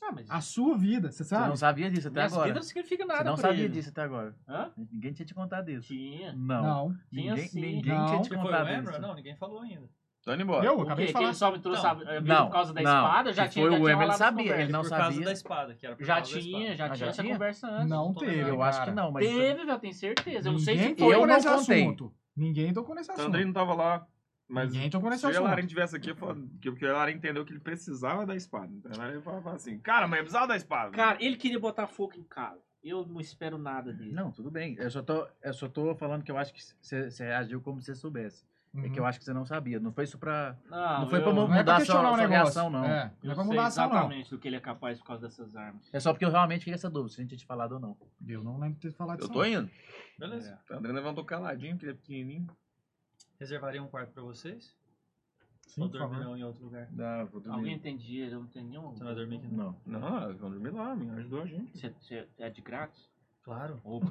Speaker 6: Ah, mas
Speaker 1: A sua vida, você
Speaker 4: Você
Speaker 1: sabe?
Speaker 4: não sabia disso até
Speaker 6: minhas
Speaker 4: agora.
Speaker 6: vidas não significa nada
Speaker 4: Você não
Speaker 6: pra
Speaker 4: sabia
Speaker 6: ele.
Speaker 4: disso até agora.
Speaker 6: Hã?
Speaker 4: Ninguém tinha te contado isso.
Speaker 6: Tinha.
Speaker 4: Não.
Speaker 1: Não.
Speaker 6: tinha
Speaker 4: Ninguém,
Speaker 6: sim.
Speaker 4: ninguém
Speaker 1: Não.
Speaker 4: tinha te
Speaker 2: Você foi o
Speaker 4: contado
Speaker 2: Emra?
Speaker 4: isso.
Speaker 2: Não, ninguém falou ainda.
Speaker 5: Tô indo embora.
Speaker 1: Eu
Speaker 6: O
Speaker 1: acabei de
Speaker 6: quê? Que
Speaker 1: falar.
Speaker 6: ele só me trouxe
Speaker 2: Não.
Speaker 6: a vida
Speaker 4: Não.
Speaker 6: por causa da
Speaker 4: Não.
Speaker 6: espada? Eu já
Speaker 4: Que
Speaker 6: tinha,
Speaker 4: foi
Speaker 6: já
Speaker 4: o
Speaker 6: tinha
Speaker 4: Emra, ele
Speaker 6: rolado essa
Speaker 4: sabia,
Speaker 6: conversa.
Speaker 4: ele não
Speaker 2: por causa
Speaker 4: sabia.
Speaker 2: da espada, que era por
Speaker 6: Já
Speaker 2: causa da espada.
Speaker 6: tinha, já
Speaker 4: Ah,
Speaker 6: tinha
Speaker 4: já
Speaker 6: essa
Speaker 4: tinha?
Speaker 6: conversa antes.
Speaker 1: Não
Speaker 6: tô
Speaker 1: teve,
Speaker 6: lembrando.
Speaker 4: Eu acho que
Speaker 1: Cara,
Speaker 4: não, mas.
Speaker 6: Teve, eu tenho certeza. Eu não sei se
Speaker 1: Ninguém
Speaker 6: foi.
Speaker 1: tocou
Speaker 4: não
Speaker 1: nesse
Speaker 4: contei.
Speaker 1: assunto. Ninguém tocou nesse assunto.
Speaker 5: Tandrin não tava lá. Tá Mas é
Speaker 1: Ninguém tocou nesse
Speaker 5: se a Lara
Speaker 1: assunto.
Speaker 5: estivesse aqui, eu falo- que- porque a Lara entendeu que ele precisava da espada. Então ela ia falar assim, cara, mas eu precisava da espada.
Speaker 6: Cara, ele queria botar fogo em casa. Eu não espero nada dele.
Speaker 4: Não, tudo bem. Eu só tô, eu só tô falando que eu acho que você você reagiu como se você soubesse. É
Speaker 1: Uhum.
Speaker 4: que eu acho que você não sabia. Não foi isso pra.
Speaker 6: Não,
Speaker 4: Não foi pra
Speaker 6: eu-
Speaker 4: mo-
Speaker 1: Não é
Speaker 4: mudar
Speaker 1: pra
Speaker 4: a
Speaker 1: questionar
Speaker 4: sua-
Speaker 1: o
Speaker 4: sua
Speaker 1: negócio.
Speaker 4: reação, não.
Speaker 1: É, não
Speaker 6: Eu
Speaker 1: é pra
Speaker 6: sei
Speaker 1: mudar a ação, não.
Speaker 6: exatamente do que ele é capaz por causa dessas armas.
Speaker 4: É só porque eu realmente fiquei essa dúvida, se a gente tinha te falado ou não.
Speaker 1: Eu não lembro de ter falado
Speaker 5: eu
Speaker 1: disso.
Speaker 5: tô indo.
Speaker 2: Beleza.
Speaker 5: é O Tandrin levantou caladinho, porque ele é pequenininho.
Speaker 2: Reservaria um quarto pra vocês?
Speaker 1: não. Sim,
Speaker 2: Ou
Speaker 1: por
Speaker 2: dormir
Speaker 1: favor.
Speaker 2: não, em outro lugar.
Speaker 4: Dá, vou dormir.
Speaker 6: Alguém tem dinheiro? Eu não tenho nenhum.
Speaker 2: Você vai dormir aqui?
Speaker 4: Não.
Speaker 5: é,
Speaker 19: Não, vão dormir lá, me ajudou a gente.
Speaker 6: Você, você é de grátis?
Speaker 2: Claro.
Speaker 6: Opa.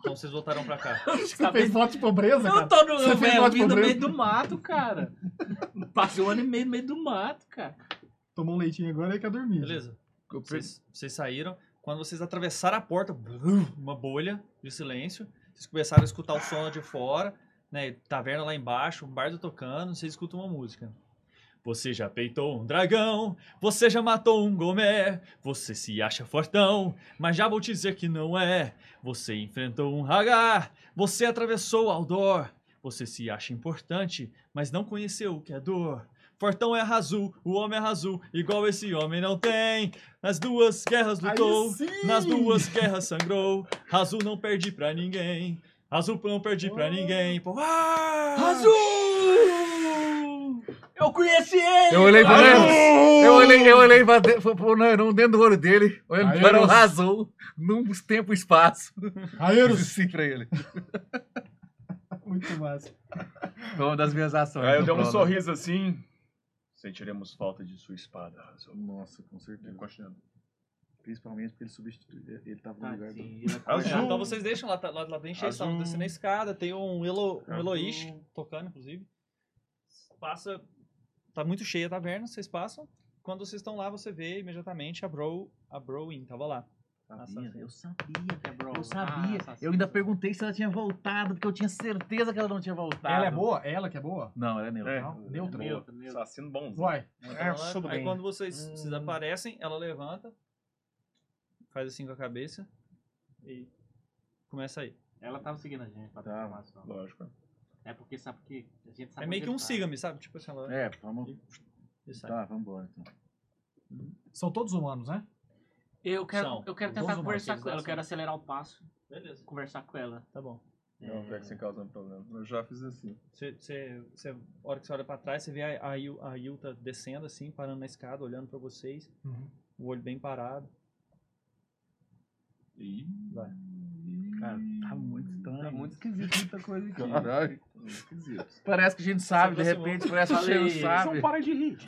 Speaker 2: Então vocês voltaram pra cá.
Speaker 1: Você fez voto de pobreza, cara?
Speaker 6: Eu tô no,
Speaker 1: Você
Speaker 6: eu,
Speaker 1: fez
Speaker 6: velho, eu
Speaker 1: voto de
Speaker 6: vim no
Speaker 1: pobreza?
Speaker 6: meio do mato, cara. Passei um ano e meio no meio do mato, cara.
Speaker 1: Tomou um leitinho agora e quer dormir.
Speaker 2: Beleza. Vocês, vocês saíram. Quando vocês atravessaram a porta, blum, uma bolha de silêncio. Vocês começaram a escutar o som lá de fora, né? Taverna lá embaixo, um bardo tocando, vocês escutam uma música. Você já peitou um dragão, você já matou um gomé, você se acha fortão, mas já vou te dizer que não é. Você enfrentou um Hagar, você atravessou o Aldor, você se acha importante, mas não conheceu o que é dor. Fortão é azul, o homem é azul, igual esse homem não tem. Nas duas guerras lutou, nas duas guerras sangrou. Azul não perde pra ninguém, azul não perde pra ninguém. Pô, ah!
Speaker 6: Azul! Eu conheci ele!
Speaker 20: Eu olhei pro
Speaker 6: Azul!
Speaker 20: Neron. Eu olhei, eu olhei pra de- pro- pro
Speaker 4: um
Speaker 20: Neron dentro do olho dele, olhando
Speaker 6: Aí,
Speaker 20: para o
Speaker 6: Neron.
Speaker 20: azul, num tempo e espaço.
Speaker 1: Aí,
Speaker 20: eu disse pra ele.
Speaker 1: Muito massa.
Speaker 20: Foi uma das minhas ações.
Speaker 21: Aí eu
Speaker 20: na
Speaker 21: dei um
Speaker 20: prova.
Speaker 21: sorriso assim. Sentiremos falta de sua espada, Razor.
Speaker 4: Nossa, com certeza.
Speaker 5: Principalmente porque ele substituiu. Ele tava
Speaker 1: Tá,
Speaker 5: no lugar do.
Speaker 2: É, então vocês deixam lá, tá- lá, lá tem cheio,
Speaker 5: Azul.
Speaker 2: estavam descendo a escada, tem um, Elo, um
Speaker 5: Azul.
Speaker 2: Eloish tocando, inclusive. Passa. Tá muito cheia a taverna, vocês passam. Quando vocês estão lá, você vê imediatamente a Bro. A Browin tava lá.
Speaker 4: Sabia, Ah, eu
Speaker 2: sabia
Speaker 6: que a Bro.
Speaker 4: Eu sabia. eu ainda perguntei se ela tinha voltado, porque eu tinha certeza que ela não tinha
Speaker 6: Tá,
Speaker 4: voltado.
Speaker 1: Ela é boa? Ela que é boa?
Speaker 4: Não, ela é neutra.
Speaker 1: Não, neutra.
Speaker 4: Neutra, neutra.
Speaker 21: Assassino bonzinho.
Speaker 1: Vai.
Speaker 2: Então ela- aí quando vocês, vocês aparecem, ela levanta, faz assim com a cabeça e começa aí.
Speaker 6: Ela tava seguindo a gente pra tá, informação.
Speaker 21: Lógico.
Speaker 6: É porque sabe que a gente sabe
Speaker 2: É meio
Speaker 6: onde
Speaker 2: que
Speaker 6: ele
Speaker 2: um
Speaker 6: tá.
Speaker 2: siga-me, sabe? Tipo assim, ela.
Speaker 4: É, vamos.
Speaker 2: E sai.
Speaker 4: Tá, vambora então.
Speaker 1: São todos humanos, né?
Speaker 6: Eu quero,
Speaker 1: São.
Speaker 6: eu
Speaker 1: Todos
Speaker 6: quero tentar
Speaker 1: humanos,
Speaker 6: conversar
Speaker 1: eles
Speaker 6: com ela, eu
Speaker 1: nascem.
Speaker 6: quero acelerar o passo.
Speaker 2: né? Beleza.
Speaker 6: Conversar com ela.
Speaker 2: Tá bom.
Speaker 4: É.
Speaker 21: Não, o Vexen causando problema. Eu já fiz assim.
Speaker 2: Você, você, você, a hora que você olha pra trás, você vê a, a, Yu- a Yuta descendo assim, parando na escada, olhando pra vocês.
Speaker 1: Uhum.
Speaker 2: O olho bem parado.
Speaker 21: E
Speaker 2: vai.
Speaker 4: Cara, tá muito estranho. Tá muito esquisito muita coisa aqui.
Speaker 20: Caralho.
Speaker 4: Esquisito.
Speaker 20: Parece que a gente sabe, de repente, parece que a gente não sabe.
Speaker 4: de rir.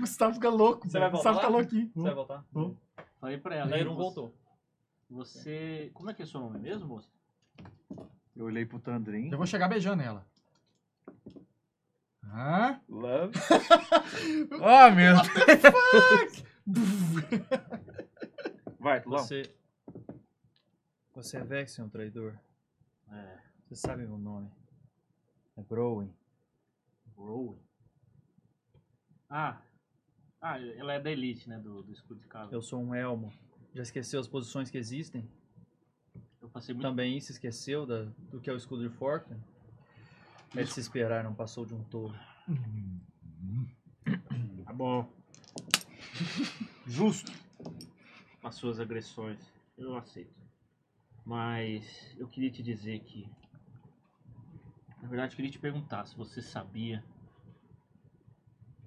Speaker 1: Gustavo fica louco.
Speaker 6: Você
Speaker 1: velho.
Speaker 6: vai voltar
Speaker 1: Gustavo fica
Speaker 6: lá?
Speaker 1: louquinho.
Speaker 20: Uhum.
Speaker 6: Você vai
Speaker 2: voltar?
Speaker 1: Vou.
Speaker 6: Falei pra ela.
Speaker 2: Daí
Speaker 6: hein,
Speaker 2: não
Speaker 6: você-
Speaker 2: voltou.
Speaker 6: Você. Como é que é seu nome mesmo, moça?
Speaker 4: Eu olhei pro Tandrin.
Speaker 1: Eu vou chegar beijando ela.
Speaker 4: Tá
Speaker 1: Ah?
Speaker 4: Love.
Speaker 20: Ah, meu
Speaker 5: Vai, Tulão.
Speaker 2: Você. Você é Vexion, traidor.
Speaker 6: É.
Speaker 2: Você sabe meu nome. É Browen.
Speaker 6: Rowan. Ah. Ah, ela é da elite, né? Do, do escudo de cavalo.
Speaker 2: Eu sou um elmo. Já esqueceu as posições que existem?
Speaker 6: Eu passei muito
Speaker 2: Também se esqueceu da, do que é o escudo de Fortune? É de se esperar, não passou de um touro.
Speaker 6: Tá bom. Justo. Com as suas agressões. Eu aceito. Mas eu queria te dizer que. Na verdade, eu queria te perguntar se você sabia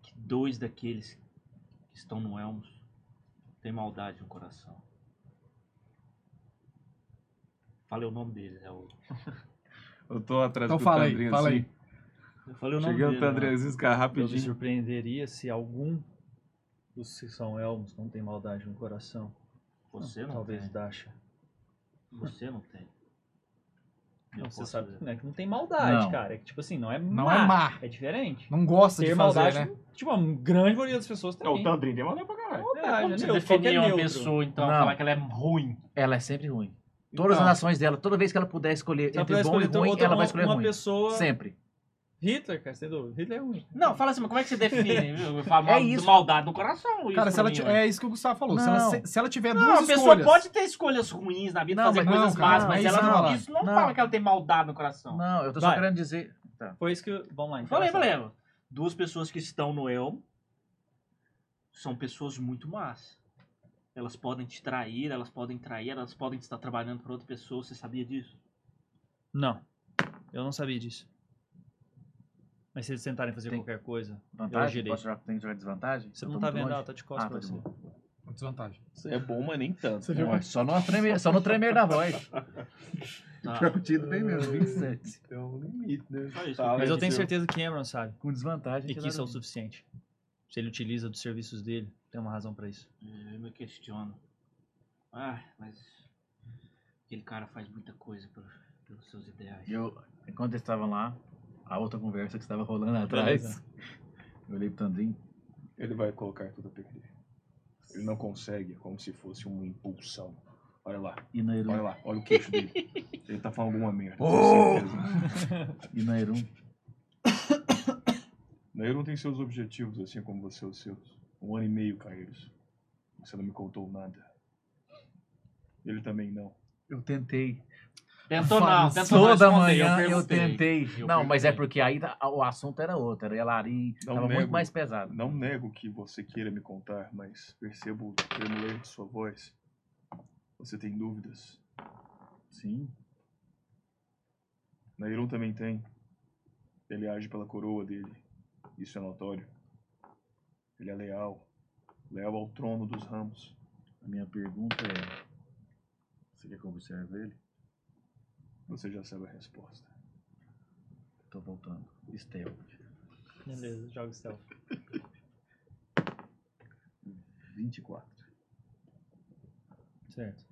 Speaker 6: que dois daqueles que estão no Elmos têm maldade no coração. Falei o nome deles, é o.
Speaker 19: Eu tô atrás
Speaker 1: Então
Speaker 19: do
Speaker 1: fala aí,
Speaker 19: Tandrinho,
Speaker 1: fala
Speaker 19: assim.
Speaker 1: aí.
Speaker 6: Eu falei o nome
Speaker 19: Cheguei
Speaker 5: né?
Speaker 6: deles.
Speaker 19: no Tandrinzinho, cara,
Speaker 2: Eu me
Speaker 19: rapidinho.
Speaker 2: surpreenderia se algum dos que são elmos não tem maldade no coração.
Speaker 6: Você não
Speaker 2: Talvez
Speaker 6: tem.
Speaker 2: Dasha.
Speaker 6: Você não tem. Eu
Speaker 2: Não, você
Speaker 6: posso
Speaker 2: sabe
Speaker 6: ver.
Speaker 2: que não é que não tem maldade,
Speaker 6: Não.
Speaker 2: cara. É que, tipo assim, não é má.
Speaker 1: Não é má.
Speaker 2: É diferente.
Speaker 1: Não gosta
Speaker 2: Ter
Speaker 1: de fazer,
Speaker 2: maldade,
Speaker 1: né?
Speaker 2: tipo, a grande maioria das pessoas tem.
Speaker 5: É, o Tandrin tem maldade pra caralho.
Speaker 2: Maldade,
Speaker 6: Como
Speaker 2: né?
Speaker 6: você
Speaker 2: Eu- qualquer
Speaker 6: definir
Speaker 4: é
Speaker 6: uma
Speaker 2: neutro.
Speaker 6: pessoa, então,
Speaker 4: Não.
Speaker 6: falar que ela é ruim?
Speaker 4: Ela é sempre ruim. Todas
Speaker 2: Então.
Speaker 4: as ações dela, toda vez que ela puder escolher
Speaker 2: Se ela
Speaker 4: entre
Speaker 2: puder
Speaker 4: bom
Speaker 2: Então, escolher
Speaker 4: e ruim,
Speaker 2: outra-
Speaker 4: ela vai
Speaker 2: uma-
Speaker 4: escolher
Speaker 2: uma
Speaker 4: ruim.
Speaker 2: pessoa-
Speaker 4: Sempre.
Speaker 2: Hitler, cara, você tem dúvida? Hitler é ruim.
Speaker 6: Não, fala assim, mas como é que você define? viu? Fala
Speaker 4: É
Speaker 6: mal-
Speaker 4: isso.
Speaker 6: maldade no coração. isso
Speaker 1: Cara, se
Speaker 6: pra
Speaker 1: ela
Speaker 6: mim,
Speaker 1: ti-
Speaker 6: ué.
Speaker 1: é isso que o Gustavo falou. Se ela,
Speaker 4: Não.
Speaker 1: se, se ela tiver
Speaker 6: Não, a
Speaker 1: duas
Speaker 6: pessoa
Speaker 1: escolhas...
Speaker 6: pode ter escolhas ruins na vida,
Speaker 4: Não,
Speaker 6: fazer
Speaker 4: mas-
Speaker 6: coisas
Speaker 1: não,
Speaker 6: más,
Speaker 1: cara,
Speaker 6: mas
Speaker 1: é isso
Speaker 6: ela
Speaker 1: que eu
Speaker 6: não,
Speaker 1: falo.
Speaker 6: isso não
Speaker 4: Não.
Speaker 6: fala que ela tem maldade no coração.
Speaker 4: Não, eu tô
Speaker 2: Vai.
Speaker 4: só querendo dizer. Tá.
Speaker 2: Foi isso que. Vamos lá, então.
Speaker 6: Falei, falei. Duas pessoas que estão no Elmo são pessoas muito más. Elas podem te trair, elas podem trair, elas podem estar trabalhando para outra pessoa. Você sabia disso?
Speaker 2: Não. Eu não sabia disso. Mas se eles tentarem fazer
Speaker 4: Tem
Speaker 2: qualquer coisa, eu
Speaker 4: Vantagem?
Speaker 2: agirei.
Speaker 4: Posso jogar, tem que jogar desvantagem?
Speaker 2: Você
Speaker 4: Eu
Speaker 2: não
Speaker 4: tô
Speaker 2: tá
Speaker 4: muito
Speaker 2: vendo
Speaker 4: longe.
Speaker 2: ela, tá de costas
Speaker 4: Ah, tá
Speaker 2: pra
Speaker 4: de
Speaker 2: você.
Speaker 4: boa.
Speaker 1: desvantagem.
Speaker 22: É bom, mas nem tanto.
Speaker 1: Você viu?
Speaker 22: Ó,
Speaker 4: Só, no tremer, só no tremer da voz.
Speaker 6: Ah.
Speaker 22: Tá.
Speaker 4: Pior que eu tinha ido bem mesmo, 27.
Speaker 22: É um limite, né?
Speaker 2: Mas eu tenho certeza que Cameron sabe.
Speaker 4: Com desvantagem.
Speaker 2: E que isso é o suficiente. Se ele utiliza dos serviços dele, tem uma razão pra isso.
Speaker 6: Eu me questiono. Ah, mas. Aquele cara faz muita coisa pelo- pelos seus ideais.
Speaker 4: Eu, enquanto eles estavam lá, a outra conversa que estava rolando
Speaker 6: Beleza.
Speaker 4: atrás, eu olhei pro Tandrinho.
Speaker 5: Ele vai colocar tudo a perder. Ele não consegue, é como se fosse uma impulsão. Olha lá.
Speaker 4: E Nairu?
Speaker 5: Olha lá, olha o queixo dele. Ele tá falando alguma merda. Assim,
Speaker 4: Oh!
Speaker 5: E
Speaker 4: Nairum?
Speaker 5: Nairum tem seus objetivos, assim como você os seus. Um ano e meio, Caeiros. Você não me contou nada. Ele também não.
Speaker 4: Eu tentei.
Speaker 5: Tentou
Speaker 4: Fala,
Speaker 5: não, tentou não
Speaker 4: toda
Speaker 5: responder,
Speaker 4: manhã
Speaker 5: eu
Speaker 4: eu,
Speaker 5: perguntei.
Speaker 4: tentei.
Speaker 5: Eu
Speaker 4: não, mas é
Speaker 5: perguntei. É
Speaker 4: porque aí tá- o assunto era outro, era Elari, tava muito mais pesado.
Speaker 5: Não nego que você queira me contar, mas percebo o tremular de sua voz. Você tem dúvidas? Sim. Nairon também tem. Ele age pela coroa dele. Isso é notório. Ele é leal. Leal ao trono dos ramos.
Speaker 4: A minha pergunta é...
Speaker 5: Você quer que eu observe ele? Você já sabe a resposta.
Speaker 4: Tô voltando. Estel.
Speaker 2: Beleza, joga o stealth.
Speaker 4: 24.
Speaker 2: Certo.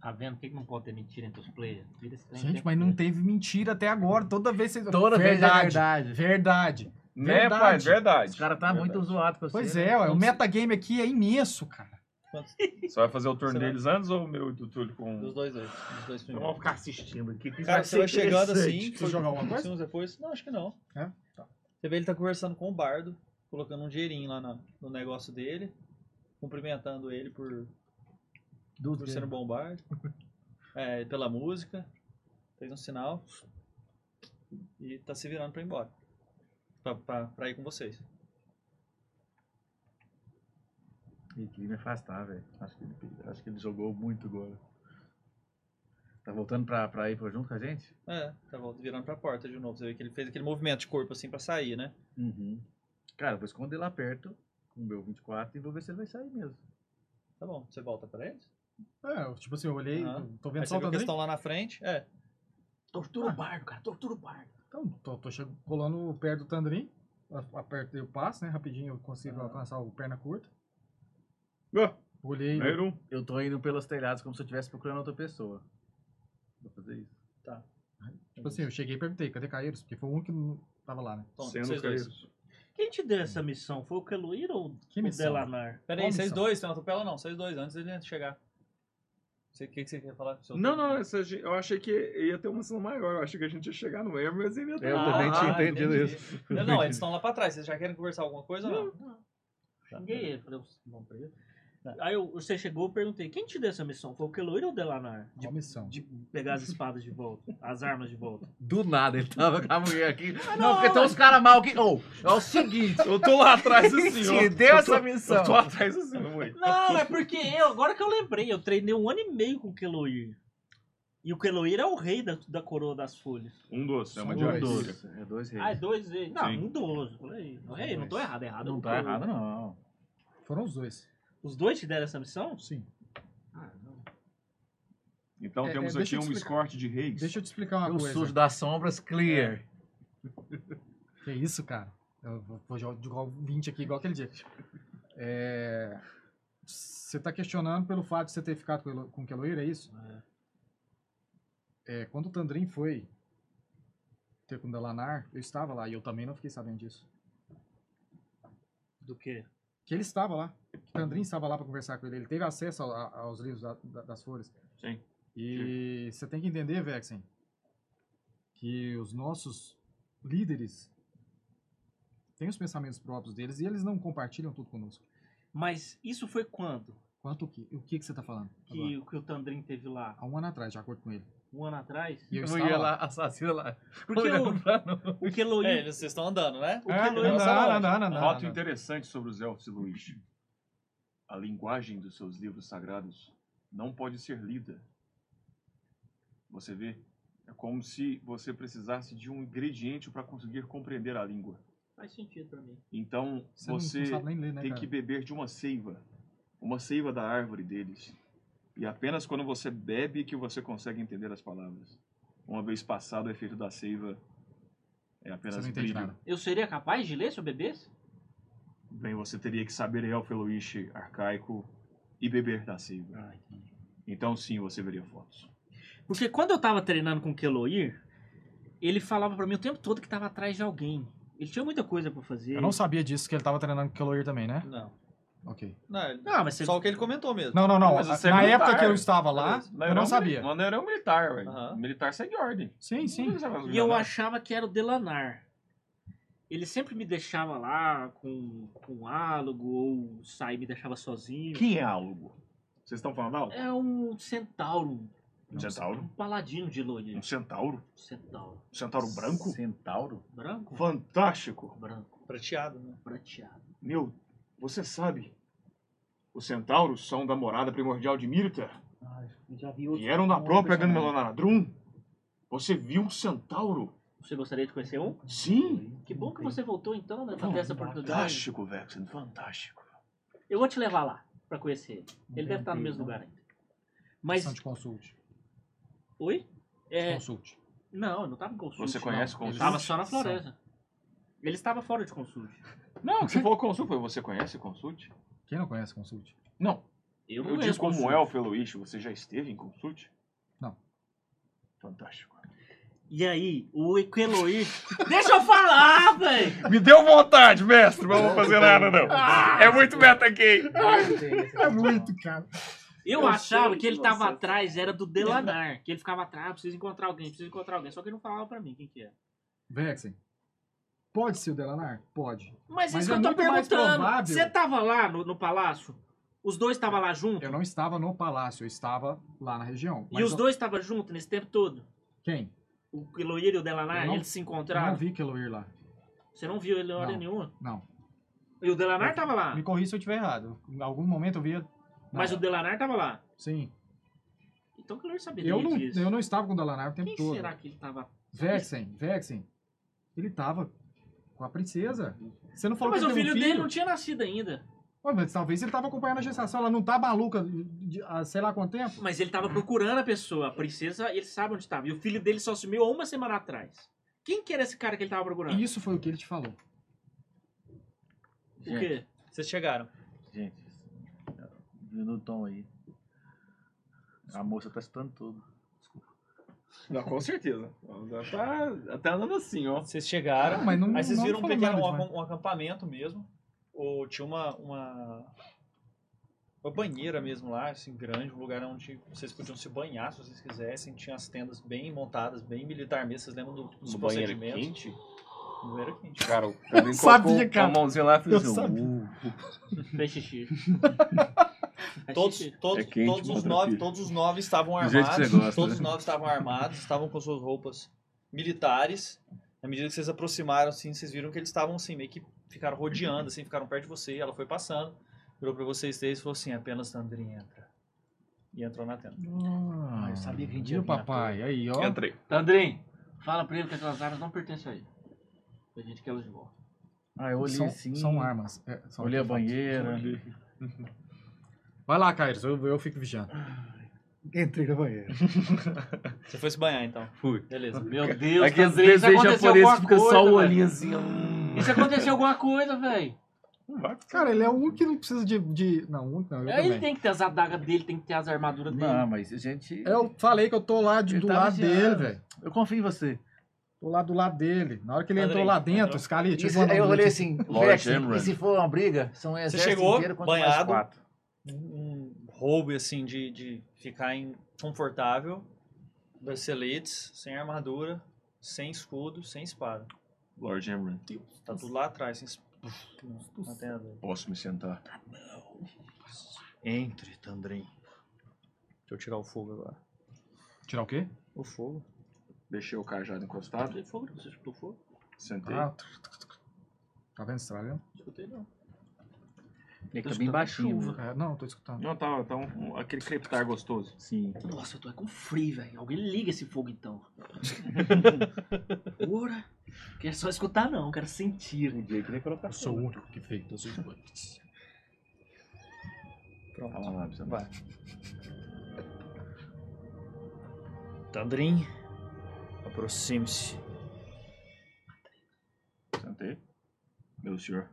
Speaker 6: Tá vendo? Por que que não pode ter mentira entre os players? né? Tira esse trem
Speaker 1: Gente,
Speaker 6: tempo
Speaker 1: mas não teve mentira até agora. Toda vez vocês.
Speaker 6: Toda vez é
Speaker 1: Verdade. Verdade.
Speaker 22: Né, pai? Verdade.
Speaker 4: Os cara
Speaker 5: É
Speaker 4: tá
Speaker 22: Verdade.
Speaker 4: muito zoado com você.
Speaker 1: Pois
Speaker 4: né?
Speaker 1: é, ué, o metagame aqui é imenso, cara.
Speaker 22: Você vai fazer o turno deles antes ou o meu e do Túlio com.
Speaker 2: Dos dois, dois. Dos dois
Speaker 22: Eu
Speaker 2: primeiros.
Speaker 22: vou ficar assistindo aqui. que isso
Speaker 2: Cara, você vai
Speaker 22: ser
Speaker 2: chegando
Speaker 22: interessante.
Speaker 2: assim.
Speaker 22: Foi-
Speaker 2: segundos Depois, não, acho que não.
Speaker 1: É?
Speaker 2: Você vê ele tá conversando com o bardo, colocando um dinheirinho lá na- no negócio dele, cumprimentando ele por,
Speaker 1: Dudu.
Speaker 2: por ser um bom bardo, é, pela música, fez um sinal e tá se virando pra ir embora. Pra, pra, pra ir com vocês.
Speaker 4: Ele queria me afastar, velho. Acho, que ele- acho que ele jogou muito agora. Tá voltando pra, pra ir pra junto com a gente?
Speaker 2: É, tá voltando, virando pra porta de novo. Você vê que ele fez aquele movimento de corpo assim pra sair, né?
Speaker 4: Uhum. Cara, eu vou esconder lá perto com o meu 24 e vou ver se ele vai sair mesmo.
Speaker 2: Tá bom, você volta pra eles?
Speaker 1: É, eu, tipo assim, eu olhei,
Speaker 2: Ah.
Speaker 1: tô vendo
Speaker 2: Aí
Speaker 1: só
Speaker 2: você
Speaker 1: o
Speaker 2: viu que eles
Speaker 1: Tandrinho.
Speaker 2: estão lá na frente, é.
Speaker 23: Tortura o bardo, cara. Tortura o bardo.
Speaker 1: Então, tô, tô chego, colando perto do Tandrin. a- Aperto eu passo, né? Rapidinho eu consigo alcançar o perna curta. Olhei.
Speaker 4: Nairum.
Speaker 3: um?
Speaker 4: Eu tô indo pelos telhados como se eu estivesse procurando outra pessoa. Vou fazer isso.
Speaker 2: Tá.
Speaker 1: Tipo assim, eu cheguei e perguntei, cadê Caeiros? Porque foi o único que não tava lá, né?
Speaker 6: Quem te deu essa missão? Foi o Keluir ou
Speaker 1: Que
Speaker 6: o
Speaker 1: missão?
Speaker 6: Delanar?
Speaker 2: Pera aí, vocês dois, você não atropela não, vocês dois, antes dele chegar. Você- O que, que você quer falar? Seu
Speaker 22: Não, não, essa gente- eu achei que ia ter uma missão maior. Eu achei que a gente ia chegar no Ember, mas ele ia
Speaker 1: É,
Speaker 2: Eu também tinha entendido
Speaker 22: isso.
Speaker 2: Ah, Não, não, eles estão lá pra trás, vocês já querem conversar alguma coisa ou não?
Speaker 6: Xinguei ele. Falei, é bom pra ele. Aí eu- você chegou e perguntei, quem te deu essa missão? Foi o Keluir ou o Delanar?
Speaker 1: De, missão?
Speaker 6: De pegar as espadas de volta, as armas de volta.
Speaker 4: Do nada ele tava com a mulher aqui.
Speaker 6: Ah,
Speaker 4: não,
Speaker 6: não,
Speaker 4: porque tem
Speaker 6: mas-
Speaker 4: uns caras mal aqui. Ô, é o seguinte.
Speaker 22: Eu tô lá atrás do senhor.
Speaker 4: Te deu
Speaker 22: Eu tô-
Speaker 4: essa missão.
Speaker 22: Eu tô atrás do senhor, mãe.
Speaker 6: Não, é porque eu, agora que eu lembrei, eu treinei um ano e meio com o Keloir. E o Keloir é o rei da, da coroa das folhas.
Speaker 3: Um doce,
Speaker 4: é
Speaker 3: uma
Speaker 4: dois.
Speaker 3: diarista.
Speaker 4: É dois reis.
Speaker 6: Ah, é dois reis. Não,
Speaker 3: Sim.
Speaker 6: um doze. Falei, o rei, não tô errado, errado. é
Speaker 4: Não
Speaker 6: o
Speaker 4: tá
Speaker 6: Keloir.
Speaker 4: errado, não.
Speaker 1: Foram os dois.
Speaker 6: Os dois te deram essa missão?
Speaker 1: Sim.
Speaker 6: Ah, não.
Speaker 3: Então
Speaker 1: É,
Speaker 3: temos
Speaker 1: é, deixa
Speaker 3: aqui
Speaker 1: eu te
Speaker 3: um
Speaker 1: explicar.
Speaker 3: escorte de reis.
Speaker 1: Deixa eu te explicar uma
Speaker 4: O
Speaker 1: coisa.
Speaker 4: um sujo das sombras, clear.
Speaker 1: Que isso, cara? Eu vou- vou jogar igual 20 aqui, igual aquele dia. É, Você tá questionando pelo fato de você ter ficado com o Elo- com o Keloir, é isso? É, quando o Tandrin foi ter com o Delanar, eu estava lá e eu também não fiquei sabendo disso.
Speaker 6: Do quê?
Speaker 1: Que ele estava lá. Que o Tandrin estava lá para conversar com ele. Ele teve acesso ao- a- aos livros da- da- das flores.
Speaker 3: Sim.
Speaker 1: E você tem que entender, Vexen, que os nossos líderes têm os pensamentos próprios deles e eles não compartilham tudo conosco.
Speaker 6: Mas isso foi quando
Speaker 1: Quanto o que? O que, que você tá falando?
Speaker 6: que,
Speaker 1: agora?
Speaker 6: o- que o Tandrin teve lá?
Speaker 1: Há um ano atrás, de acordo com ele.
Speaker 6: Um ano atrás?
Speaker 1: E eu
Speaker 4: Eu,
Speaker 1: estava
Speaker 4: ia
Speaker 1: lá.
Speaker 4: lá, assassina lá.
Speaker 6: Porque o,
Speaker 4: Olhando pra nós.
Speaker 6: o Keloir...
Speaker 2: É, eles- vocês estão andando, né?
Speaker 1: É,
Speaker 2: Porque
Speaker 1: não,
Speaker 2: eles são
Speaker 1: não,
Speaker 2: longe.
Speaker 1: não, não, não,
Speaker 3: Fato
Speaker 1: não.
Speaker 3: interessante sobre os elfos, Luiz. A linguagem dos seus livros sagrados não pode ser lida. Você vê? É como se você precisasse de um ingrediente para conseguir compreender a língua.
Speaker 6: Faz sentido pra mim.
Speaker 3: Então,
Speaker 1: Você não-
Speaker 3: você,
Speaker 1: não sabe nem ler, né,
Speaker 3: tem
Speaker 1: cara?
Speaker 3: que beber de uma seiva
Speaker 5: uma seiva da árvore deles. E apenas quando você bebe que você consegue entender as palavras. Uma vez passado o efeito da seiva, é apenas brilho.
Speaker 6: Eu seria capaz de ler se eu bebesse?
Speaker 5: Bem, você teria que saber Elfeloish arcaico e beber da
Speaker 1: Ah,
Speaker 5: seiva. Então sim, você veria fotos.
Speaker 6: Porque quando eu tava treinando com o Keloir, ele falava pra mim o tempo todo que tava atrás de alguém. Ele tinha muita coisa pra fazer.
Speaker 1: Eu não sabia disso, que ele tava treinando com o Keloir também, né?
Speaker 2: Não.
Speaker 1: Ok.
Speaker 2: Não, ele-
Speaker 6: Não, mas você-
Speaker 2: Só o que ele comentou mesmo.
Speaker 1: Não, não, não.
Speaker 2: Mas você é
Speaker 1: Na
Speaker 2: militar.
Speaker 1: época que eu estava lá,
Speaker 2: Beleza.
Speaker 1: eu não sabia.
Speaker 5: Mano, era um militar, velho. Militar segue ordem. assim,
Speaker 1: Sim, sim.
Speaker 6: E eu achava que era o Delanar. Ele sempre me deixava lá com, com álogo ou saía e me deixava sozinho.
Speaker 5: Quem é álogo? Vocês estão falando álogo?
Speaker 6: É um centauro.
Speaker 5: Um centauro?
Speaker 6: Um paladino de Eloy.
Speaker 5: Um centauro?
Speaker 6: Centauro.
Speaker 5: Centauro branco?
Speaker 4: Centauro?
Speaker 6: Branco?
Speaker 5: Fantástico!
Speaker 6: Branco.
Speaker 2: Prateado, né?
Speaker 6: Prateado.
Speaker 5: Meu, você sabe. Os centauros são da morada primordial de Mirta.
Speaker 6: Ah, Já vi
Speaker 5: Vieram da própria Ganmelonaradrum. Você viu um centauro?
Speaker 6: Você gostaria de conhecer um?
Speaker 5: Sim.
Speaker 6: Que bom que você voltou então, né? Pra ter essa oportunidade.
Speaker 5: Fantástico, Vexen, fantástico.
Speaker 6: Eu vou te levar lá pra conhecer ele. Ele deve estar no
Speaker 1: Entendi,
Speaker 6: mesmo
Speaker 1: não.
Speaker 6: lugar ainda. Mas.
Speaker 1: São de consulte.
Speaker 6: Oi? É...
Speaker 1: Consulte.
Speaker 6: Não, eu não tava em consulte.
Speaker 5: Você conhece
Speaker 6: não.
Speaker 5: consulte?
Speaker 6: Eu tava só na floresta. Ele estava fora de consulte.
Speaker 5: Não, se for consulte, você conhece consulte?
Speaker 1: Quem não conhece consulte?
Speaker 5: Não.
Speaker 6: Eu não
Speaker 5: Eu digo
Speaker 6: conheço
Speaker 5: como é
Speaker 6: consulte.
Speaker 5: elfo, Eloísio, você já esteve em consulte?
Speaker 1: Não.
Speaker 5: Fantástico.
Speaker 6: E aí, o Eloy. Deixa eu falar, velho!
Speaker 24: Me deu vontade, mestre, mas não vou fazer nada, não. É muito meta game.
Speaker 1: É muito, cara.
Speaker 6: Eu,
Speaker 1: Eu
Speaker 6: achava
Speaker 1: sei
Speaker 6: que ele
Speaker 1: que
Speaker 6: tava
Speaker 1: você-
Speaker 6: atrás, era do Delanar. Que ele ficava atrás, ah, precisa encontrar alguém, precisa encontrar alguém. Só que ele não falava pra mim quem que era.
Speaker 1: Vexen. Pode ser o Delanar? Pode.
Speaker 6: Mas, isso
Speaker 1: é
Speaker 6: que eu tô
Speaker 1: muito mais
Speaker 6: perguntando.
Speaker 1: provável-
Speaker 6: Você tava lá no, no palácio? Os dois estavam lá junto?
Speaker 1: Eu não estava no palácio, eu estava lá na região.
Speaker 6: E os dois estavam juntos nesse tempo todo?
Speaker 1: Quem?
Speaker 6: O Eloir e o Delanar,
Speaker 1: Eu não-
Speaker 6: eles se
Speaker 1: Eu
Speaker 6: encontraram?
Speaker 1: não vi Keloir lá.
Speaker 6: Você não viu ele na hora
Speaker 1: Não.
Speaker 6: nenhuma?
Speaker 1: Não.
Speaker 6: E o Delanar tava lá?
Speaker 1: Me Ah. corri se eu estiver errado. Em algum momento eu via.
Speaker 6: Mas o Delanar tava lá?
Speaker 1: Sim.
Speaker 6: Então o Eloir saberia
Speaker 1: Eu não,
Speaker 6: disso.
Speaker 1: eu não estava com o Delanar o tempo
Speaker 6: Quem
Speaker 1: todo.
Speaker 6: será que ele tava...
Speaker 1: Vexen, Vexen. Ele tava com a princesa. Você não falou
Speaker 6: Mas
Speaker 1: que
Speaker 6: o
Speaker 1: ele teve
Speaker 6: filho
Speaker 1: um
Speaker 6: dele não tinha nascido ainda.
Speaker 1: Ué, mas talvez ele tava acompanhando a gestação. Ela não tá maluca de- de- há sei lá quanto tempo.
Speaker 6: Mas ele tava procurando a pessoa. A princesa, ele sabe onde tava. E o filho dele só sumiu há uma semana atrás. Quem que era esse cara que ele tava procurando?
Speaker 1: Isso foi o que ele te falou.
Speaker 6: O quê?
Speaker 2: Vocês chegaram.
Speaker 4: Gente, vindo o tom aí. A moça tá citando tudo.
Speaker 5: Não, com certeza. Ela tá até andando assim, ó.
Speaker 2: Vocês chegaram.
Speaker 5: Não, mas não-
Speaker 2: aí vocês
Speaker 5: não
Speaker 2: viram um
Speaker 5: falou
Speaker 2: pequeno
Speaker 5: nada demais.
Speaker 2: um, um acampamento mesmo. Ou tinha uma, uma. Uma banheira mesmo lá, assim, grande, um lugar onde vocês podiam se banhar se vocês quisessem. Tinha as tendas bem montadas, bem militar mesmo. Vocês lembram do- dos
Speaker 5: No banheiro
Speaker 2: procedimentos?
Speaker 5: quente?
Speaker 2: Não era quente.
Speaker 5: Cara, o
Speaker 4: cara Eu sabia, colocou cara. a mãozinha lá e fez Eu assim, sabia.
Speaker 6: Fez xixi.
Speaker 2: Todos, todos,
Speaker 4: É quente,
Speaker 2: todos, os
Speaker 4: mano,
Speaker 2: nove,
Speaker 4: filho.
Speaker 2: todos os nove estavam
Speaker 4: Do jeito que
Speaker 2: armados.
Speaker 4: você gosta,
Speaker 2: todos os
Speaker 4: né?
Speaker 2: nove estavam armados, estavam com suas roupas militares. Na medida que vocês aproximaram, assim, vocês viram que eles estavam assim, meio que ficaram rodeando, assim, ficaram perto de você. e Ela foi passando, virou pra vocês três e falou assim: apenas Sandrinha entra. E entrou na tenda.
Speaker 1: Ah,
Speaker 2: eu sabia que a gente ia
Speaker 1: Viu,
Speaker 2: vir à
Speaker 1: papai? Aí, ó.
Speaker 5: Entrei.
Speaker 6: Tandrin, fala pra ele que aquelas armas não pertencem a ele. A gente quer elas de volta.
Speaker 4: Ah, eu olhei
Speaker 6: um
Speaker 1: são,
Speaker 4: assim.
Speaker 1: São armas. É, são
Speaker 4: olhei a
Speaker 1: artefatos.
Speaker 4: banheira.
Speaker 1: Vai lá, Cairo, eu, eu fico vigiando.
Speaker 25: Entrei na banheira.
Speaker 2: Você foi se banhar então?
Speaker 4: Fui.
Speaker 2: Beleza.
Speaker 6: Meu Deus,
Speaker 4: Aqui às
Speaker 6: Tandrin,
Speaker 4: vezes
Speaker 6: isso
Speaker 4: é
Speaker 6: aconteceu
Speaker 4: japonês
Speaker 6: alguma
Speaker 4: que fica
Speaker 6: coisa,
Speaker 4: só o
Speaker 6: velho.
Speaker 4: olhinho assim. ó.
Speaker 6: Isso aconteceu alguma coisa, velho.
Speaker 1: Cara, ele é o único que não precisa de. de... Não, o único não. Eu
Speaker 6: É Ele
Speaker 1: também.
Speaker 6: tem que ter as adagas dele, tem que ter as armaduras dele.
Speaker 4: Não, mas a gente.
Speaker 1: Eu falei que eu tô lá de-
Speaker 4: Ele
Speaker 1: do
Speaker 4: tá
Speaker 1: lado dele,
Speaker 4: vigiando.
Speaker 1: velho.
Speaker 4: Eu confio em você.
Speaker 1: Tô lá do lado dele. Na hora que ele
Speaker 2: Andrei,
Speaker 1: entrou lá dentro,
Speaker 2: entrou.
Speaker 1: os caras
Speaker 25: E se-
Speaker 1: um
Speaker 25: eu olhei assim, Vex, e se for uma briga, são um
Speaker 2: Você
Speaker 25: exército
Speaker 2: chegou,
Speaker 25: inteiro contra mais
Speaker 2: banhado,
Speaker 25: quatro.
Speaker 2: um um roubo assim de, de ficar em- confortável, braceletes, sem armadura, sem escudo, sem espada.
Speaker 5: Lord Emran,
Speaker 2: Tá tudo lá atrás, sem es- na tenda.
Speaker 5: posso me sentar?
Speaker 2: Entre, Tandrin. Deixa eu tirar o fogo agora.
Speaker 1: Tirar o quê?
Speaker 2: O fogo?
Speaker 5: Deixei o cajado encostado,
Speaker 6: fogo, você escutou fogo?
Speaker 5: sentei.
Speaker 1: Ah, tá vendo esse trabalho?
Speaker 6: Escutei não.
Speaker 4: É que tá bem baixinho. né?
Speaker 1: É, não, tô escutando.
Speaker 5: Não, tá, tá um- um- aquele creptar gostoso.
Speaker 4: Sim.
Speaker 6: Nossa, eu tô é com frio, velho. Alguém liga esse fogo então. Ora, quero só escutar não, quero sentir. né? tá
Speaker 4: Um dia eu queria colocar.
Speaker 1: Sou o único que fez todos os banhos.
Speaker 2: Pronto.
Speaker 5: Fala lá, precisa-
Speaker 2: Vai. Tandrin, aproxime-se.
Speaker 5: Sentei. Meu senhor.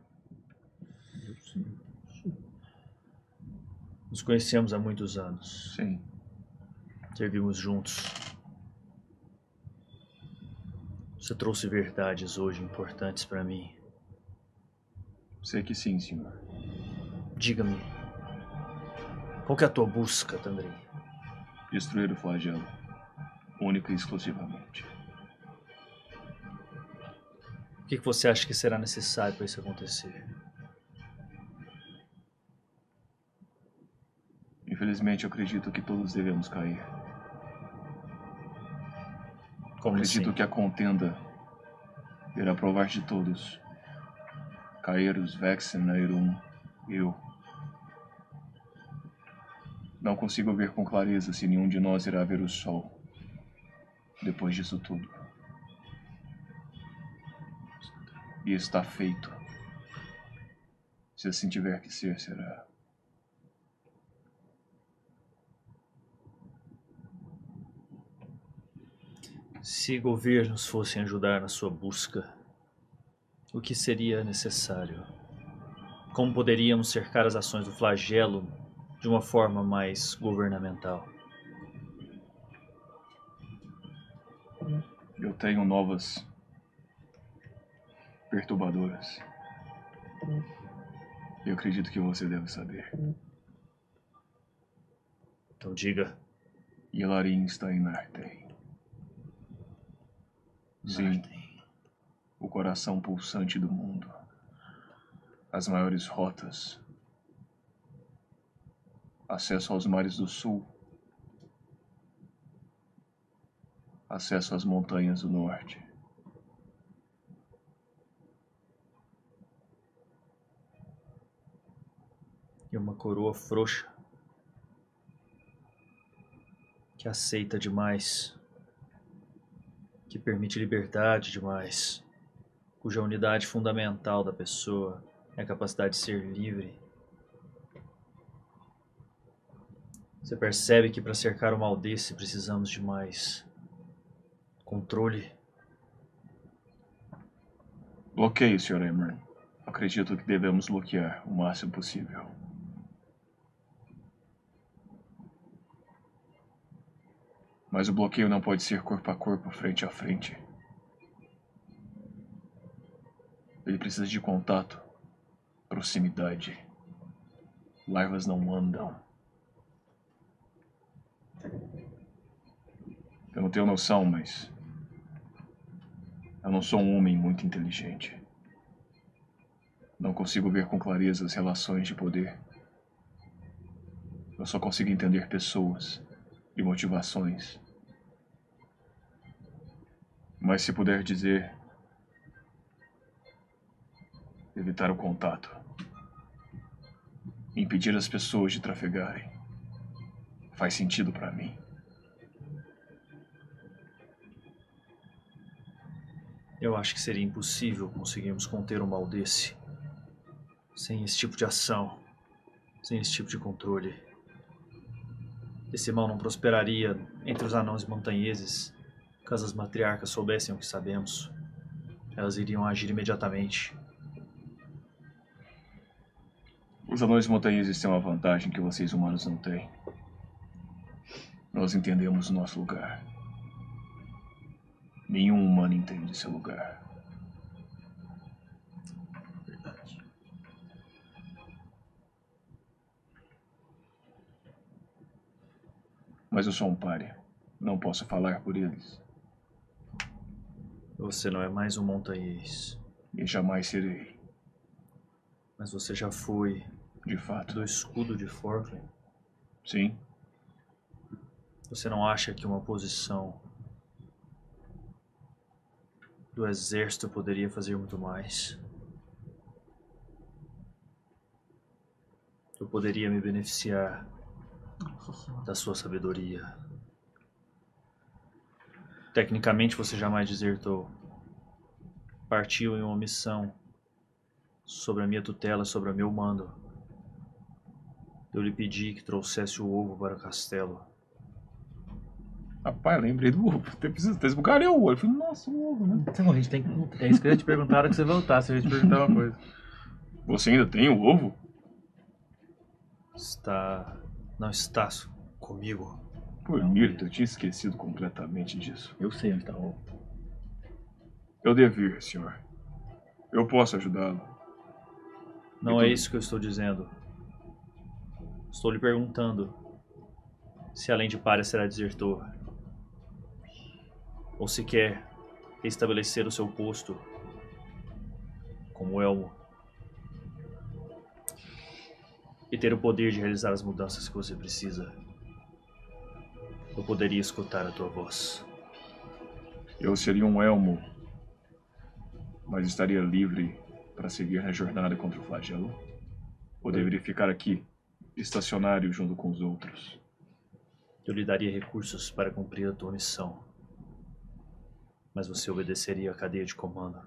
Speaker 2: Nos conhecemos há muitos anos.
Speaker 5: Sim.
Speaker 2: Servimos juntos. Você trouxe verdades hoje importantes para mim.
Speaker 5: Sei que sim, senhor.
Speaker 2: Diga-me, qual que é a tua busca, Tandrin?
Speaker 5: Destruir o flagelo. Único e exclusivamente.
Speaker 2: O que, que você acha que será necessário para isso acontecer?
Speaker 5: Infelizmente, eu acredito que todos devemos cair.
Speaker 2: Como
Speaker 5: acredito
Speaker 2: assim?
Speaker 5: que a contenda irá provar de todos. Cair os Vexen, Nairum, eu. Não consigo ver com clareza se nenhum de nós irá ver o sol depois disso tudo. E está feito. Se assim tiver que ser, será.
Speaker 2: Se governos fossem ajudar na sua busca, o que seria necessário? Como poderíamos cercar as ações do flagelo de uma forma mais governamental?
Speaker 5: Eu tenho novas perturbadoras. Eu acredito que você deve saber.
Speaker 2: Então diga.
Speaker 5: Yelarin está em Nartei. Sim. O coração pulsante do mundo. As maiores rotas. Acesso aos mares do sul. Acesso às montanhas do norte.
Speaker 2: E uma coroa frouxa que aceita demais, que permite liberdade demais, cuja unidade fundamental da pessoa é a capacidade de ser livre. Você percebe que para cercar o mal desse precisamos de mais controle.
Speaker 5: Bloqueio, Sr. Emran. Acredito que devemos bloquear o máximo possível. Mas o bloqueio não pode ser corpo a corpo, frente a frente. Ele precisa de contato, proximidade. Larvas não andam. Eu não tenho noção, mas. Eu não sou um homem muito inteligente. Não consigo ver com clareza as relações de poder. Eu só consigo entender pessoas e motivações. Mas se puder dizer. Evitar o contato. Impedir as pessoas de trafegarem. Faz sentido para mim.
Speaker 2: Eu acho que seria impossível conseguirmos conter um mal desse sem esse tipo de ação, sem esse tipo de controle. Esse mal não prosperaria entre os anões montanheses caso as matriarcas soubessem o que sabemos. Elas iriam agir imediatamente.
Speaker 5: Os anões montanheses têm uma vantagem que vocês humanos não têm. Nós entendemos o nosso lugar. Nenhum humano entende seu lugar. Mas eu sou um pária. Não posso falar por eles.
Speaker 2: Você não é mais um montanhês.
Speaker 5: E jamais serei.
Speaker 2: Mas você já foi.
Speaker 5: De fato.
Speaker 2: Do escudo de Forklin.
Speaker 5: Sim.
Speaker 2: Você não acha que uma posição do exército poderia fazer muito mais? Eu poderia me beneficiar da sua sabedoria. Tecnicamente você jamais desertou. Partiu em uma missão sobre a minha tutela, sobre o meu mando. Eu lhe pedi que trouxesse o ovo para o castelo.
Speaker 5: Rapaz, eu lembrei do ovo. Até preciso, até esbugalhei o olho. Eu Falei, nossa, o ovo, né?
Speaker 4: Então, a gente tem que. É isso que eu ia te perguntar na hora que você voltasse. Eu ia te perguntar uma coisa.
Speaker 5: Você ainda tem o ovo?
Speaker 2: Está. Não está so- comigo.
Speaker 5: Por Mirta, eu tinha esquecido completamente disso.
Speaker 4: Eu sei onde
Speaker 5: tá
Speaker 4: está o ovo.
Speaker 5: Eu devia, senhor. Eu posso ajudá-lo.
Speaker 2: Não
Speaker 5: E
Speaker 2: é
Speaker 5: tu-
Speaker 2: isso que eu estou dizendo. Estou lhe perguntando se além de Pária será desertor. Ou se quer restabelecer o seu posto como elmo. E ter o poder de realizar as mudanças que você precisa. Eu poderia escutar a tua voz.
Speaker 5: Eu seria um elmo, mas estaria livre para seguir na jornada contra o flagelo? Ou deveria ficar aqui, estacionário junto com os outros?
Speaker 2: Eu lhe daria recursos para cumprir a tua missão. Mas você obedeceria à cadeia de comando,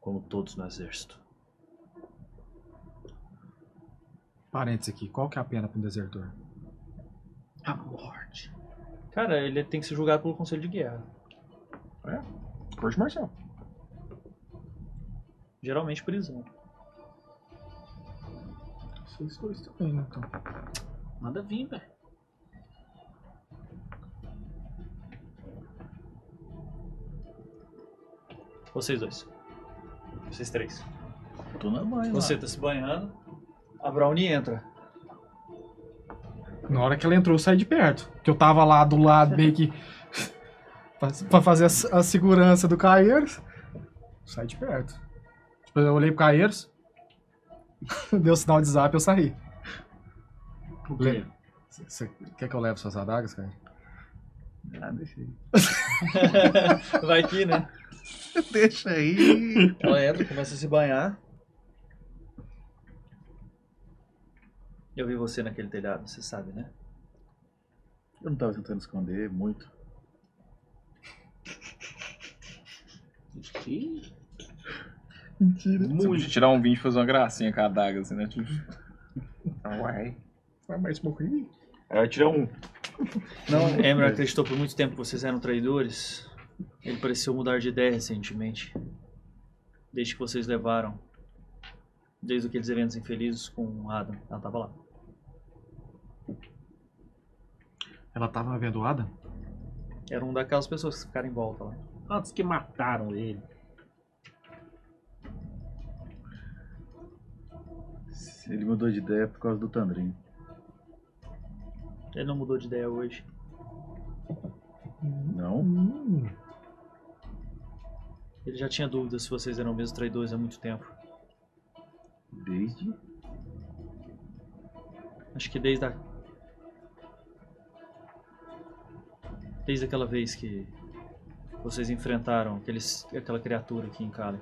Speaker 2: como todos no exército.
Speaker 1: Parênteses aqui, qual que é a pena para um desertor?
Speaker 2: A morte.
Speaker 26: Cara, ele tem que ser julgado pelo Conselho de Guerra.
Speaker 5: É? Corte marcial.
Speaker 26: Geralmente prisão.
Speaker 1: Vocês dois também, né? Então.
Speaker 6: Manda vir, velho.
Speaker 26: Vocês dois. Vocês três.
Speaker 4: Tô na banha.
Speaker 26: Você tá se banhando. A Brownie entra.
Speaker 1: Na hora que ela entrou, eu saí de perto. Que eu tava lá do lado, meio que. pra- pra fazer a, s- a segurança do Caeiros. Saí de perto. Tipo, eu olhei pro Caeiros. deu sinal de zap, eu saí.
Speaker 4: Por
Speaker 1: quê? Você quer que eu leve suas adagas, cara?
Speaker 4: Ah, deixa aí.
Speaker 26: Vai aqui, né?
Speaker 4: Deixa aí.
Speaker 26: Ela entra, começa a se banhar.
Speaker 2: Eu vi você naquele telhado, você sabe, né?
Speaker 4: Eu não tava tentando esconder muito.
Speaker 5: Mentira. Você podia tirar um vinho e fazer uma gracinha com a adaga, assim, né? Tipo... Uai. Vai mais morrer?
Speaker 27: Aí eu tirar um.
Speaker 2: Não, Emmer acreditou por muito tempo que vocês eram traidores. Ele pareceu mudar de ideia recentemente. Desde que vocês levaram. Desde aqueles eventos infelizes com Adam. Ela tava lá.
Speaker 1: Ela tava avendoada?
Speaker 26: Era um daquelas pessoas que ficaram em volta lá.
Speaker 6: Antes que mataram ele.
Speaker 4: Ele mudou de ideia por causa do Tandrin.
Speaker 2: Ele não mudou de ideia hoje.
Speaker 4: Não?
Speaker 2: Ele já tinha dúvidas se vocês eram mesmo traidores há muito tempo.
Speaker 4: Desde?
Speaker 2: Acho que desde a... Desde aquela vez que vocês enfrentaram aqueles, aquela criatura aqui em Cali.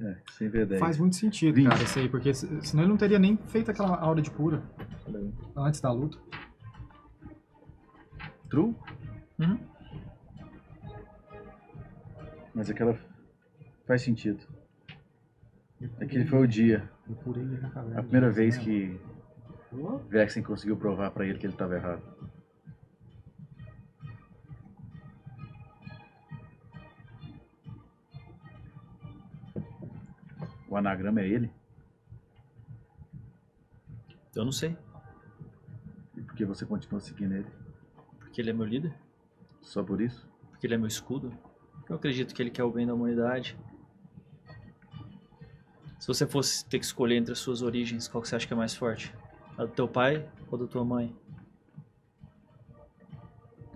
Speaker 4: É, sem ver ideia.
Speaker 1: Faz muito sentido, cara, isso aí, porque se- senão ele não teria nem feito aquela aura de cura antes da luta.
Speaker 4: True? Hum?
Speaker 2: Uhum.
Speaker 4: Mas aquela. Faz sentido. Aquele foi o dia.
Speaker 1: Eu curei ele na
Speaker 5: É
Speaker 1: caverna.
Speaker 4: É A primeira vez que
Speaker 1: Uou.
Speaker 4: Vexen conseguiu provar pra ele que ele tava errado. O anagrama é ele?
Speaker 2: Eu não sei,
Speaker 4: E por que você continua seguindo ele?
Speaker 2: porque ele é meu líder,
Speaker 4: Só por isso?
Speaker 2: porque ele é meu escudo. Eu acredito que ele quer o bem da humanidade. Se você fosse ter que escolher entre as suas origens, qual que você acha que é mais forte? A do teu pai ou da tua mãe?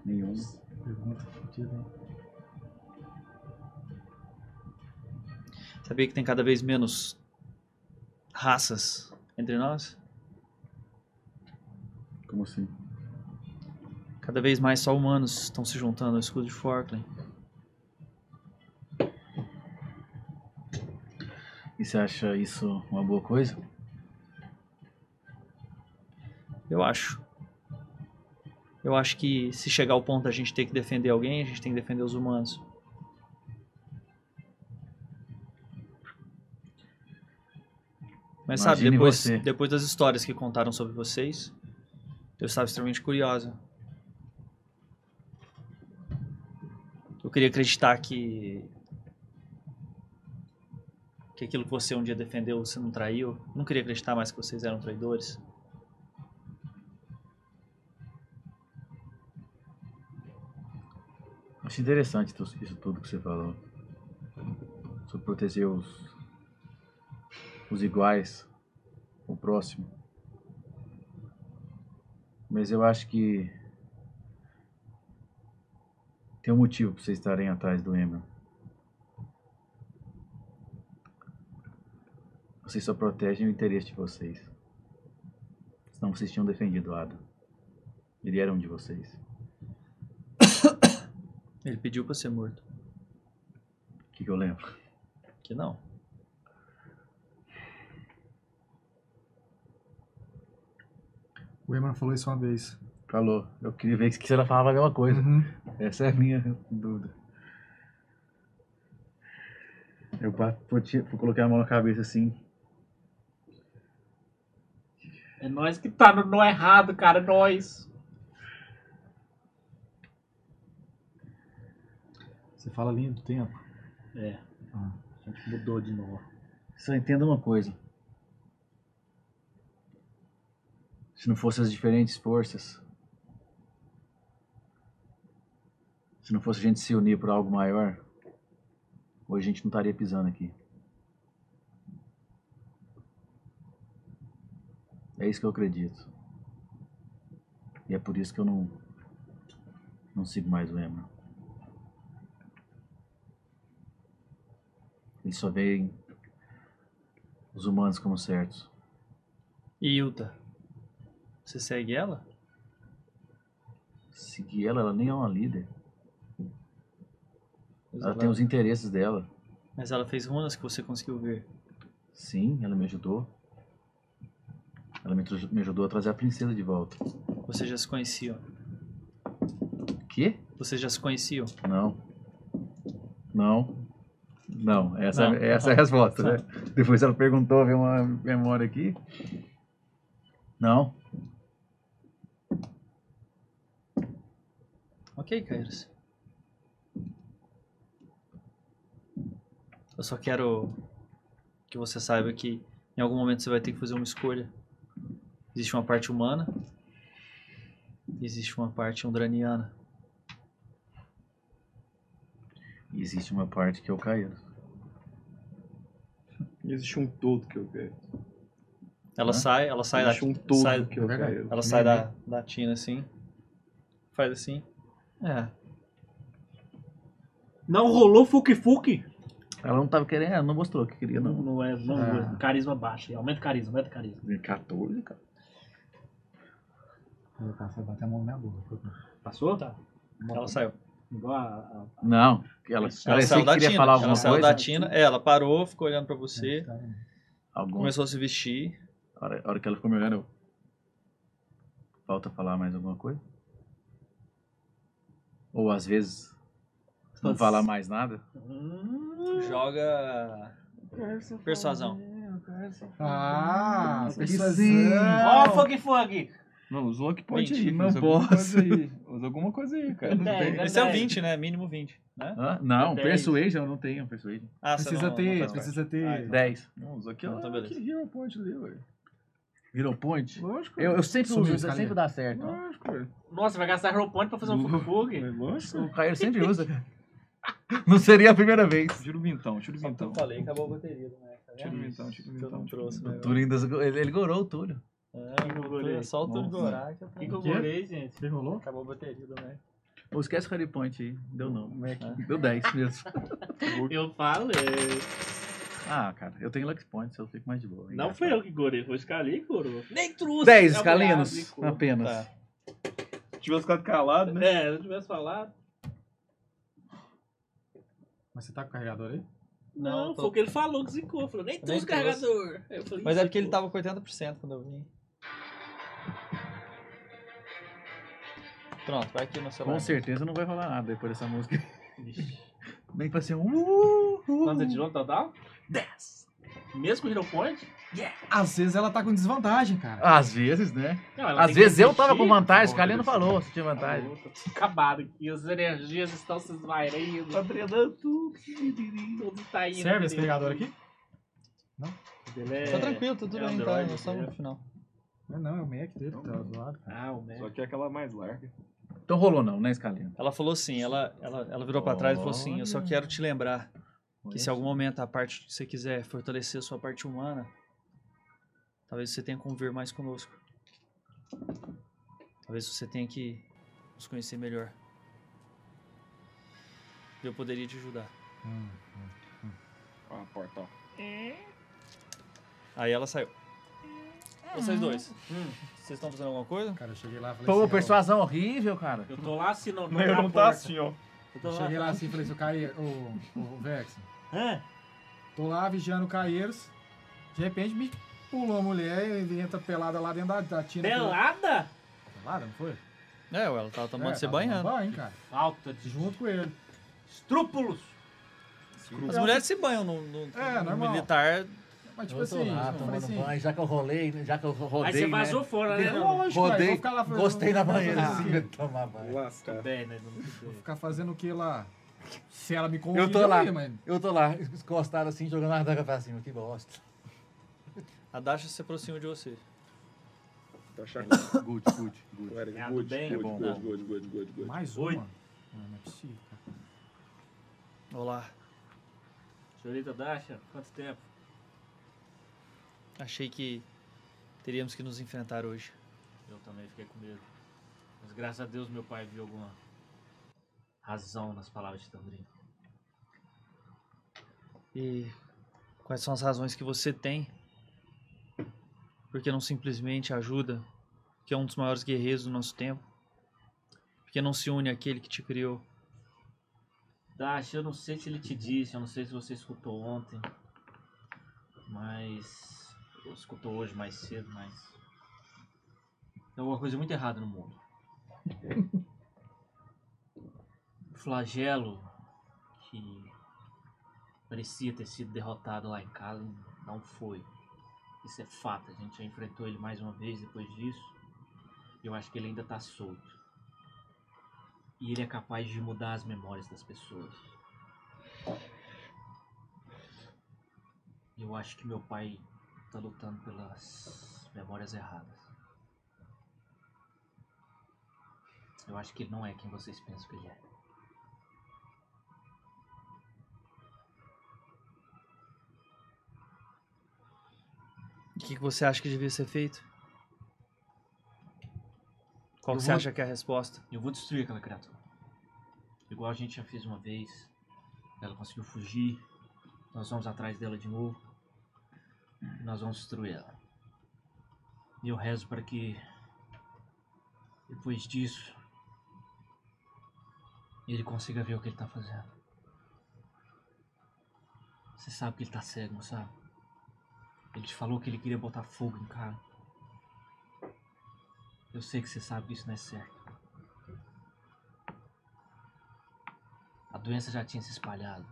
Speaker 4: Nenhum.
Speaker 1: Pergunta fodida, hein?
Speaker 2: Sabia que tem cada vez menos raças entre nós?
Speaker 4: Como assim?
Speaker 2: Cada vez mais só humanos estão se juntando ao escudo de Forkland.
Speaker 4: E você acha isso uma boa coisa?
Speaker 2: Eu acho. Eu acho que se chegar ao ponto da gente ter que defender alguém, a gente tem que defender os humanos. Mas sabe,
Speaker 4: Imagine
Speaker 2: depois,
Speaker 4: você.
Speaker 2: depois das histórias que contaram sobre vocês, eu estava extremamente curiosa. Eu queria acreditar que. que aquilo que você um dia defendeu você não traiu. Não queria acreditar mais que vocês eram traidores.
Speaker 4: Acho interessante tu- isso tudo que você falou. Sobre proteger os. os iguais, o próximo. Mas eu acho que. tem um motivo pra vocês estarem atrás do Emel. Vocês só protegem o interesse de vocês. Senão vocês tinham defendido o Adam. Ele era um de vocês.
Speaker 2: Ele pediu pra ser morto.
Speaker 4: O que, que eu lembro?
Speaker 2: Que não.
Speaker 1: O Eman falou isso uma vez.
Speaker 4: Falou. Eu queria ver se ela falava a mesma coisa. Essa é a minha dúvida. Eu bato- vou ti- vou colocar a mão na cabeça assim.
Speaker 28: É nós que tá no nó errado, cara, é nós.
Speaker 1: Você fala linha do tempo.
Speaker 6: É. A gente mudou de novo.
Speaker 4: Só entenda uma coisa. Se não fossem as diferentes forças, se não fosse a gente se unir por algo maior, hoje a gente não estaria pisando aqui. É isso que eu acredito. E é por isso que eu não não sigo mais o Emma. Ele só veem os humanos como certos.
Speaker 2: E Yuta? Você segue ela?
Speaker 4: Seguir ela, ela nem é uma líder.
Speaker 2: Mas
Speaker 4: ela
Speaker 2: ela-
Speaker 4: tem
Speaker 10: um
Speaker 4: os interesses dela.
Speaker 2: Mas ela fez runas que você conseguiu ver.
Speaker 4: Sim, ela me ajudou. Ela me, tru- me ajudou a trazer a princesa de volta.
Speaker 2: Vocês já se conheciam.
Speaker 4: Quê?
Speaker 2: Vocês já se conheciam.
Speaker 4: Não. Não. Não, essa,
Speaker 2: Não.
Speaker 4: essa é a
Speaker 2: Tá.
Speaker 4: resposta, né?
Speaker 2: Tá.
Speaker 4: Depois ela perguntou, veio uma memória aqui. Não.
Speaker 2: Ok, Kairos. Eu só quero que você saiba que em algum momento você vai ter que fazer uma escolha. Existe uma parte humana. e Existe uma parte undraniana.
Speaker 4: E Existe uma parte que é eu caí.
Speaker 10: Existe um todo que eu quero.
Speaker 2: Ela
Speaker 10: Hã?
Speaker 2: sai, ela sai da
Speaker 10: Existe um todo
Speaker 2: sai-
Speaker 10: que eu quero.
Speaker 2: Ela sai da, da tina assim. Faz assim. É.
Speaker 28: Não rolou fuque-fuque?
Speaker 4: Ela não tava querendo, ela não mostrou que queria, não.
Speaker 28: Não é, não
Speaker 4: Ah.
Speaker 28: é. Carisma baixa. Aumenta o carisma, aumenta o carisma.
Speaker 4: 14, cara.
Speaker 1: O cara foi bater a mão na minha boca.
Speaker 28: Passou? Tá.
Speaker 2: Ela saiu.
Speaker 28: Igual a- a-
Speaker 4: Não. Ela,
Speaker 2: Ela
Speaker 4: parecia
Speaker 2: saiu
Speaker 4: que
Speaker 2: da
Speaker 4: queria
Speaker 2: Tina.
Speaker 4: falar
Speaker 2: Ela
Speaker 4: alguma
Speaker 2: saiu
Speaker 4: coisa.
Speaker 2: da Tina. É, ela parou, ficou olhando pra você.
Speaker 4: Algum-
Speaker 2: Começou a se vestir.
Speaker 4: A hora, a hora que ela ficou me olhando, eu... Falta falar mais alguma coisa? Ou às vezes não
Speaker 2: Pode
Speaker 4: falar
Speaker 2: ser.
Speaker 4: mais nada?
Speaker 2: Joga. Persuasão.
Speaker 1: Ah,
Speaker 4: Isso aqui
Speaker 1: persuasão.
Speaker 4: sim.
Speaker 28: Ó, o Fug Fug!
Speaker 10: Não, usou aqui pode
Speaker 2: Vinte.
Speaker 10: ir.
Speaker 2: Não
Speaker 10: usa alguma
Speaker 2: posso.
Speaker 10: coisa aí. Usa alguma coisa aí, cara. Não
Speaker 28: Dez,
Speaker 10: tem-
Speaker 28: né?
Speaker 2: Esse é o 20, né? Mínimo 20, né?
Speaker 4: Hã? Não,
Speaker 2: Dez.
Speaker 4: persuasion, eu não tenho persuasion.
Speaker 2: Ah, você
Speaker 1: Precisa
Speaker 2: não-
Speaker 1: ter,
Speaker 2: não faz
Speaker 1: precisa
Speaker 2: parte.
Speaker 1: ter.
Speaker 2: Ah, então.
Speaker 4: 10.
Speaker 10: Não, usa aqui.
Speaker 2: Então,
Speaker 10: ó,
Speaker 2: tá
Speaker 10: que
Speaker 2: beleza.
Speaker 10: hero point ali, ué.
Speaker 4: Virou point?
Speaker 10: Lógico.
Speaker 4: Eu, eu sempre
Speaker 1: Sumiu,
Speaker 4: uso,
Speaker 1: cara.
Speaker 4: sempre dá certo. ó.
Speaker 10: Lógico, ué.
Speaker 28: Nossa, vai gastar Hero Point pra fazer um Fug Fug?
Speaker 10: Lógico.
Speaker 4: O Caio sempre usa. Não seria a primeira vez.
Speaker 10: Tira o vintão, tira o vintão.
Speaker 2: Eu falei, acabou a bateria do Mac, tá
Speaker 10: Tira o
Speaker 2: vendo?
Speaker 10: vintão, tira o
Speaker 2: Que eu não
Speaker 10: vintão.
Speaker 2: trouxe, né?
Speaker 4: Túlio ainda, ele, ele gorou o Túlio.
Speaker 2: É, só o Tony Gorá que eu
Speaker 28: Que que eu
Speaker 4: Quê?
Speaker 28: gorei, gente?
Speaker 1: Você rolou?
Speaker 2: Acabou a bateria né? do Mac.
Speaker 4: Ou esquece o Harry Point aí. Deu não. É. Deu 10 mesmo.
Speaker 28: Eu falei.
Speaker 4: ah, cara, eu tenho Lux Points, eu fico mais de boa.
Speaker 28: Não fui eu que gorei, foi o Scali que gorou. Nem trouxe. né?
Speaker 4: 10
Speaker 6: né,
Speaker 28: Gabriel
Speaker 4: escalinos
Speaker 28: aplicou.
Speaker 4: apenas.
Speaker 6: Tá,
Speaker 10: Se tivesse ficado calado, né?
Speaker 28: É, se eu tivesse falado.
Speaker 1: Mas você tá com o carregador aí?
Speaker 28: Não,
Speaker 2: Não, tô-
Speaker 28: foi o que ele falou que zicou. Falou, nem trouxe
Speaker 2: trouxe.
Speaker 28: o carregador. Aí eu falei,
Speaker 2: Mas é
Speaker 28: "Zicou."
Speaker 2: porque ele tava com 80% quando eu vim. Pronto, vai aqui no
Speaker 6: tá
Speaker 2: celular.
Speaker 4: Com certeza não vai rolar nada depois dessa música.
Speaker 28: Vixe.
Speaker 4: Nem pra ser um. Uh, uh,
Speaker 28: tá Quanto é de novo, total?
Speaker 4: 10.
Speaker 6: Mesmo com o Hero Point?
Speaker 1: Às vezes ela tá com desvantagem, cara.
Speaker 4: Às vezes, né?
Speaker 6: Não, ela
Speaker 4: Às
Speaker 6: tem
Speaker 4: vezes
Speaker 6: que
Speaker 4: eu tava
Speaker 6: resistir,
Speaker 4: com vantagem, o
Speaker 6: pô,
Speaker 4: cara não
Speaker 6: resistir.
Speaker 4: falou se tinha vantagem.
Speaker 6: Acabado aqui, as energias estão se esvairindo. Tá drenando tudo. Tudo tá indo.
Speaker 1: Serve esse pegador aqui?
Speaker 6: Beleza.
Speaker 29: Tá tranquilo, tá tudo
Speaker 6: É
Speaker 29: bem, tá?
Speaker 6: Android,
Speaker 29: Nós estamos
Speaker 6: é.
Speaker 29: no final.
Speaker 1: Não, não, é o Mac dele que tá do lado.
Speaker 6: Ah, o Mac.
Speaker 5: Só que é aquela mais larga.
Speaker 4: Então rolou não, né, Escalino?
Speaker 2: Ela falou assim, ela, ela, ela virou pra trás e falou assim, eu só
Speaker 4: Olha.
Speaker 2: quero te lembrar que se
Speaker 4: Olha.
Speaker 2: em algum momento a parte que você quiser fortalecer a sua parte humana, talvez você tenha que conviver mais conosco. Talvez você tenha que nos conhecer melhor. E Eu poderia te ajudar.
Speaker 1: Hum,
Speaker 5: Ah, portal.
Speaker 2: Aí ela saiu. Vocês dois. Vocês estão fazendo alguma coisa?
Speaker 1: Cara, eu cheguei lá e assim,
Speaker 4: Pô, persuasão horrível, cara.
Speaker 6: Eu tô lá se não.
Speaker 1: Mas eu é não tá assim,
Speaker 5: ó.
Speaker 6: Eu tô
Speaker 1: Eu
Speaker 6: lá.
Speaker 1: cheguei lá assim e falei assim, o Cair, o, o Vex. Tô lá vigiando o Caeiros. De repente me pulou a mulher e entra pelada lá dentro da, da tina.
Speaker 6: Pelada?
Speaker 1: Pelada, não foi?
Speaker 2: É, ela tava tomando
Speaker 1: É,
Speaker 2: você
Speaker 1: tava
Speaker 2: banhando.
Speaker 1: tomando banho, cara.
Speaker 6: Falta de...
Speaker 1: Junto com ele.
Speaker 6: Estrúpulos!
Speaker 2: As mulheres se banham no, no-
Speaker 1: É,
Speaker 2: no
Speaker 1: normal.
Speaker 2: militar.
Speaker 1: Mas tipo
Speaker 30: Eu tô
Speaker 1: assim,
Speaker 30: lá,
Speaker 1: eu falei
Speaker 30: tomando
Speaker 1: assim-
Speaker 30: banho, já que eu rolei, né, já que eu rodei,
Speaker 6: Aí você vazou
Speaker 30: né?
Speaker 6: fora, né?
Speaker 30: É
Speaker 6: Lógico,
Speaker 1: cara, eu vou
Speaker 30: rodei,
Speaker 1: ficar lá fazendo-
Speaker 30: gostei na banheira,
Speaker 1: Ah.
Speaker 30: assim, de tomar banho.
Speaker 6: Tudo bem, né? Não-
Speaker 1: Vou ficar fazendo o que lá? Se ela me convida,
Speaker 30: Eu tô lá,
Speaker 1: ia, mas-
Speaker 30: eu tô lá, encostado assim, jogando a adaga pra cima, que bosta.
Speaker 2: A Dasha se aproxima de você.
Speaker 5: Dasha.
Speaker 4: Good, good, good.
Speaker 28: É
Speaker 6: Ganhado
Speaker 5: Good, Tá good,
Speaker 6: bem,
Speaker 5: good,
Speaker 6: bom,
Speaker 5: good,
Speaker 28: né?
Speaker 6: bom.
Speaker 5: good, good, good, good.
Speaker 1: Mais
Speaker 6: Oi.
Speaker 1: uma? Ah, não é possível, cara.
Speaker 2: Olá.
Speaker 6: Senhorita Dasha, quanto tempo?
Speaker 2: Achei que teríamos que nos enfrentar hoje.
Speaker 6: Eu também fiquei com medo. Mas graças a Deus meu pai viu alguma razão nas palavras de Tandrin.
Speaker 2: E quais são as razões que você tem? Porque não simplesmente ajuda, que é um dos maiores guerreiros do nosso tempo. Porque não se une àquele que te criou.
Speaker 6: Dasha, eu não sei se ele te disse, eu não sei se você escutou ontem, mas. Ou escutou hoje mais cedo, mas. Tem alguma coisa muito errada no mundo. O flagelo que parecia ter sido derrotado lá em casa não foi. Isso é fato, a gente já enfrentou ele mais uma vez depois disso. E eu acho que ele ainda tá solto. E ele é capaz de mudar as memórias das pessoas. Eu acho que meu pai tá lutando pelas memórias erradas. Eu acho que ele não é quem vocês pensam que ele é.
Speaker 2: O que, que você acha que devia ser feito? Qual
Speaker 6: Eu
Speaker 2: que você
Speaker 6: vou-
Speaker 2: acha que é a resposta?
Speaker 6: Eu vou destruir aquela criatura. Igual a gente já fez uma vez. Ela conseguiu fugir. Nós vamos atrás dela de novo. E nós vamos destruir ela. E eu rezo para que depois disso ele consiga ver o que ele tá fazendo. Você sabe que ele tá cego, não sabe? Ele te falou que ele queria botar fogo em cara. Eu sei que você sabe que isso não é certo. A doença já tinha se espalhado.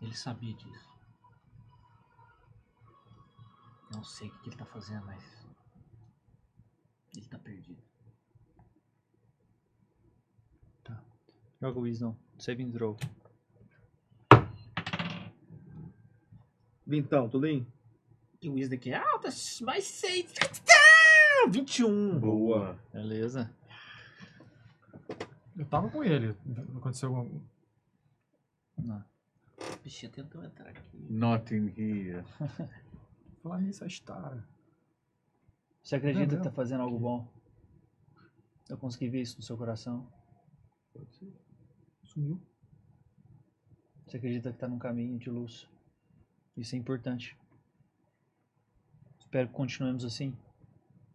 Speaker 6: Ele sabia disso. Não sei o que que ele tá fazendo, mas. Ele tá perdido.
Speaker 2: Joga o Wisdom. Saving throw.
Speaker 31: Vintão, tudo bem?
Speaker 6: E o Isda aqui é alta, mais 6. 21.
Speaker 31: Boa.
Speaker 2: Beleza.
Speaker 1: Eu tava com ele. Aconteceu alguma.
Speaker 2: Não.
Speaker 6: O bichinho tentou entrar aqui.
Speaker 4: Not in here.
Speaker 1: Falar nisso, tá. a Stara.
Speaker 2: Você acredita
Speaker 1: Não,
Speaker 2: que
Speaker 1: não.
Speaker 2: tá fazendo algo bom? Eu consegui ver isso no seu coração.
Speaker 1: Sumiu.
Speaker 2: Você acredita que tá num caminho de luz. Isso é importante. Espero que continuemos assim,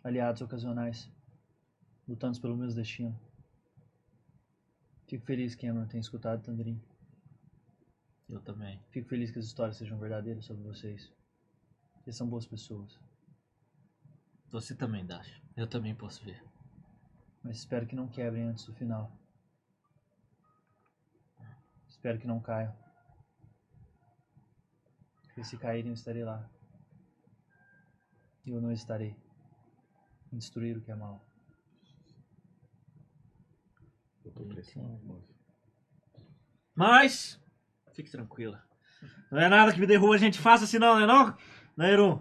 Speaker 2: aliados ocasionais, lutando pelo mesmo destino. Fico feliz que Cameron tenha escutado Tandrin.
Speaker 6: Eu também.
Speaker 2: Fico feliz que as histórias sejam verdadeiras sobre vocês. Vocês são boas pessoas,
Speaker 6: Você também, Dash. Eu também posso ver.
Speaker 2: mas espero que não quebrem antes do final. Espero que não caiam.
Speaker 32: E se caírem, eu estarei lá. Eu não estarei. Em Destruir o que é mal.
Speaker 10: Eu tô pressionado, moço.
Speaker 28: Mas, fique tranquila. Não é nada que me derruba a gente faça assim não, né não? Né, Irum?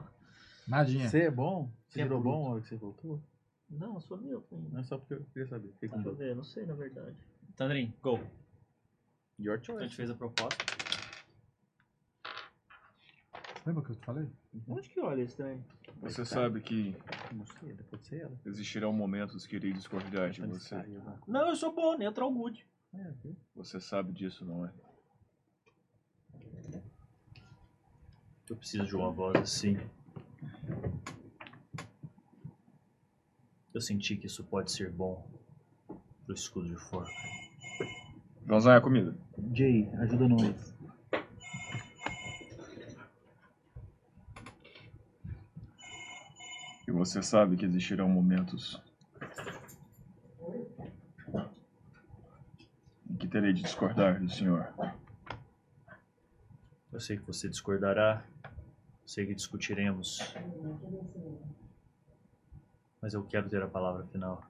Speaker 1: Nadinha.
Speaker 4: Você é bom? Você
Speaker 28: Você é
Speaker 4: virou
Speaker 28: bruto.
Speaker 4: bom na hora que você voltou?
Speaker 28: Não, eu sou meu. Não
Speaker 4: é só porque eu queria saber. Fiquei com
Speaker 28: Deixa eu
Speaker 4: dó.
Speaker 28: ver, não sei na verdade.
Speaker 32: Tandrin, go.
Speaker 4: Your
Speaker 32: Então a gente fez a proposta.
Speaker 1: Lembra que eu te falei?
Speaker 28: Onde que olha esse trem?
Speaker 5: Você sabe que
Speaker 28: Não sei, tá. pode ser ela.
Speaker 5: existirão momentos que irei discordar de você.
Speaker 28: Não, eu sou bom, entra o good.
Speaker 5: Você sabe disso, não é?
Speaker 2: Eu preciso de uma voz assim. Eu senti que isso pode ser bom pro escudo de forca.
Speaker 5: Vamos lá, comida.
Speaker 4: Jay, ajuda nós.
Speaker 5: E você sabe que existirão momentos em que terei de discordar do senhor.
Speaker 2: Eu sei que você discordará, sei que discutiremos, mas eu quero ter a palavra final.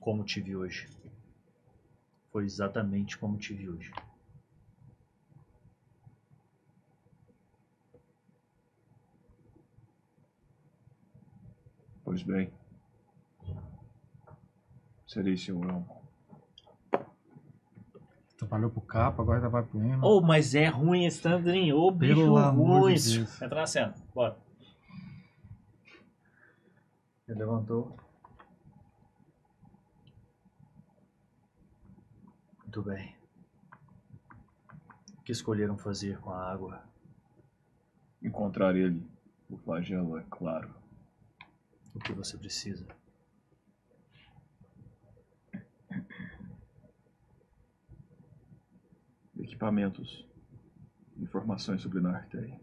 Speaker 2: Como te vi hoje? Foi exatamente como te vi hoje.
Speaker 5: Pois bem, serei seu amo.
Speaker 1: Trabalhou Então, pro capa, agora vai pro Ema.
Speaker 28: Oh, mas é ruim esse Tandrin. Ô, bicho
Speaker 1: Pelo amor
Speaker 28: ruim.
Speaker 1: de Deus.
Speaker 32: Entra na cena, bora. Ele levantou.
Speaker 2: Muito bem. O que escolheram fazer com a água?
Speaker 5: Encontrar ele, o flagelo, é claro.
Speaker 2: O que você precisa?
Speaker 5: Equipamentos, informações sobre Nartei.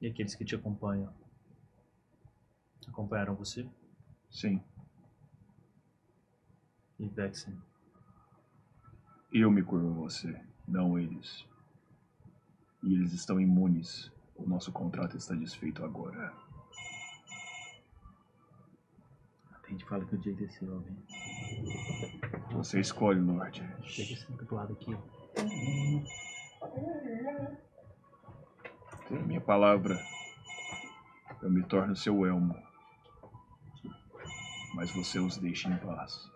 Speaker 2: E aqueles que te acompanham? Acompanharam você?
Speaker 5: Sim,
Speaker 2: E Vexen?
Speaker 5: eu me curvo a você, não eles. E eles estão imunes. O nosso contrato está desfeito agora.
Speaker 4: A gente fala que o Jay desceu, hein?
Speaker 5: Você escolhe, Lorde.
Speaker 4: Pega esse link do lado aqui, ó.
Speaker 5: Tem minha palavra. Eu me torno seu elmo. Mas você os deixa em paz.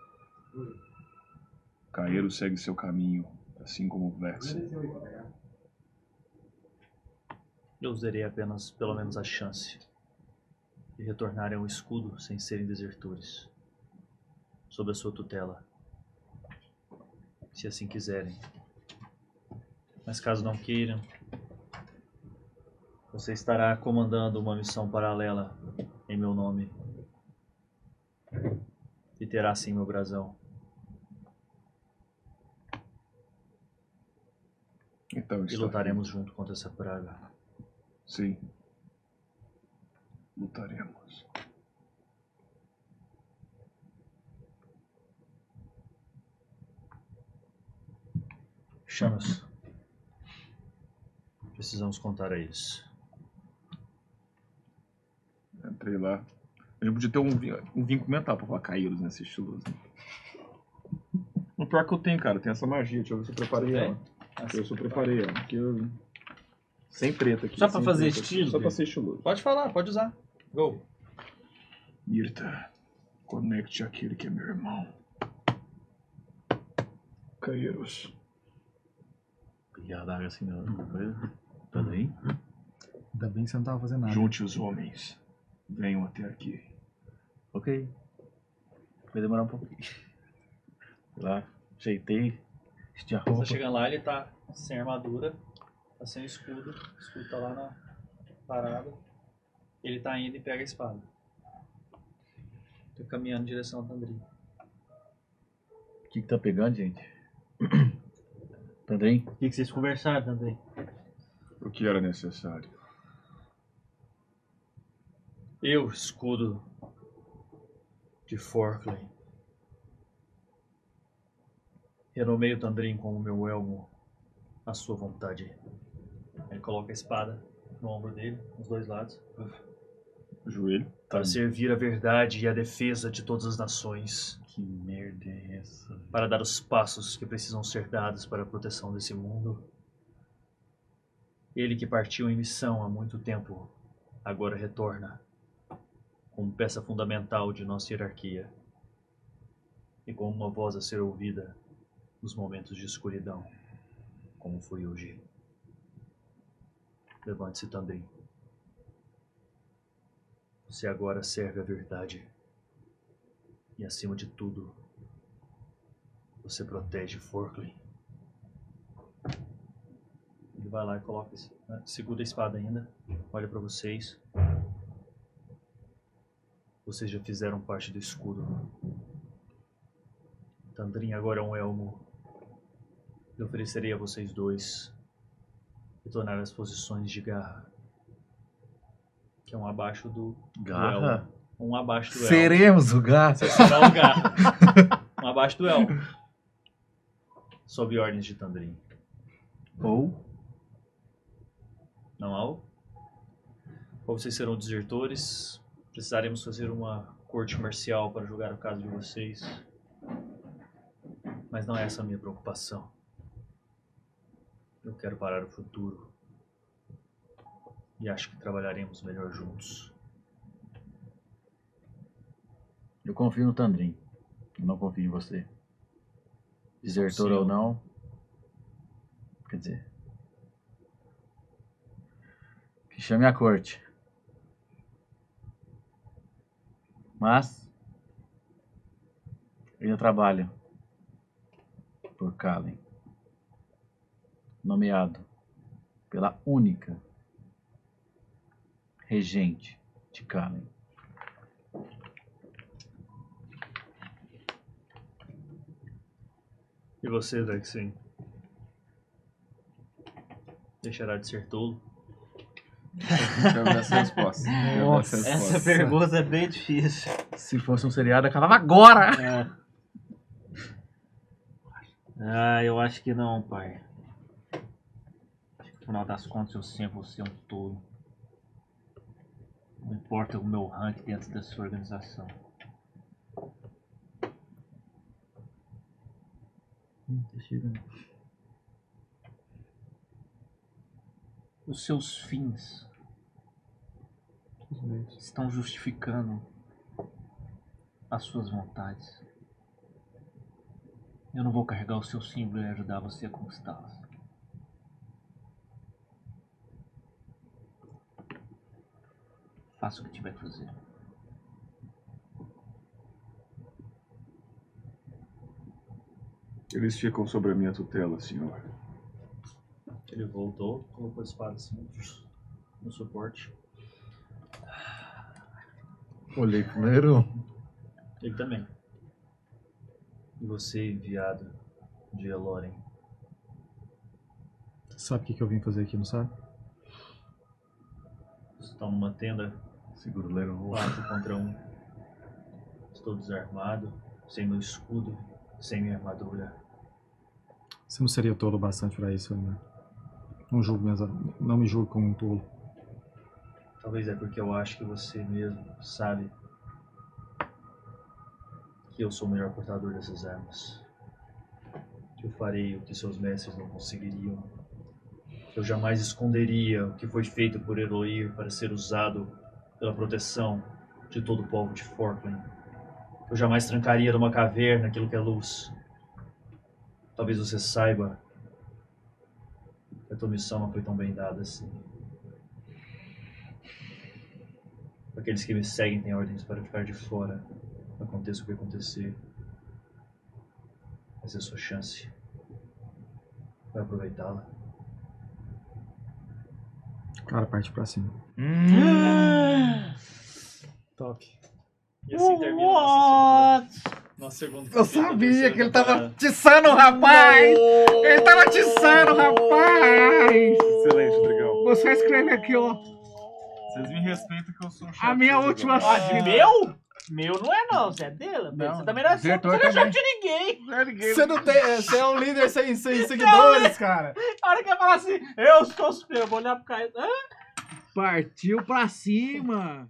Speaker 5: Caeiro segue seu caminho, assim como Vexen.
Speaker 2: Eu os darei apenas, pelo menos, a chance de retornarem ao escudo sem serem desertores. Sob a sua tutela. Se assim quiserem. Mas caso não queiram, você estará comandando uma missão paralela em meu nome. E terá sim meu brasão.
Speaker 5: Então
Speaker 2: E
Speaker 5: está
Speaker 2: lutaremos junto contra essa praga.
Speaker 5: Sim. Lutaremos.
Speaker 2: Chamas. Precisamos contar a eles.
Speaker 5: Entrei lá. A gente podia ter um, vin- um vinco mental pra falar caíros nesse estilo. Assim. né? O pior que eu tenho, cara, tem essa magia. Deixa eu ver se eu preparei ela. eu só preparei ela. Porque eu... Sem treta aqui.
Speaker 32: Só pra
Speaker 5: sem
Speaker 32: fazer
Speaker 5: treta.
Speaker 32: estilo, né?
Speaker 5: Só pra
Speaker 32: velho?
Speaker 5: ser estiloso.
Speaker 32: Pode falar, pode usar. Go.
Speaker 5: Mirta, conecte aquele que é meu irmão. Caíros.
Speaker 7: Peguei a adaga assim, não. Coisa. Tá bem?
Speaker 1: Ainda bem que você não tava fazendo nada.
Speaker 5: Junte os homens. Venham até aqui.
Speaker 4: Ok. Vai demorar um pouquinho. Fui lá, ajeitei, vesti a
Speaker 32: Você
Speaker 4: roupa.
Speaker 32: tá chegando lá, ele tá sem armadura, tá sem escudo, o escudo tá lá na parada. Ele tá indo e pega a espada. Tô caminhando em direção ao Tandrin.
Speaker 4: O que que tá pegando, gente? Tandrin?
Speaker 28: O que, que vocês conversaram, Tandrin?
Speaker 5: O que era necessário?
Speaker 2: Eu, escudo de Forkley, Renomei o Tandrin como meu elmo à sua vontade. Ele coloca a espada no ombro dele, nos dois lados.
Speaker 5: O joelho.
Speaker 2: Para servir a verdade e a defesa de todas as nações.
Speaker 4: Que merda é essa?
Speaker 2: Para dar os passos que precisam ser dados para a proteção desse mundo. Ele que partiu em missão há muito tempo, agora retorna como peça fundamental de nossa hierarquia e como uma voz a ser ouvida nos momentos de escuridão, como foi hoje. Levante-se também. Você agora serve a verdade. E acima de tudo, você protege Forkley. Ele vai lá e coloca, esse- né, segura a espada ainda, olha pra vocês. Vocês já fizeram parte do escudo. Tandrin agora é um elmo. Eu oferecerei a vocês dois retornar às posições de garra. Que é um abaixo do. do
Speaker 4: Garra?
Speaker 2: elmo. Um abaixo do elmo.
Speaker 33: Seremos o garra.
Speaker 2: Você será o garra. um abaixo do elmo. Sob ordens de Tandrin.
Speaker 4: Ou
Speaker 2: Não há o? Ou vocês serão desertores? Precisaremos fazer uma corte marcial para julgar o caso de vocês. Mas não é essa a minha preocupação. Eu quero parar o futuro. E acho que trabalharemos melhor juntos.
Speaker 4: eu confio no Tandrin. Eu não confio em você. Desertor
Speaker 2: Sim.
Speaker 4: ou não. Quer dizer. Que chame a corte. Mas. Eu ainda trabalho. Por Kalen. Nomeado pela única regente de Kalen.
Speaker 2: E você, Darkseid? Deixará de ser tolo?
Speaker 6: Quero ver essa resposta. Quero ver Nossa. essa resposta. Essa pergunta é bem difícil.
Speaker 4: Se fosse um seriado, acabava agora!
Speaker 6: Ah, eu acho que não, pai. Acho que, No final das contas, eu sempre vou ser um tolo. Não importa o meu rank dentro da sua organização. Hum, tá chegando. Os seus fins estão justificando as suas vontades. Eu não vou carregar o seu símbolo e ajudar você a conquistá-las. Faça o que tiver que fazer.
Speaker 5: Eles ficam sobre a minha tutela, senhor.
Speaker 2: Ele voltou, colocou a espada assim no suporte.
Speaker 33: Olhei primeiro.
Speaker 2: Ele também. E você, enviado de Eloren,
Speaker 1: Sabe o que, que eu vim fazer aqui, não sabe?
Speaker 2: vocês estão numa tenda.
Speaker 4: Seguro o
Speaker 2: Quatro contra um. Estou desarmado, sem meu escudo, sem minha armadura.
Speaker 1: Você não seria tolo bastante pra isso, né? Não julgo minhas, não me julgue como um tolo.
Speaker 2: Talvez é porque eu acho que você mesmo sabe que eu sou o melhor portador dessas armas. Que eu farei o que seus mestres não conseguiriam. Que eu jamais esconderia o que foi feito por Eloir para ser usado pela proteção de todo o povo de Forkland. Que eu jamais trancaria numa caverna aquilo que é luz. Talvez você saiba que a tua missão não foi tão bem dada assim. Aqueles que me seguem têm ordens para ficar de fora. Aconteça o que acontecer. Essa é a sua chance. Vai aproveitá-la.
Speaker 1: Cara, parte pra cima.
Speaker 2: Top.
Speaker 34: E assim termina a nossa
Speaker 2: Nossa segunda.
Speaker 33: Eu sabia que ele tava atiçando o rapaz! Ele tava atiçando o rapaz!
Speaker 5: Excelente, Dragão.
Speaker 33: Você escreve aqui, ó.
Speaker 5: Vocês me respeitam que eu sou um o chefe.
Speaker 33: A minha
Speaker 5: vocês
Speaker 33: última
Speaker 5: agora.
Speaker 33: cena. meu?
Speaker 28: Meu não é não, você é dela. Pedro. você também não é seu,
Speaker 1: Bertor
Speaker 28: você não é chefe
Speaker 1: também.
Speaker 28: de ninguém.
Speaker 1: Você não tem. é, Você é um líder sem, sem
Speaker 28: Não,
Speaker 1: seguidores,
Speaker 28: né?
Speaker 1: cara.
Speaker 28: A hora que eu falar assim, eu sou superior, eu vou olhar pro cara. Hã?
Speaker 35: Partiu pra cima.